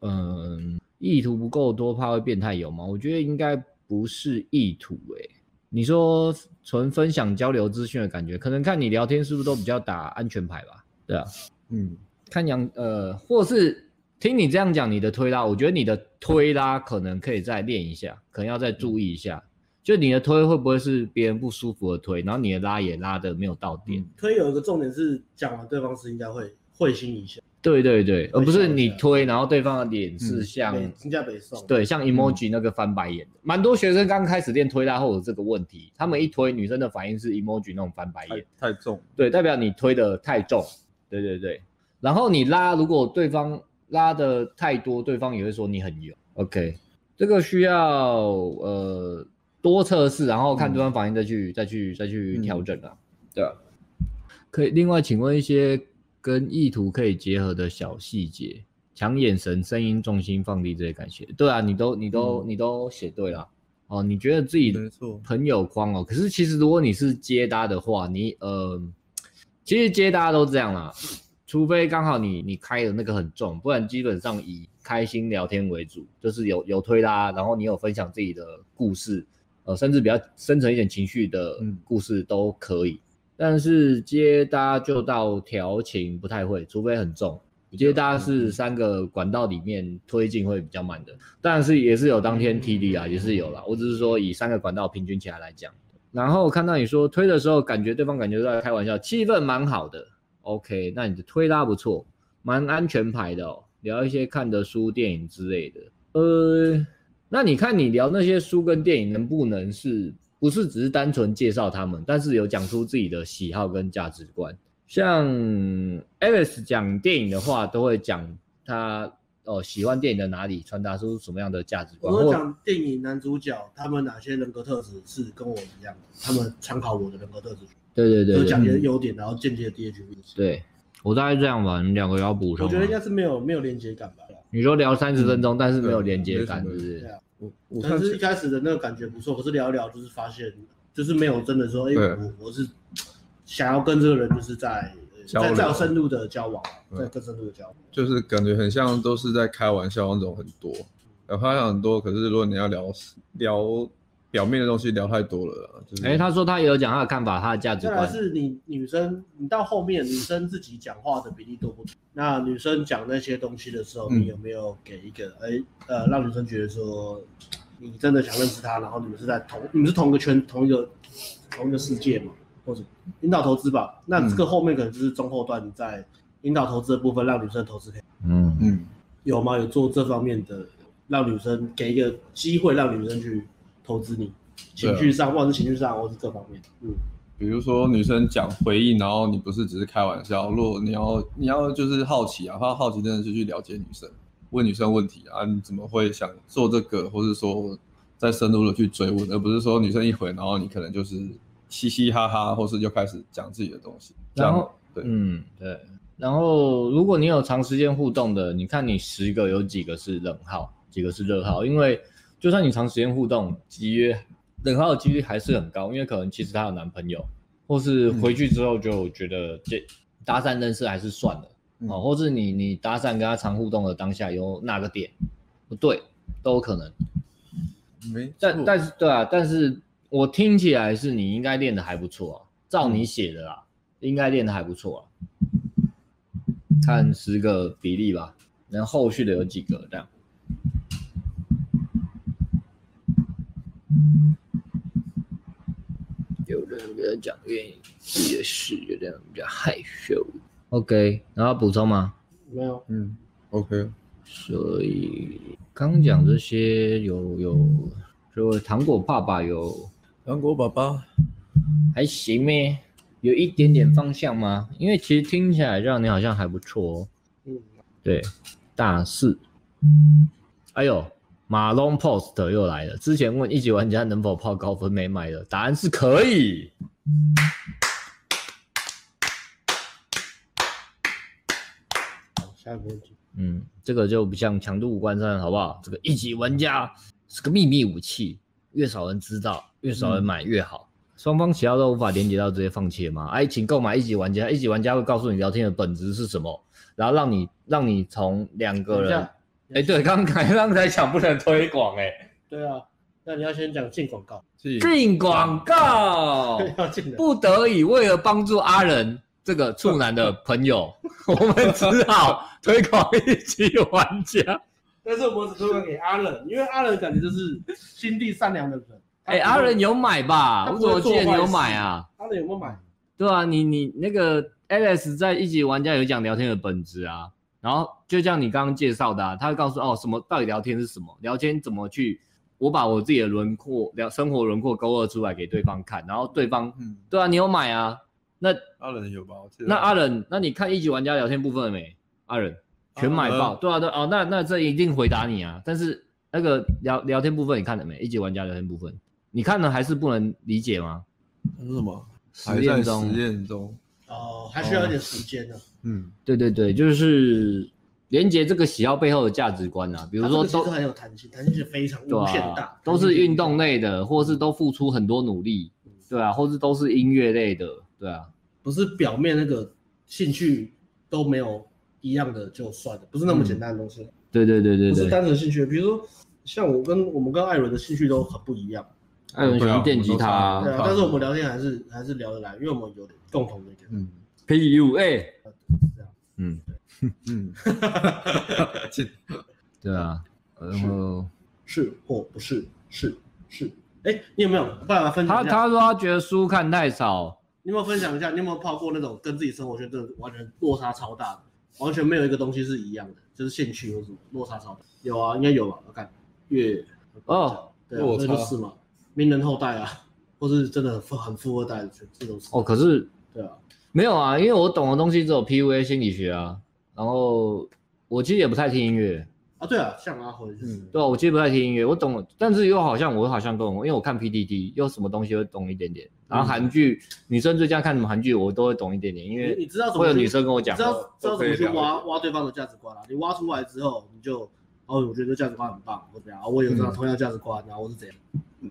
S3: 嗯、意图不够多，怕会变态有吗？我觉得应该不是意图、欸，你说纯分享交流资讯的感觉，可能看你聊天是不是都比较打安全牌吧？对啊，
S4: 嗯，
S3: 看杨呃，或是听你这样讲，你的推拉，我觉得你的推拉可能可以再练一下，可能要再注意一下。就你的推会不会是别人不舒服的推，然后你的拉也拉的没有到点？
S1: 嗯
S2: 可以有一个重点是，讲完对方是应该会会心一笑，
S3: 对对对，而不是
S2: 笑一嗯
S3: 你
S2: 下
S3: 推，然后对方的脸是像、
S2: 北新加北宋，，
S3: 对像
S2: 嗯
S3: emoji 那个翻白眼的。蛮多学生刚开始练推拉后有这个问题，他们一推女生的反应是 emoji 那种翻白
S2: 哎
S3: 眼
S4: 太。太重，
S3: 对，代表你推的太重，对对对。然后你拉，如果对方拉的太多，对方也会说你很油， OK，这个需要呃多测试，然后看对方反应再去、再去再去调整啊。对啊，可以。另外，请问一些跟意图可以结合的小细节，强眼神、声音、重心放低这些感觉。对啊，你都你都、你都写对了。哦，你觉得自己
S4: 没错
S3: 朋友框哦，可是其实如果你是接搭的话，你呃，其实接搭都这样啦，除非刚好你你开的那个很重，不然基本上以开心聊天为主，就是有有推拉，然后你有分享自己的故事，呃，甚至比较深层一点情绪的
S4: 嗯
S3: 故事都可以。但是接搭就到调情不太会，除非很重。接搭是三个管道里面推进会比较慢的，但是也是有当天 TD 啊，也是有啦。我只是说以三个管道平均起来来讲，然后看到你说推的时候，感觉对方感觉到在开玩笑，气氛蛮好的。OK，那你的推拉不错，蛮安全牌的哦，聊一些看的书、电影之类的。呃，那你看你聊那些书跟电影，能不能是不是只是单纯介绍他们，但是有讲出自己的喜好跟价值观？像 Alice 讲电影的话，都会讲他哦喜欢电影的哪里，传达出什么样的价值观，
S2: 我会
S3: 或
S2: 讲电影男主角他们哪些人格特质是跟我一样的，他们参考我的人格特质，
S3: 对对对
S2: 就
S3: 对
S2: 讲一些优点，然后间接地去分析。
S3: 对，我大概这样吧。你们两个有要补充
S2: 我
S3: 吗？
S2: 觉得应该是没有没有连接感吧。
S3: 你说聊三十分钟，但是没有
S4: 对
S3: 连接
S4: 没
S3: 感，
S4: 什
S3: 是
S4: 么
S3: 不是？
S2: 对啊，
S4: 我我
S2: 可
S4: 看
S2: 是一
S4: 起
S2: 开始的那个感觉不错，可是聊一聊就是发现，就是没有真的说，哎、
S1: 对
S2: 我我是想要跟这个人就是在呃
S1: 交
S2: 在
S1: 流
S2: 再有深入的交往，
S1: 嗯
S2: 在更深入的交往。
S1: 就是感觉很像都是在开玩笑那种很多，然后开玩笑很多，可是如果你要聊聊表面的东西聊太多了啦，就是
S3: 哎、他说他也有讲他的看法，他的价值
S2: 再来
S3: 观。
S2: 是你女生，你到后面女生自己讲话的比例多不多？那女生讲那些东西的时候，
S1: 嗯
S2: 你有没有给一个哎、呃，让女生觉得说你真的想认识她，然后你们是在同你们是同一个圈、同一个同一个世界嘛，或者引导投资吧？那这个后面可能就是中后段你在引导投资的部分，让女生投资可以
S3: 嗯，
S4: 嗯，
S2: 有吗？有做这方面的，让女生给一个机会，让女生去投资你。情绪上，或者是情绪上，或是各方面，嗯，
S1: 比如说女生讲回应，然后你不是只是开玩笑，如果你要你要就是好奇啊，他好奇真的是去了解女生，问女生问题啊，你怎么会想做这个，或是说再深入的去追问，而不是说女生一回，然后你可能就是嘻嘻哈哈，或是就开始讲自己的东西，这
S3: 然
S1: 样
S3: 后
S1: 对
S3: 嗯对。然后如果你有长时间互动的，你看你十个有几个是冷号，几个是热号？因为就算你长时间互动，集约冷号的几率还是很高，因为可能其实她有男朋友，或是
S1: 嗯
S3: 回去之后就觉得这搭讪认识还是算了。
S4: 嗯
S3: 哦，或是你你搭讪跟他常互动的当下有哪个点不对，都有可能。
S4: 没错，
S3: 但但是对啊，但是我听起来是你应该练的还不错啊，照你写的啦，应该练的还不错啊。看十个比例吧，然后后续的有几个这样。有人不要讲愿意自己的事，有点比较害羞。OK，然后补充吗？
S2: 有没有。
S4: 嗯，OK，
S3: 所以刚讲这些有有，就糖果爸爸有
S4: 韩国爸爸，
S3: 还行咩？有一点点方向吗？因为其实听起来让你好像还不错哦。
S2: 嗯，
S3: 对，大四。哎呦，马龙 post 又来了。之前问一级玩家能否泡高分没买的，答案是可以。
S2: 好，下一个问题。
S3: 嗯，这个就不像强度无关战，好不好？这个一级玩家是个秘密武器，越少人知道，越少人买越好。双方其他都无法连接到，直接放弃了吗？哎，请购买一级玩家，一级玩家会告诉你聊天的本质是什么，然后让你让你从两个
S2: 等一
S3: 人，
S2: 下
S3: 哎、对，刚 才刚才讲不能推广、哎，
S2: 对啊，那你要先讲进广告，
S1: 进
S3: 进广告，
S2: 要进的。
S3: 不得已为了帮助阿仁这个处男的朋友，我们只好推广一级玩家。
S2: 但是我只推荐给阿冷，因为阿冷感觉就是心地善良的人。
S3: 哎、阿仁
S2: 有
S3: 有买吧？
S2: 他不
S3: 我怎
S2: 会
S3: 么记得你有
S2: 做坏事
S3: 买啊？
S2: 阿冷有没有买？
S3: 对啊，你你那个 Alice 在一级玩家有讲聊天的本质啊，然后就像你刚刚介绍的、啊，他会告诉哦什么到底聊天是什么，聊天怎么去，我把我自己的轮廓聊生活轮廓勾勒出来给对方看，然后对方
S4: 嗯，
S3: 对啊，你有买啊？那
S4: 阿仁有吧？我
S2: 啊
S4: 记得
S3: 那阿忍，那你看一级玩家聊天部分了没？阿忍全买爆，对啊对啊哦，那那这一定回答你啊，但是。那个聊聊天部分你看了没？一级玩家聊天部分，你看了还是不能理解吗？
S4: 那是什么？
S3: 实
S4: 还在
S3: 验中
S4: 实，验中。
S2: 哦，还需要一点时间呢、啊
S4: 嗯，
S3: 对对对，就是连接这个喜好背后的价值观啊，
S2: 比
S3: 比如说
S2: 都
S3: 都
S2: 很有弹性，弹性是非常
S3: 对
S2: 无限大，嗯
S3: 啊，都是运动类的，或是都付出很多努力，对啊，或是都是音乐类的，对啊，
S2: 不是表面那个兴趣都没有一样的就算了，不是那么简单的东西，
S3: 对对对嗯对
S2: 不是
S3: 对。
S2: 单纯兴趣。比如说，像我跟我们跟艾伦的兴趣都很不一样，
S3: 艾伦喜欢电吉他啊
S2: 对啊
S1: 嗯，
S2: 但是我们聊天还是还是聊得来，因为我们有共同的一个
S4: 嗯
S2: 啊
S3: PUA，
S2: 这样。
S3: 哎嗯，
S4: 嗯，
S3: 对啊，然后
S2: 是或不是，是是。哎，你有没有办法分享
S3: 他
S2: 一下？
S3: 他说他觉得书看太少，
S2: 你有没有分享一下？你有没有泡过那种跟自己生活圈真的完全落差超大的，完全没有一个东西是一样的，就是兴趣或什么落差超大？有啊，应该有吧？我看越
S3: 哦，
S2: 对啊，
S4: 落
S2: 那
S4: 差
S2: 就是嘛，名人后代啊，或是真的很富很富二代的这种事
S3: 哦，可是
S2: 对啊，
S3: 没有啊，因为我懂的东西只有 PUA 心理学啊，然后我其实也不太听音乐，
S2: 啊对啊，像阿辉就是
S4: 嗯
S3: 对啊，我其实不太听音乐，我懂，但是又好像我好像懂，因为我看 PDD，又什么东西会懂一点点，然后韩剧，女生最近看什么韩剧我都会懂一点点，因
S2: 你你
S3: 为
S2: 知道怎
S3: 会
S2: 么
S3: 有
S2: 去
S3: 女生跟我
S2: 你
S3: 讲
S2: 知，道知道
S1: 都
S2: 怎
S1: 可以
S2: 么去挖
S1: 了解
S2: 挖对方的价值观啊，你挖出来之后，你就哦，我觉得这价值观很棒，或怎样，啊我也有这样
S4: 嗯
S2: 同样的价值观，然后我是怎样，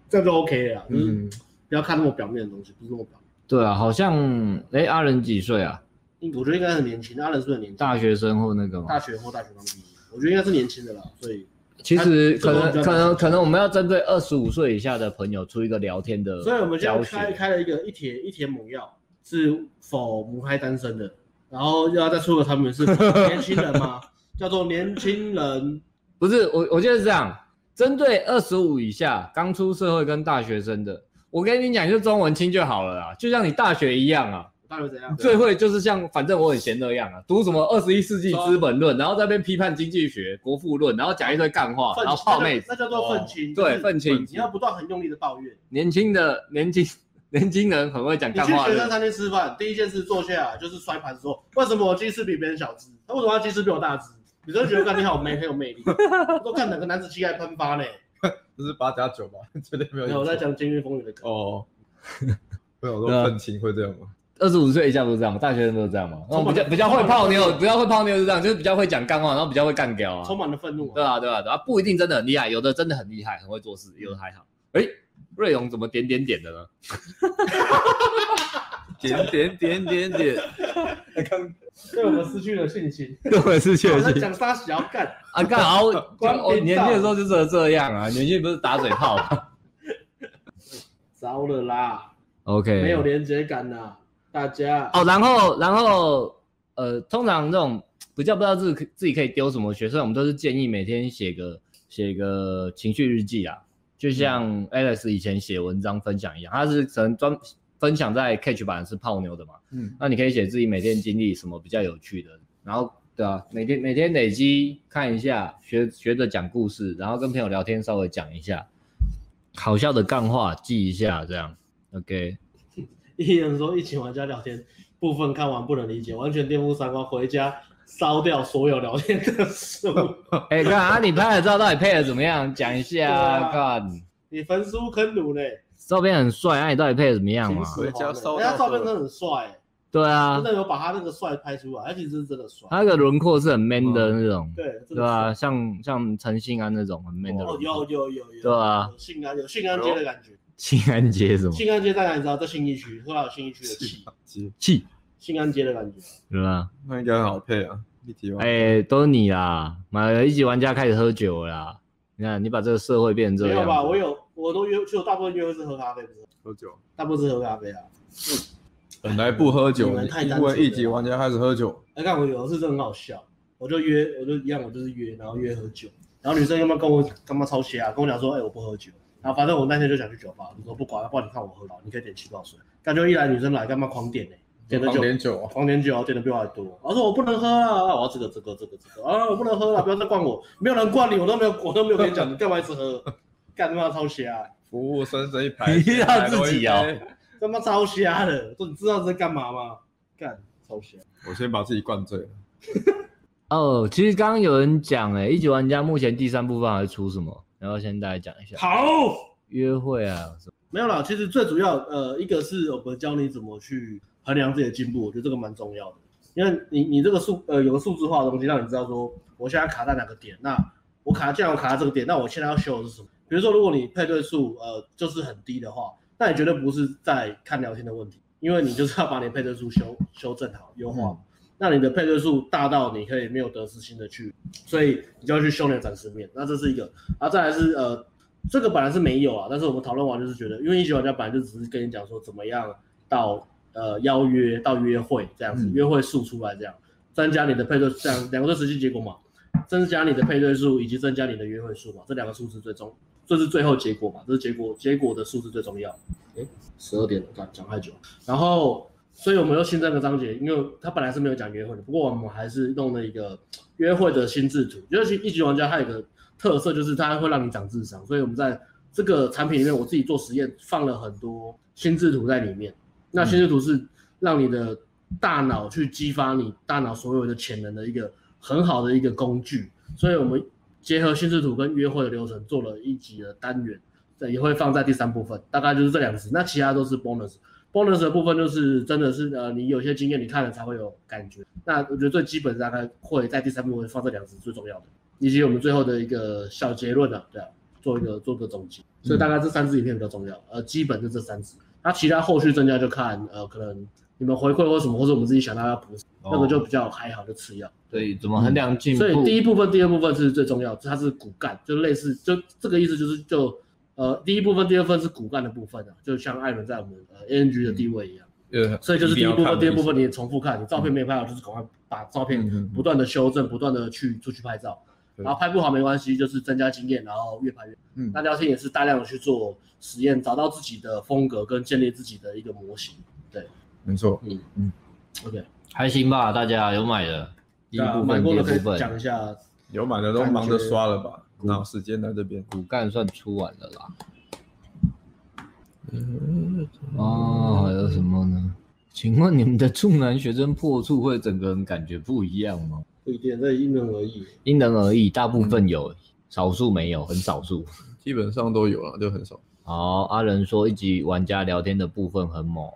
S2: 这样就 OK 了啊，就是
S4: 嗯，
S2: 不要看那么表面的东西，不是那么表面。
S3: 对啊，好像哎阿仁几岁啊？
S2: 应我觉得应该很年轻，阿伦是不是很年轻？
S3: 大学生或那个吗？
S2: 大学或大学刚毕业，我觉得应该是年轻的啦，所以
S3: 其实
S2: 他
S3: 可能
S2: 这个我比较
S3: 可能可能我们要针对二十五岁以下的朋友出一个聊天的
S2: 所以我们现在
S3: 呃教
S2: 开
S3: 学，
S2: 开了一个一帖一帖母药，是否母胎单身的，然后又要再出个产品是年轻人吗？叫做年轻人，
S3: 不是我我觉得是这样，针对二十五以下刚出社会跟大学生的，我跟你讲，就中文清就好了啦，就像你大学一样啊，
S2: 到底怎样？
S3: 最会就是像反正我很闲那样啊，读什么二十一世纪资本论，然后在那边批判经济学、国富论，然后讲一堆干 话，
S2: 愤
S3: 哦然后泡妹子，哦
S2: 那叫做愤青，
S3: 对
S2: 就是
S3: 愤青
S2: 你要不断很用力的抱怨。
S3: 年轻的年轻年轻人很会讲
S2: 你
S3: 干
S2: 去
S3: 话
S2: 学生
S3: 的，
S2: 餐厅吃饭，第一件事坐下来就是摔盘说，为什么我鸡翅比别人小只？那为什么他鸡翅比我大只？你都觉得干你好美，很有魅力，我都看哪个男子气概喷发呢？
S4: 这是八加九吧？ 绝对没有
S2: 没
S4: 一
S2: 有
S4: 种。
S2: 我在讲《监狱风云》的梗，
S4: 哦，会有
S3: 对啊
S4: 说愤青会这样吗？
S3: 二十五岁以下不是这样吗？大学生都是这样吗？然
S2: 充
S3: 后
S2: 满
S3: 比较
S2: 了
S3: 比较
S2: 充
S3: 会
S2: 满了
S3: 泡妞，
S2: 愤怒
S3: 比较会泡妞是这样，就是比较会讲干话，然后比较会干掉啊
S2: 充。满了愤怒啊
S3: 对！啊，对啊，对啊，不一定真的很厉害，有的真的很厉害，很会做事，有的还好。哎，瑞勇怎么点点点的呢？
S1: 点点点点点，
S2: 对我们失去了信 心。
S3: 这回是确
S2: 我在讲沙小干，
S3: 啊，干好，我
S2: 关
S3: 我
S2: 频道
S3: 年轻的时候就是这样啊，年轻不是打嘴炮吗
S2: 糟了啦，
S3: ？OK，
S2: 没有连接感啦，大家。
S3: 哦，然后然后呃，通常这种比较不知道自己可自己可以丢什么学生，我们都是建议每天写个写个情绪日记啊，就像 Alex 以前写文章分享一样，他是可能专分享在 Catch 版是泡妞的嘛，
S4: 嗯，
S3: 那你可以写自己每天经历什么比较有趣的，然后对啊，每天每天累积看一下，学学着讲故事，然后跟朋友聊天稍微讲一下，好笑的干话记一下，这样 OK。
S2: 艺人说一起玩家聊天部分看完不能理解，完全颠覆三观，回家烧掉所有聊天的书。
S3: 哎、干啊！你拍的照到底配的怎么样？讲一下啊，
S2: 对
S3: 干、
S2: 你焚书坑儒嘞，
S3: 照片很帅，那、你到底配的怎么样嘛
S2: 秦？始
S1: 回家
S2: 皇
S1: 烧
S2: 嘞
S1: 掉
S2: 人家照
S1: 所
S2: 片
S1: 有
S2: 真的很帅、欸，
S3: 对啊
S2: 真，的有把他那个帅拍出来，他其实是真的帅。
S3: 他那个轮廓是很 man 的那种，
S2: 嗯对，真
S3: 对
S2: 的帅。
S3: 啊，像像陈信安那种很 man 的
S2: 哦，
S3: 轮廓，
S2: 有有有有，
S3: 对啊
S2: 有性安有性安街的感觉，
S3: 信安街什么
S2: 性安街大概你知道，在信义区，后来有信义区的
S3: 啊
S2: 气，
S4: 鸡，
S3: 气，
S2: 性安街的感觉。
S3: 对吧？
S4: 那应该很好配啊，立体化。
S3: 哎、都是你啦，买了一级玩家开始喝酒了啦。你看，你把这个社会变成这
S2: 没
S3: 样，
S2: 有吧？我有，我都约，就我大部分约会是喝咖啡，不是？
S4: 喝酒，
S2: 大部分是喝咖啡啊。
S4: 本来不喝酒，
S2: 你
S4: 你
S2: 们太
S4: 因
S2: 单纯了
S4: 为一级玩家开始喝酒，
S2: 哎，看我有一次真的很好笑，我就约，我就一样，我就是约，然后约喝酒，然后女生他妈跟我他妈超邪啊，跟我讲说，哎、我不喝酒，然后反正我那天就想去酒吧，我说不管，不然你看我喝了，你可以点气泡水，感觉一来女生来干嘛狂点呢、点的
S4: 放
S2: 酒。
S4: 点酒啊，
S2: 狂点酒，点的比我还多。我说我不能喝啊，啊我要这个这个这个这个啊，我不能喝了，不要再灌我，没有人灌你，我都没有，我都没有跟你讲，你干嘛一直喝？干他妈超邪啊！
S4: 服务生这一排，
S3: 你要自己哦
S4: 来多一杯
S2: 他妈超瞎的！我说你知道这是干嘛吗？干超瞎。
S4: 我先把自己灌醉了。
S3: 哦，其实刚刚有人讲、哎，一级玩家目前第三部分还会出什么？然后先大概讲一下
S2: 好，
S3: 约会啊，
S2: 没有啦，其实最主要呃，一个是我们教你怎么去衡量自己的进步，我觉得这个蛮重要的，因为你你这个数呃有个数字化的东西，让你知道说我现在卡在哪个点，那我卡既然我卡在这个点，那我现在要修的是什么？比如说，如果你配对数呃就是很低的话，那你绝对不是在看聊天的问题，因为你就是要把你的配对数修修正好优化。那你的配对数大到你可以没有得失心的去，所以你就要去修炼展示面。那这是一个，然后再来是呃，这个本来是没有啊，但是我们讨论完就是觉得，因为一级玩家本来就只是跟你讲说怎么样到呃邀约到约会这样子，
S4: 嗯
S2: 约会数出来这样，增加你的配对，这样两个都实际结果嘛，增加你的配对数以及增加你的约会数嘛，这两个数字最重，这是最后结果嘛，这是结果结果的数字最重要。诶，十二点了，干讲太久了，然后。所以我们又新增个章节，因为他本来是没有讲约会的，不过我们还是弄了一个约会的心智图。就是一级玩家，它有一个特色就是它会让你长智商，所以我们在这个产品里面，我自己做实验放了很多心智图在里面。那心智图是让你的大脑去激发你大脑所有的潜能的一个很好的一个工具。所以我们结合心智图跟约会的流程做了一集的单元，对，也会放在第三部分，大概就是这两集，那其他都是 bonus。bonus 的部分就是真的是呃，你有些经验你看了才会有感觉。那我觉得最基本大概会在第三部分放这两集最重要的，以及我们最后的一个小结论啊，对啊，做一个做个总结。所以大概这三支影片比较重要，呃，基本就这三支。那其他后续增加就看呃，可能你们回馈或什么，或者我们自己想到要补什
S1: 哦
S2: 么，那个就比较还好，就次要。
S3: 对，怎么
S4: 嗯
S3: 衡量进步？
S2: 嗯所以第一部分、第二部分是最重要，它是骨干，就类似就这个意思，就是就呃第一部分、第二部分是骨干的部分啊，就像艾伦在我们呃 ANG 的地位一
S3: 嗯
S2: 样。
S1: 呃，
S2: 所以就是第一部
S1: 定要看
S2: 分、第二部分你也重复看，你照片没拍好，就是赶快把照片
S1: 嗯嗯
S2: 不断的修正，不断的去出去拍照，
S1: 对
S2: 然后拍不好没关系，就是增加经验，然后越拍越。
S4: 嗯
S2: 那聊天也是大量的去做实验，找到自己的风格跟建立自己的一个模型。
S4: 没错，
S2: 嗯
S4: 嗯
S2: ，OK，
S3: 还行吧，大家有买的，第一
S2: 那
S3: 部
S2: 啊买
S3: 分、
S2: 过
S3: 第
S2: 的
S3: 二
S2: 可以
S3: 部
S2: 讲一
S3: 分，
S2: 下，
S4: 有买的都忙着刷了吧？
S2: 嗯
S4: 哪有时间来这边？
S3: 骨干算出完了啦。哦，还有什么呢？请问你们的处男学生破处会整个人感觉不一样吗？
S2: 不一定，这因人而异。
S3: 因人而异，大部分有，少数没有，很少数。
S4: 基本上都有了，就很少，
S3: 好，阿仁说一级玩家聊天的部分很猛。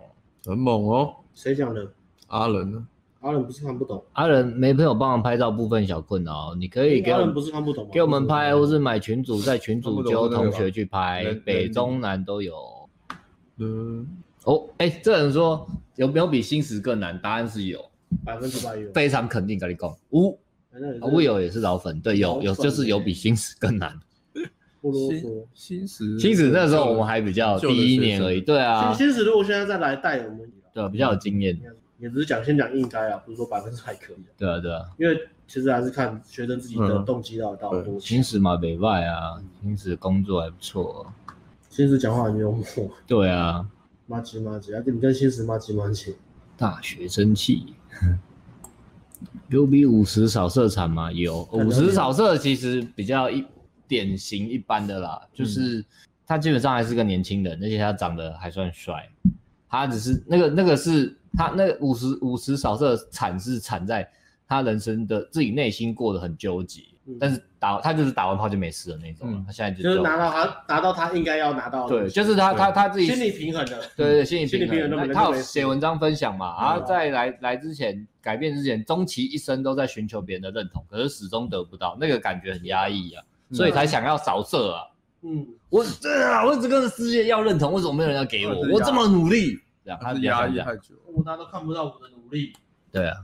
S4: 很猛哦。
S2: 谁讲的？
S4: 阿仁呢？
S2: 阿伦不是看不懂，
S3: 阿仁没朋友帮忙拍照部分小困扰，你可以给
S2: 哎阿
S3: 我
S2: 伦
S3: 们
S2: 不是看不懂吗？
S3: 给我们拍，或是买群主，在群主揪同学去拍
S4: 人人，
S3: 北中南都有。
S4: 嗯，
S3: 哦，哎、这人说有没有比新石更难？答案是有，
S2: 百分之百有。
S3: 非常肯定跟你讲，无、
S2: 反正也是
S3: 我有也是老粉，对，有有
S2: 老粉
S3: 就是有比新石更难。
S2: 不啰嗦
S4: 新。新石，
S3: 新石那时候我们还比较
S4: 旧的
S3: 第一年而已，对啊，
S2: 其实如果现在再来带我们，
S3: 对啊，比较有经验
S2: 应，该也只是讲先讲应该啊，不是说百分之百可以啊，
S3: 对啊对啊，
S2: 因为其实还是看学生自己的
S4: 嗯
S2: 动机到底到底多
S3: 新
S2: 强。
S3: 石嘛北外啊，新石工作还不错，
S2: 新实讲话很幽默，
S3: 对啊，
S2: 妈鸡妈鸡，啊，你跟新实妈鸡妈鸡，
S3: 大学生气。有比五十少色产吗？有
S2: 那
S3: 五十少色其实比较一典型一般的啦，
S2: 嗯
S3: 就是他基本上还是个年轻人，而且他长得还算帅。他只是那个那个是他那个五十五十少色产是产在他人生的自己内心过得很纠结，
S2: 嗯
S3: 但是打他就是打完炮就没事的那种了。啊
S4: 嗯
S3: 他现在就
S2: 就是
S3: 这种
S2: 拿到他拿到他应该要拿到的
S3: 对，
S2: 东西，
S3: 就是他他他自己
S2: 心理平衡的。
S3: 对对，心理
S2: 心理
S3: 平
S2: 平衡
S3: 衡。
S2: 那
S3: 那
S2: 本来
S3: 他
S2: 就
S3: 有
S2: 没
S3: 写
S2: 事
S3: 文章分享
S4: 嗯
S3: 嘛，
S2: 对啊
S3: 然后在来来之前改变之前，终其一生都在寻求别人的认同，可是始终得不到，那个感觉很压抑啊，
S4: 嗯
S3: 所以才想要扫射啊。
S2: 嗯，
S3: 我对啊，我只跟世界要认同，为什么没有人要给我
S4: 那？是压
S3: 我这么努力，这样他
S4: 还是
S3: 比较
S4: 压
S3: 想
S4: 抑
S3: 这样
S4: 太久了。
S2: 我大家都看不到我的努力，
S3: 对啊。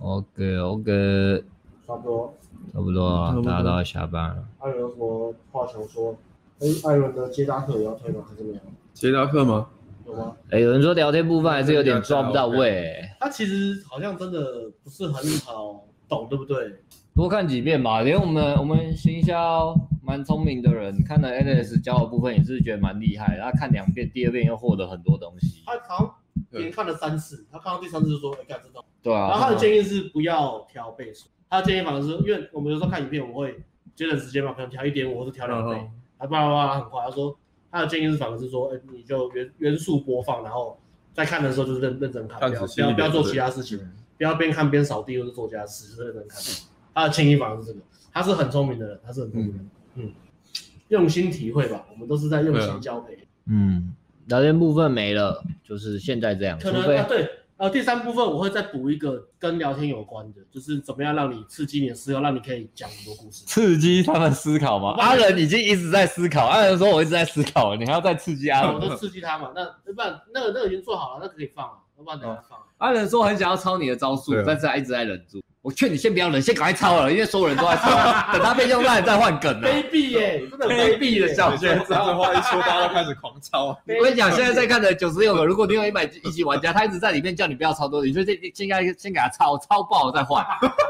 S3: OK OK，
S2: 差不多。
S3: 差不多
S4: 差
S3: 啊
S4: 不，多
S3: 大家都要下班了。
S2: 艾伦有什么话想说？哎，艾伦的接搭课也要推吗？还是没有？
S4: 捷达克吗？
S2: 有吗？
S3: 哎，有人说聊天部分还是有点抓不到位，
S2: 他其实好像真的不是很好懂，对不对？
S3: 多看几遍吧。连我们我们行销蛮聪明的人，看了 NS 教的部分也是觉得蛮厉害，然后看两遍，第二遍又获得很多东西。
S2: 他好像连看了三次，他看到第三次就说：“哎，干这道。”
S3: 对
S2: 然后他
S3: 啊
S2: 的，建议是不要调倍数，他的建议反而是因为我们有时候看影片，我会节省时间嘛，可能调一点五或者调两倍啊
S4: 嗯，
S2: 他叭叭叭很快。他说他的建议是反而是说，哎，你就原原速播放，然后在看的时候就是认认真看，
S4: 看
S2: 不要
S4: 仔
S2: 不
S4: 细
S2: 要
S4: 一点
S2: 不要做
S4: 对
S2: 其他事情，不要边看边扫地或者做其他事，就是认真看。他的建议反而是这个，他是很聪明的人，他是很聪明的人。嗯，用心体会吧，我们都是在
S4: 啊
S2: 用心交配。
S3: 嗯，聊天部分没了，就是现在这样，除
S2: 可能
S3: 非
S2: 啊，对，呃，第三部分我会再补一个跟聊天有关的，就是怎么样让你刺激你的思考，让你可以讲很多故 事。
S3: 刺激他们思考嘛。阿仁已经一直在思考，阿仁说我一直在思考，你还要再刺激阿
S2: 啊那我
S3: 仁
S2: 都。刺激他嘛，那那不然那个那个已经做好了，那个可以放了，要不然等下
S3: 哦
S2: 放了。
S3: 阿仁说很想要抄你的招数
S4: 对啊，
S3: 但是他一直在忍住。我劝你先不要忍，先赶快抄了，因为所有人都在 抄，等他被用烂再换梗了。
S2: 卑鄙耶，真的
S3: 卑鄙的笑
S4: 我觉得这句话一说，大家都开始狂
S1: 啊
S4: 抄。
S2: 卑鄙
S3: 我跟你讲，现在在看的九十六个，如果你有一百一级玩家，他一直在里面叫你不要抄多，你就先先该先给他抄，抄爆了再换，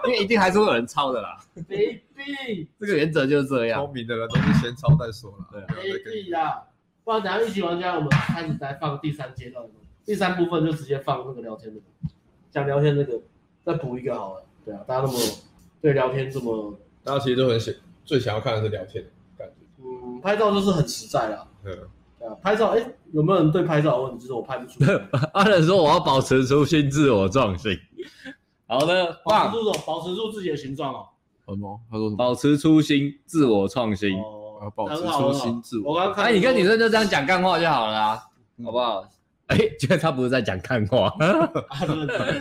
S3: 因为一定还是会有人抄的啦。
S2: 卑鄙，
S3: 这个原则就是这 样。
S4: 聪明的人都是先抄再说了，
S3: 啊对啊
S4: 不要再
S2: 卑
S4: 跟你
S2: 鄙啦！不然等下一起玩家，我们开始来放第三阶段，第三部分就直接放那个聊天的，讲聊天那个，再补一个好了。对啊，大家那么对聊天这么，
S1: 大家其实都很想最想要看的是聊天的感觉。
S2: 嗯，拍照就是很实在啦。
S1: 嗯，
S2: 对啊，拍照，哎、有没有人对拍照的问题？就是我拍不出，
S3: 阿仁说我要保持初心，自我壮心。好的，
S2: 保持
S3: 棒，
S2: 住什么？保持住自己的形状哦。
S1: 什么？他说什么？
S3: 保持初心，自我创新。
S2: 哦
S1: 啊，保持
S2: 很好
S1: 初心自我
S2: 很好我刚刚看，
S3: 哎，你跟女生就这样讲干话就好了啊，好不好？哎，居然他不是在讲干话。
S2: 啊，真的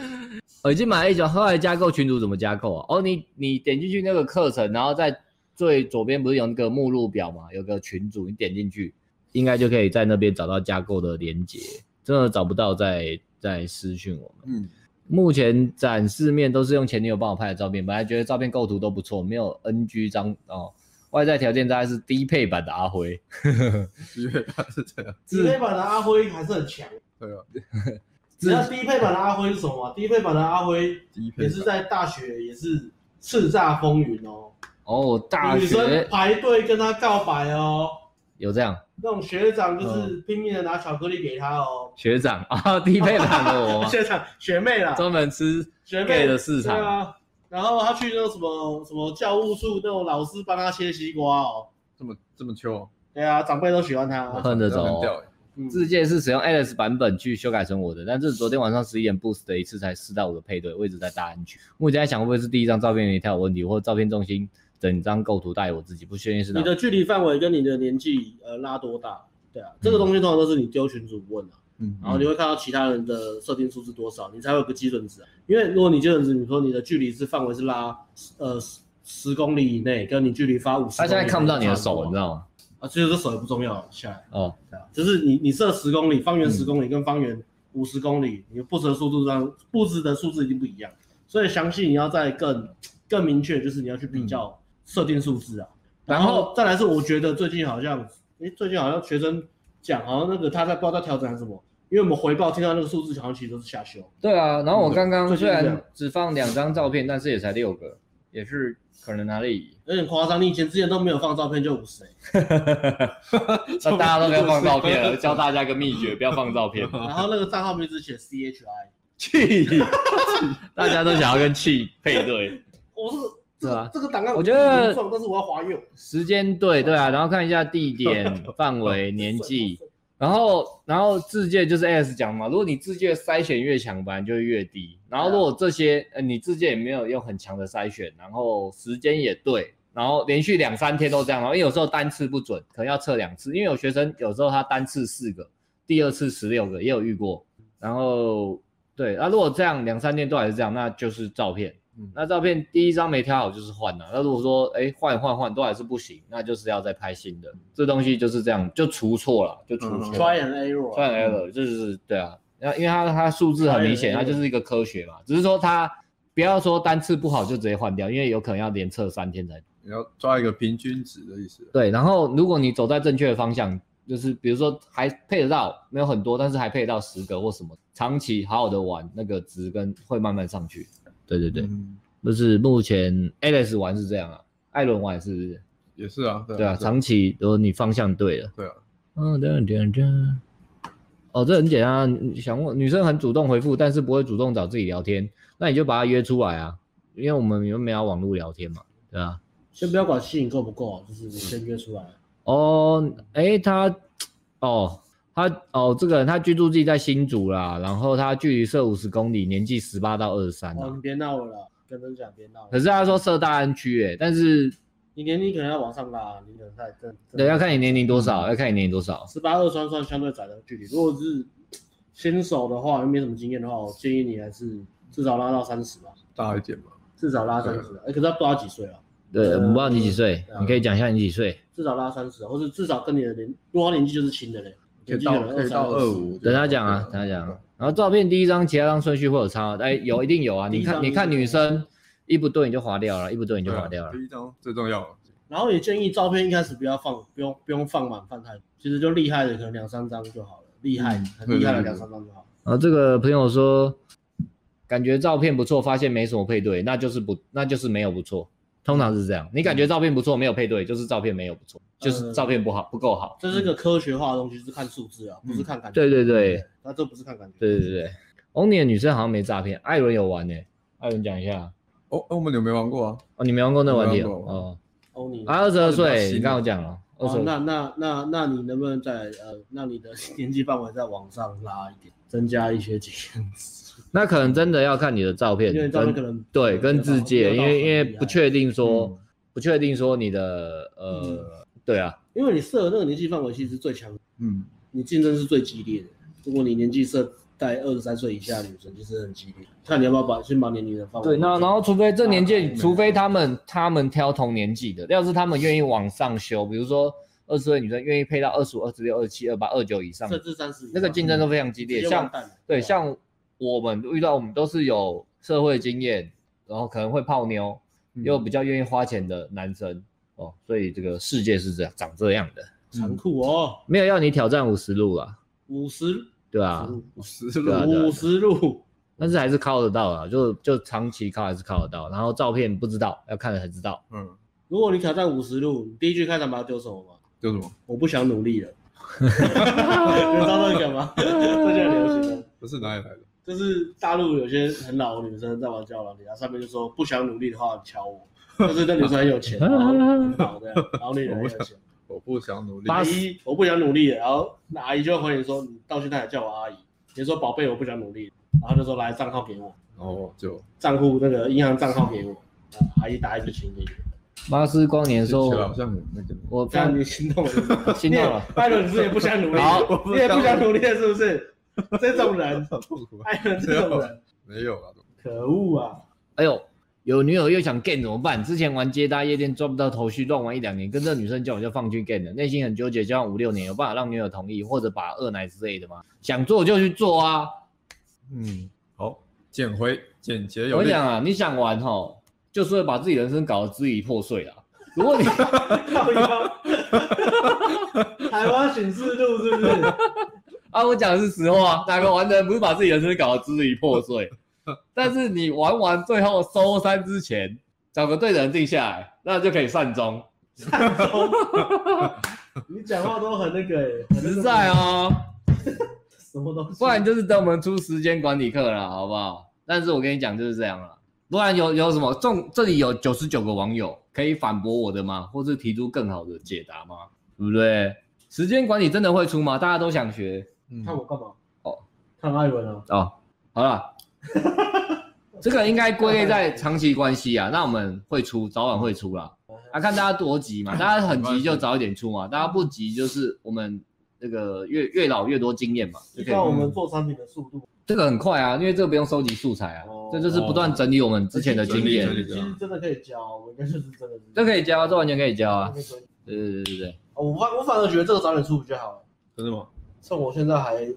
S3: 我已经哦买了一种，后来加购群主怎么加购啊？哦，你你点进去那个课程，然后在最左边不是有那个目录表嘛，有个群主，你点进去应该就可以在那边找到加购的连接。真的找不到再再私讯我们。
S1: 嗯，
S3: 目前展示面都是用前女友帮我拍的照片，本来觉得照片构图都不错，没有 NG 张哦。外在条件大概是低配版的阿辉，
S1: 因为他是这样。
S2: 低配版的阿辉还是很强。
S1: 对啊，
S2: 你知道低配版的阿辉是什么吗？低配版的阿辉
S1: 第一配
S2: 也是在大学也是叱咤风云哦，
S3: 哦，大
S2: 女生
S3: 学
S2: 排队跟他告白哦，
S3: 有这样
S2: 那种学长就是
S1: 嗯
S2: 拼命的拿巧克力给他哦，
S3: 学长啊，低配版的我 吗
S2: 学长学妹啦，
S3: 专门吃
S2: 学妹
S3: gay 的市
S2: 对
S3: 场，
S2: 啊。然后他去那种什么什么教务处那种老师帮他切西瓜哦，
S1: 这么这么秋，
S2: 对啊，长辈都喜欢 他。
S3: 恨得
S1: 这样很
S3: 走。
S1: 屌欸。
S2: 嗯
S3: 自介是使用 Alice 版本去修改成我的，但是昨天晚上十一点 Boost 的一次才四到五个配对，位置在大安区。目前在想会不会是第一张照片有一条有问题，或者照片重心整张构图大于我自己，不确定是哪
S2: 你。的距离范围跟你的年纪呃拉多大？对
S3: 嗯
S2: 啊，这个东西通常都是你丢群主问啊，
S1: 嗯，
S2: 然后你会看到其他人的设定数字多少，你才会有个基准值、啊。因为如果你基准值，你说你的距离是范围是拉呃十十公里以内，跟你距离发五十，
S3: 他现在看不到你的手，你知
S2: 道
S3: 道吗？
S2: 啊？其实这手也不重要，下来
S3: 哦，
S2: 对啊，就是你你设十公里，方圆十公里跟方圆五十公里，你的布置的速度上布置的数字一定不一样，所以详细你要再更更明确，就是你要去比较设定数字啊。
S3: 嗯然
S2: 然
S3: 后
S2: 后再来是，我觉得最近好像，诶，最近好像学生讲，好像那个他在不知道在调整还是什么，因为我们回报听到那个数字，好像其实都是下修。
S3: 对啊。然后我刚刚
S2: 最近
S3: 虽
S2: 是这
S3: 然
S2: 样
S3: 只放两张照片，但是也才六个，也是可能哪 里
S2: 有点夸张，你以前之前都没有放照片就五十、
S3: 那大家都不要放照片了，教大家个秘诀，不要放照片。
S2: 然后那个账号名字写 CHI，
S3: 气， 大家都想要跟气配对。
S2: 我是这
S3: 对
S2: 个
S3: 啊
S2: 这个档案
S3: 我觉得
S2: 很壮但是我要滑右
S3: 时间对对啊，然后看一下地点、范围、年纪，然后然后自荐就是 S 讲嘛，如果你自荐筛选越强，本来就越低。然后如果这些呃你自荐也没有用很强的筛选，然后时间也对，然后连续两三天都这样，然后因为有时候单次不准，可能要测两次，因为有学生有时候他单次四个，第二次十六个也有遇过。然后对，那、如果这样两三天都还是这样，那就是照片。
S1: 嗯
S3: 那照片第一张没挑好就是换了、那如果说哎换换换都还是不行，那就是要再拍新的。这东西就是这样，就除错了，就除错。
S1: 嗯
S2: try and error，
S3: 算 error 就是对啊，那因为它它数字很明显，
S2: Trial and
S3: 它
S2: error
S3: 就是一个科学嘛，只是说它不要说单次不好就直接换掉，因为有可能要连测三天才
S1: 你要抓一个平均值的意思。
S3: 对。然后如果你走在正确的方向，就是比如说还配得到，没有很多，但是还配得到十个或什么，长期好好的玩，那个值跟会慢慢上去。对对对，
S1: 嗯
S3: 就是目前 Alex 玩是这样啊，艾伦玩也是
S1: 也是啊，对
S3: 对啊，长期如果你方向对了。
S1: 对啊，
S3: 嗯，对对对。哦，这很简单啊，你想问女生很主动回复，但是不会主动找自己聊天，那你就把她约出来啊，因为我们又没有网络聊天嘛，对啊。
S2: 先不要管吸引够不够，啊就是你先约出来。
S3: 哦，诶，他，哦，他，哦，这个人他居住地在新竹啦，然后他距离设五十公里，年纪十八到二十三
S2: 哦，
S3: 啊
S2: 你。别闹了啦，跟真讲别闹了。
S3: 可是他说设大安区，诶，但是
S2: 你年龄可能要往上拉，你可能太更
S3: 对，
S1: 啊
S3: 要看你年龄多少，要看你年龄多少。
S2: 十八二算算相对窄的距离。如果是新手的话，又没什么经验的话，我建议你还是至少拉到三十吧，
S1: 大一点吧。
S2: 至少拉三十。哎，可是他不知道几岁啊，
S3: 对，
S2: 呃
S3: 我不知道你几岁
S2: 对，啊
S3: 你可以讲一下你几岁。
S2: 至少拉三十，啊或是至少跟你的年，如果他年纪就是轻的嘞，
S1: 可
S2: 年
S1: 以
S2: 纪可
S1: 到
S2: 能
S1: 可以
S2: 23
S1: 到二，五，
S3: 等他讲啊，等他讲啊。然后照片第一张、其他张顺序会有差，哎，有一定有啊。
S2: 第
S3: 你
S2: 一张
S3: 看，你看女生一不对你就划掉了，一不对
S1: 啊
S3: 你就划掉了。
S1: 第一张最重要，
S2: 然后也建议照片一开始不要放，不用不用放满放太多，其实就厉害的可能两三张就好了，厉害
S1: 嗯
S2: 很厉害的两三张就好了。
S3: 然后这个朋友说，感觉照片不错，发现没什么配对，那就是不，那就是没有不错。通常是这样，你感
S2: 嗯
S3: 觉照片不错，没有配对，就是照片没有不错，就是照片不好，不够好。
S2: 这是个科学化的东西，是看数字啊，不是看感觉。
S3: 嗯对对对，
S2: 那这不是看感觉。
S3: 对对对，欧尼的女生好像没诈骗，艾伦有玩呢、艾伦讲一下
S1: 哦，哦我们有没有玩过啊？
S3: 哦，你没玩过那玩题
S1: 没
S3: 哦
S1: 玩过
S3: 哦，
S2: 欧尼，
S3: 啊，二十二
S1: 那比较
S3: 岁，
S1: 新
S3: 你刚刚有讲了，二
S2: 哦，
S3: 十二，
S2: 那那那那你能不能在呃，那你的年纪范围再往上拉一点，增加一些经验值？
S3: 那可能真的要看你的照片，
S2: 因为照片
S3: 跟
S2: 可能
S3: 对跟自介，因为因为不，确
S2: 没有到
S3: 定
S2: 嗯
S3: 说不确定说你的呃，对啊，
S2: 因为你设的那个年纪范围其实是最强，
S1: 嗯，
S2: 你竞争是最激烈的。如果你年纪设在二十三岁以下的女生，就是很激烈。看你要不要把先把年龄的范围
S3: 对，那然后除非这年
S2: 大
S3: 纪，
S2: 概
S3: 除非他们他们挑同年纪的，要是他们愿意往上修，比如说二十岁女生愿意配到二十五、二十六、二七、二八、二九以上的，
S2: 甚至三十以上，嗯
S3: 那个竞争都非常激
S2: 直
S3: 烈。
S2: 接啊
S3: 像
S2: 完蛋了
S3: 对，像我们遇到我们都是有社会经验，然后可能会泡妞，又比较愿意花钱的男生哦，所以这个世界是这样长这样的，
S2: 残酷哦，
S3: 没有要你挑战五十路啊，
S2: 五十
S3: 对吧、
S1: 五十
S3: 对啊对啊
S2: 五十路，
S3: 但是还是靠得到啊，就就长期靠还是靠得到，然后照片不知道，要看了才知道。
S1: 嗯，
S2: 如果你挑战五十路，你第一句开场白丢什么吗？
S1: 叫什么？
S2: 我不想努力了。 你知道那个吗？ 这就很流行了，
S1: 这是哪里来的？
S2: 就是大陆有些很老的女生在玩交友软件，然后上面就说不想努力的话，你敲我。就是那女生很有钱，然后很老的，然后那人很有钱。
S1: 我不想努力。
S3: 八
S2: 阿
S3: 十
S2: 姨，我不想努力了。然后那阿姨就会回你说，你到现在还叫我阿姨。你说宝贝，我不想努力了。然后就说来账号给我，
S1: 然后就
S2: 账户那个银行账号给我。然后阿姨打一笔钱给你，
S3: 巴斯光年
S1: 听
S3: 说
S1: 起来好像很那个，
S3: 我
S2: 这样
S3: 看
S2: 你心动了是不是？
S3: 心啊动了，
S2: 艾伦是也不想努力，
S3: 好
S2: 你也不想努力了是不是？这种人，
S1: 很痛苦啊。
S2: 艾伦这种人，
S1: 没有啊，
S2: 可恶啊！
S3: 哎呦，有女友又想 gay 怎么办？之前玩接搭夜店抓不到头绪，乱玩一两年，跟这女生交往就放弃 gay 了，内心很纠结，交往五六年，有办法让女友同意或者把二奶之类的吗？想做就去做啊！
S1: 嗯，好，捡回，简洁有
S3: 我
S1: 力。
S3: 想啊，你想玩吼，就是会把自己人生搞得支离破碎啊。如果你
S2: 靠腰台湾醒事路是不是？
S3: 啊，我讲的是实话，哪个玩的人不是把自己人生搞得支离 破碎？但是你玩完最后收山之前，找个对的人定下来，那就可以善终，
S2: 你讲话都很那个、欸，很
S3: 实在
S2: 啊，
S3: 哦。
S2: 什么东西？
S3: 不然就是等我们出时间管理课了，好不好？但是我跟你讲就是这样了，不然有有什么中这里有九十九个网友可以反驳我的吗？或是提出更好的解答吗？对不对？时间管理真的会出吗？大家都想学
S1: 嗯
S2: 看我干嘛？
S3: 哦，
S2: 看艾文啊，
S3: 哦。好了，这个应该归类在长期关系啊。那我们会出，早晚会出啦。啊，看大家多急嘛，大家很急就早一点出嘛，大家不急就是我们那个越越老越多经验嘛，就
S2: 就
S3: 可以
S2: 像我们做产品的速度，
S3: 这个很快啊，因为这个不用收集素材啊，
S2: 哦
S3: 这就是不断整理我们之前的经
S1: 整理整
S3: 验
S1: 理，
S2: 其实真的可以教，我应该就是真的是，
S3: 这可以教啊，这完全可以教啊。
S2: 真的可以
S3: 对对对对对，
S2: 哦我反我反而觉得这个早点出比较好，
S1: 真的吗？
S2: 趁我现在还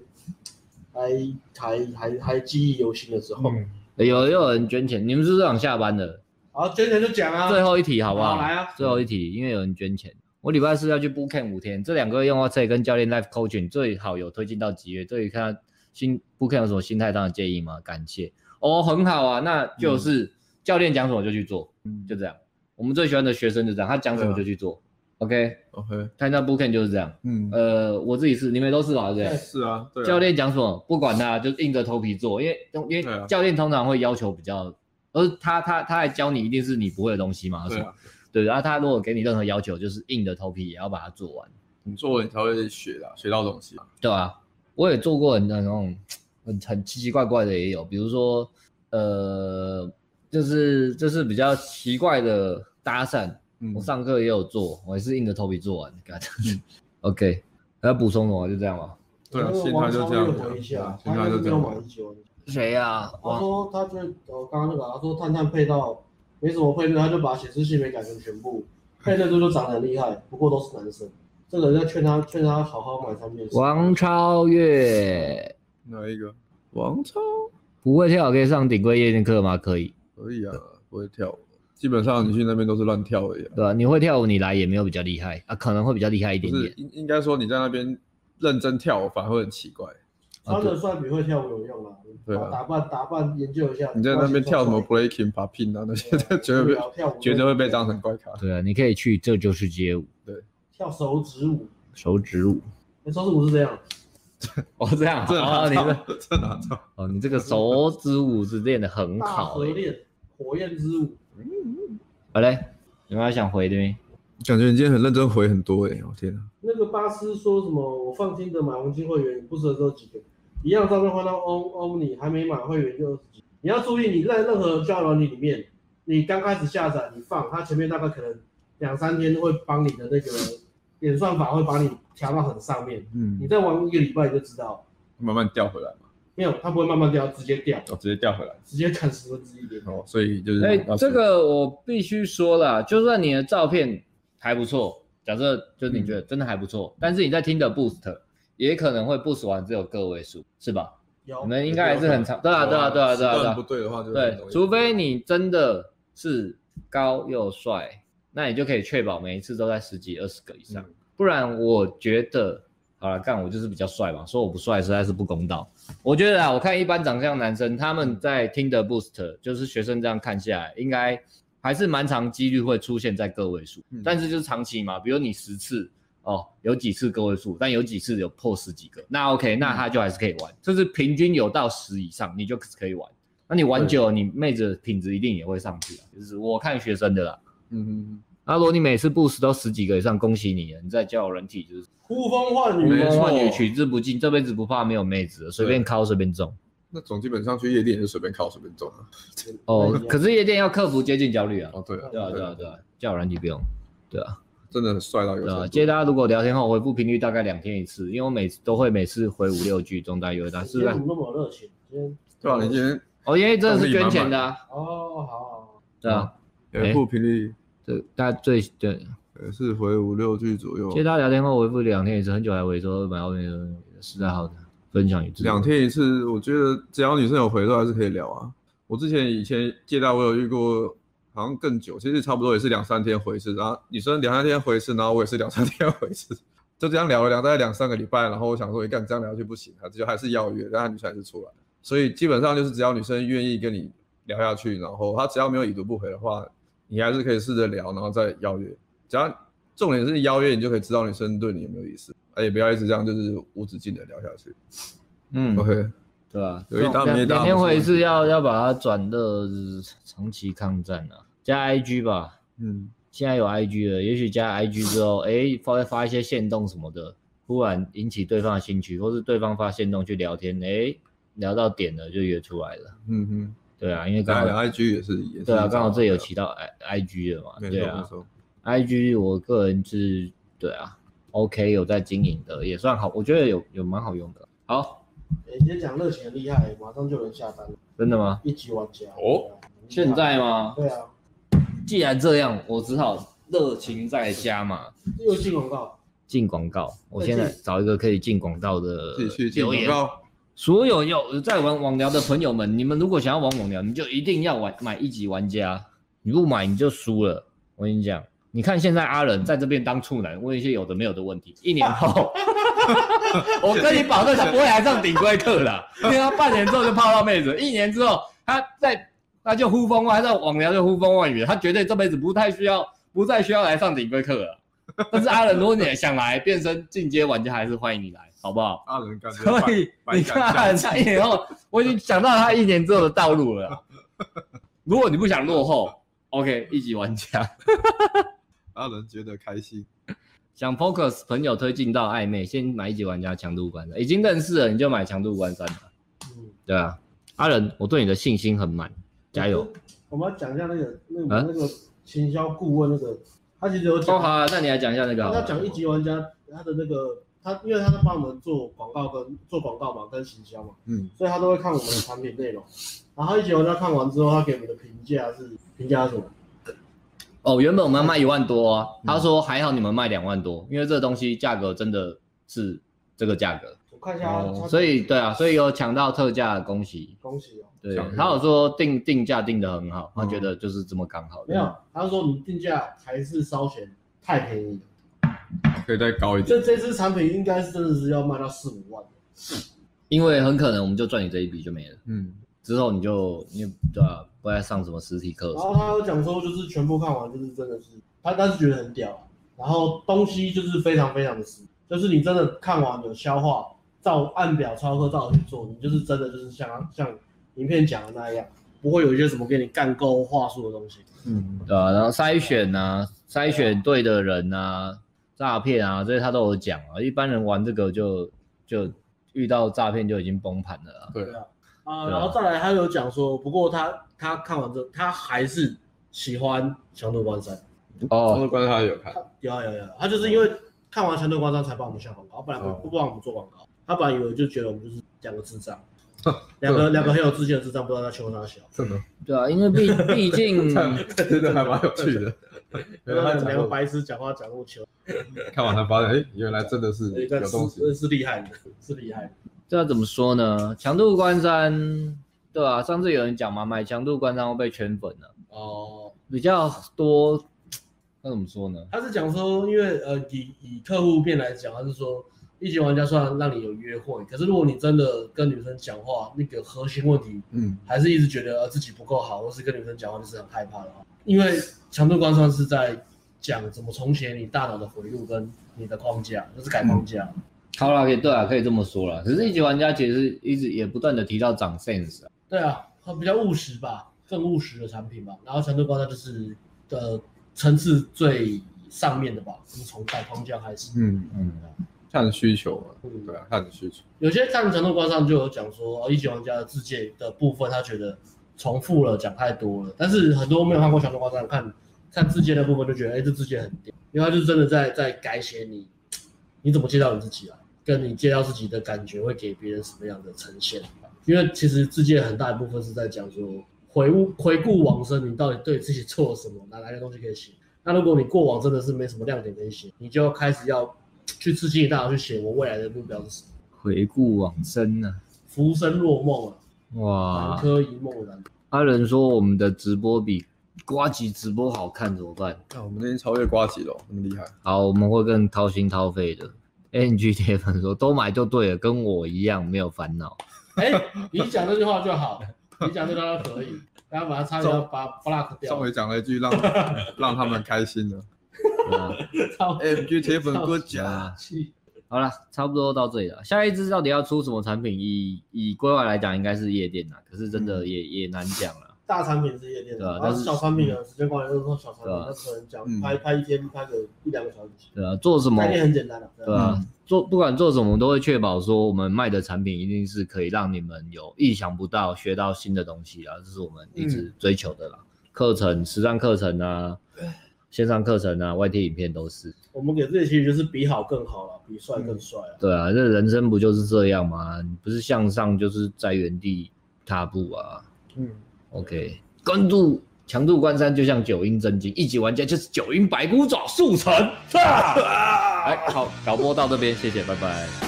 S2: 还还还还记忆犹新的时
S3: 嗯
S1: 哦
S2: 候。
S3: 对有又有人捐钱，你们是不是想下班的？
S2: 好，娟姐就讲啊，
S3: 最后一题好不好？
S2: 好来啊
S3: 最后一题，因为有人捐钱。我礼拜四要去 boot camp 五天，这两个月用 WhatsApp 跟教练 live coaching 最好有推进到几月？对于看他新 boot camp 有什么心态上的建议吗？感谢哦，很好啊，那
S1: 嗯
S3: 就是教练讲什么就去做，就这样。我们最喜欢的学生就这样，他讲什
S1: 啊
S3: 么就去做。OK，
S1: OK，
S3: 看到 boot camp 就是这样。
S1: 嗯，
S3: 呃，我自己是，你们都是吧？对不对，
S1: 是啊，对啊，
S3: 教练讲什么不管他，就硬着头皮做，因为因
S1: 对
S3: 为
S1: 啊
S3: 教练通常会要求比较，而他他他来教你一定是你不会的东西嘛，
S1: 对
S3: 是
S1: 啊，
S3: 吧对，然后他如果给你任何要求，就是硬着头皮也要把它做完，
S1: 你做了你才会学啦，学到东西啊。
S3: 对吧、我也做过很那种很很奇奇怪怪的也有，比如说呃，就是就是比较奇怪的搭讪，
S1: 嗯
S3: 我上课也有做，我也是硬着头皮做完。干 OK，还要补充什么？就这样吧。
S1: 对啊，
S2: 那个
S1: 现在
S2: 王
S1: 就
S2: 超
S1: 这
S2: 越
S1: 样
S2: 回一下
S1: 了，，
S2: 他
S1: 现
S2: 应
S1: 在
S2: 该
S1: 就是这
S2: 没
S1: 样
S2: 有
S1: 啊
S2: 满
S1: 了。
S2: 意球。
S3: 谁呀、
S2: 他
S3: 哇，
S2: 说他觉得我刚刚那个，他说探探配到没什么配对，他就把显示系没改成全部，配对都就长得很厉害，不过都是男生。这个人要劝他劝他好好买三面。
S3: 王超越
S1: 哪一个？王超
S3: 不会跳，可以上顶规夜店课吗？可以，
S1: 可以啊，不会跳舞，基本上你去那边都是乱跳而已啊、
S3: 对吧、你会跳舞，你来也没有比较厉害啊，可能会比较厉害一
S1: 不
S3: 点
S1: 是
S3: 点。
S1: 应应该说你在那边认真跳舞反而会很奇怪。
S2: 穿的帅比会跳舞有用啊，
S1: 对啊
S2: 打打扮打扮研究一下。
S1: 你在那边跳什么 breaking、popping 啊那些，绝对被
S2: 跳舞
S1: 绝对会被当成怪咖。
S3: 对啊，你可以去，这就是街舞，
S2: 跳手指舞，
S3: 手指舞。
S2: 欸手指舞是这样，
S3: 哦，这样，
S1: 这哪
S3: 哦，你这，
S1: 招？这哪招？
S3: 哦，你这个手指舞是练得很
S2: 大
S3: 好欸
S2: 河
S1: 欸
S3: 诶、
S2: 恋火焰之舞，
S3: 好嘞，有没有想回的没？
S1: 感觉你今天很认真回很多哎、我天啊！
S2: 那个巴斯说什么？我放心的买黄金会员，不折这几个，一样照片换到欧欧你，还没买会员就二十几。你要注意，你在任何交友软体里面，你刚开始下载你放，它前面大概可能两三天会帮你的那个演算法会把你调到很上面，你
S1: 嗯，
S2: 再玩一个礼拜你就知道，
S1: 慢慢掉回来嘛，
S2: 没有，它不会慢慢掉，直接掉，
S1: 我、直接掉回来
S2: 直接 砍十分之一点。
S1: 哦，所以就是
S3: 哎、
S1: 要
S3: 这个我必须说了，就算你的照片还不错，假设就你觉得真的还不错，但是你在听的 boost 也可能会 boost 完只有个位数，是吧？
S2: 有
S3: 你，们应该还是很长，对啊，对啊，对啊，对啊，
S1: 时
S3: 对
S1: 段
S3: 啊
S1: 不，对的话就很
S3: 对
S1: 容，易
S3: 除非你真的是高又帅，那你就可以确保每一次都在十几、二十个以
S1: 嗯
S3: 上，不然我觉得。好了，干我就是比较帅嘛，说我不帅实在是不公道。我觉得啊，我看一般长相的男生，他们
S1: 嗯
S3: 在听的 boost，就是学生这样看下来，应该还是蛮长几率会出现在个位数，
S1: 嗯
S3: 但是就是长期嘛，比如你十次哦，有几次个位数，但有几次有破十几个，那 OK，
S1: 嗯
S3: 那他就还是可以玩，就是平均有到十以上，你就可以玩。那你玩久了，你妹子的品质一定也会上去啊。就是我看学生的啦。
S1: 嗯，
S3: 那如果你每次 boost 都十几个以上，恭喜你了，你在交友软体就是
S2: 呼风唤雨，
S1: 没
S3: 呼
S1: 错
S3: 风唤雨，取之不尽，这辈子不怕没有妹子了，随便敲随便中。
S1: 那种基本上去夜店也是随便靠随便中啊。
S3: 哦，
S2: 哎
S3: 可是夜店要克服接近焦虑啊。
S1: 哦，对啊，
S3: 对啊，对啊，对啊，交友软体不用。对啊，
S1: 真的很帅到有
S3: 对
S1: 程
S3: 啊。
S1: 度
S3: 接大家如果聊天后回复频率大概两天一次，因为我每次都会每次回五六句中大优大，是啊
S2: 今
S3: 不
S2: 天怎？么
S3: 是
S2: 那么热情？今天
S1: 对啊，你今天
S3: 哦，因为真的是捐钱的啊，
S2: 哦，好好好。
S3: 对啊，
S1: 回复频率
S3: 对，大家最对。
S1: 也是回五六句左右
S3: 接，大家聊天后回复两天也是很久才回说买后面的实啊在好的分享与自
S1: 两天一次，我觉得只要女生有回都还是可以聊啊。我之前以前接待我有遇过，好像更久，其实差不多也是两三天回一次，然后女生两三天回一次，然后我也是两三天回一次，就这样聊了聊大概两三个礼拜，然后我想说，一干这样聊下去不行，还是就还是要约，但她女生还是出来，所以基本上就是只要女生愿意跟你聊下去，然后她只要没有已读不回的话，你还是可以试着聊，然后再邀约，只要重点是邀约，你就可以知道女生对你有没有意思，哎，也不要一直这样就是无止境的聊下去。
S3: 嗯，
S1: OK。
S3: 对吧？
S1: 哦有一搭
S3: 两
S1: 没一搭
S3: 两天
S1: 不是
S3: 回一
S1: 问
S3: 次
S1: 题
S3: 要要把它转热长期抗战啊，加 IG 吧，
S1: 嗯，
S3: 现在有 IG 了，也许加 IG 之后，哎，发发一些线动什么的，忽然引起对方的兴趣，或是对方发线动去聊天，哎，聊到点了就约出来了，
S1: 嗯哼，
S3: 对啊，因为刚
S1: 当然
S3: 好
S1: IG 也是也是
S3: 对啊，刚好这里有
S1: 其
S3: 提到 I IG 了嘛，
S1: 没
S3: 对
S1: 错
S3: 啊
S1: 没，错，
S3: IG 我个人是，对啊，OK 有在经营的，也算好，我觉得有有蛮好用的。好，
S2: 哎、你今天讲热情很厉害，马上就有人下单了，
S3: 真的吗？
S2: 一级玩家
S1: 哦。
S3: 现在吗？
S2: 对啊，
S3: 既然这样，我只好热情在家嘛。
S2: 又进广告，
S3: 进广告，我现在找一个可以进广告的
S1: 自己去进
S3: 留
S1: 广
S3: 言。
S1: 告，
S3: 所有有在玩网聊的朋友们，你们如果想要玩网聊，你就一定要玩买一级玩家，你不买你就输了。我跟你讲，你看现在阿仁在这边当处男，问一些有的没有的问题，一年后，我跟你保证他不会来上顶规课啦，因为他半年之后就泡到妹子，一年之后他在他就呼风唤，他在网聊就呼风唤雨，他绝对这辈子不太需要 不再需要来上顶规课了。但是阿仁，如果你也想来变身进阶玩家，还是欢迎你来，好不好？
S1: 阿仁感觉
S3: 所以你看，他一年后，我已经想到他一年之后的道路了。如果你不想落后，OK，一级玩家
S1: 阿仁觉得开心，
S3: 想 focus 朋友推进到暧昧，先买一级玩家强度关山，已经认识了你就买强度关山吧
S2: 嗯，
S3: 对啊，阿仁，我对你的信心很满，加油！！
S2: 我们要讲一下那个那个、
S3: 啊
S2: 那个行销顾问那个他其实有
S3: 哦，
S2: 讲，
S3: 好啊，那你来讲一下那个好了。
S2: 他讲一级玩家他的那个他，因为他在帮我们做广告跟做广告嘛，跟行销嘛，
S5: 嗯，
S2: 所以他都会看我们的产品内容。然后一级玩家看完之后，他给我们的评价是评价是什么？
S3: 哦，原本我们要卖一万多啊，他说还好你们卖两万多，因为这东西价格真的是这个价格，
S2: 我看一下他，他
S3: 所以对啊，所以有抢到特价，恭喜。
S2: 恭喜哦，
S3: 对
S1: 抢，
S3: 他有说定定价定的很好，他觉得就是这么刚好。
S2: 嗯没有，他说你定价还是稍显太便宜了。
S1: 可以再高一点。
S2: 这这支产品应该是真的是要卖到四五万的，
S3: 因为很可能我们就赚你这一笔就没了，
S1: 嗯，
S3: 之后你就你就对啊，不再上什么实体课
S2: 然后
S3: 程。
S2: 他有讲说就是全部看完就是真的是他他是觉得很屌啊、然后东西就是非常非常的实，就是你真的看完有消化，照按表操课照着去做，你就是真的就是像像影片讲的那样，不会有一些什么给你干够话术的东西。
S1: 嗯
S3: 对啊，然后筛选啊，筛选对的人啊，诈骗啊，这些他都有讲啊。一般人玩这个就就遇到诈骗就已经崩盘了啊。
S1: 对，
S2: 啊、
S3: 对啊
S2: 然后再来他有讲说，不过他他看完之后，他还是喜欢强度关山，
S1: 双
S3: 哦，
S1: 头关他有看，
S2: 有啊有啊有啊，他就是因为
S1: 嗯
S2: 看完强度关山才帮我们下广告，不然不
S1: 哦
S2: 不帮我们做广告，他本来以为就觉得我们就是两个 智障，两个 两个很有自信的智障，不知道在求他小，
S1: 真的
S3: 对啊，因为毕 毕
S1: 嗯
S3: 竟
S1: 真的还蛮有趣的。原来他
S2: 两个
S1: 讲过
S2: 白痴讲话讲那么球，
S1: 看完才发现，哎，原来真的是
S2: 那
S1: 有
S2: 个
S1: 东西。
S2: 是是厉害的，是厉害的。
S3: 这要怎么说呢？强度关山，对啊，上次有人讲嘛，买强度关山会被圈粉啊，
S2: 哦，
S3: 比较多。那怎么说呢？
S2: 他是讲说，因为呃，以以客户面来讲，他是说，一级玩家虽然让你有约会，可是如果你真的跟女生讲话，那个核心问题
S1: 嗯，
S2: 还是一直觉得呃自己不够好，或是跟女生讲话就是很害怕的话，因为强度关山是在讲怎么重写你大脑的回路跟你的框架，就是改框架。
S3: 好啦，可以对啊，可以这么说啦。只是一级玩家其实一直也不断的提到长 sense 啊，
S2: 对啊，它比较务实吧，更务实的产品吧。然后强度关山就是呃层次最上面的吧，就是从改框架开始。
S1: 嗯，
S3: 嗯，
S1: 看需求嘛，
S2: 嗯
S1: 对啊，看需求。
S2: 有些看强度关上就有讲说，哦，一级玩家的自介的部分，他觉得重复了，讲太多了。但是很多没有看过强度关上，看看自介的部分就觉得，哎、这自介很屌，因为他就真的在在改写你，你怎么介绍你自己啊，跟你介绍自己的感觉会给别人什么样的呈现。因为其实自介很大一部分是在讲说，回顾回顾往生，你到底对自己做了什么，哪来的东西可以写。那如果你过往真的是没什么亮点可以写，你就要开始要去刺激你大脑去写我未来的目标是什么。
S3: 回顾往生啊，
S2: 浮生若梦啊，南
S3: 哇！
S2: 柯一梦然。
S3: 阿仁说我们的直播比瓜吉直播好看，怎么办？
S1: 看啊我们那天超越瓜吉了，那么厉害。
S3: 好，我们会更掏心掏肺的。NG 铁粉说都买就对了，跟我一样没有烦恼。
S2: 哎、你讲这句话就好，你讲这句话就可以，然后把它差点要把 block
S1: 上
S2: 掉。
S1: 回讲了一句让让他们开心的哎
S3: 对啊
S2: 超
S1: ，MG 铁粉哥
S3: 对啊
S1: 讲，
S2: 气，
S3: 好了，差不多到这里了。下一支到底要出什么产品？以以规划来讲，应该是夜店啦，可是真的也、也难讲了。
S2: 大产品是夜店，
S3: 对啊
S2: 然
S3: 但
S2: 后
S3: 是
S2: 小产品啊，时间管理就是说小产
S3: 对
S2: 品
S3: 啊，
S2: 那可能讲
S1: 嗯
S2: 拍拍一天拍个一两个小时，
S3: 对啊，做什么
S2: 概念很简单的。
S3: 对啊，做不管做什么，我们都会确保说我们卖的产品一定是可以让你们有意想不到、学到新的东西啊，这是我们一直追求的啦。课程、实战课程啊，线上课程啊，外贴影片都是。
S2: 我们给自己其实就是比好更好了，比帅更帅啊。
S3: 对啊，这人生不就是这样吗？你不是向上就是在原地踏步啊。
S2: 嗯，
S3: OK，关注强度关山就像九阴真经，一级玩家就是 哎九阴白骨爪速成。哈来，好，导播到这边，谢谢，拜拜。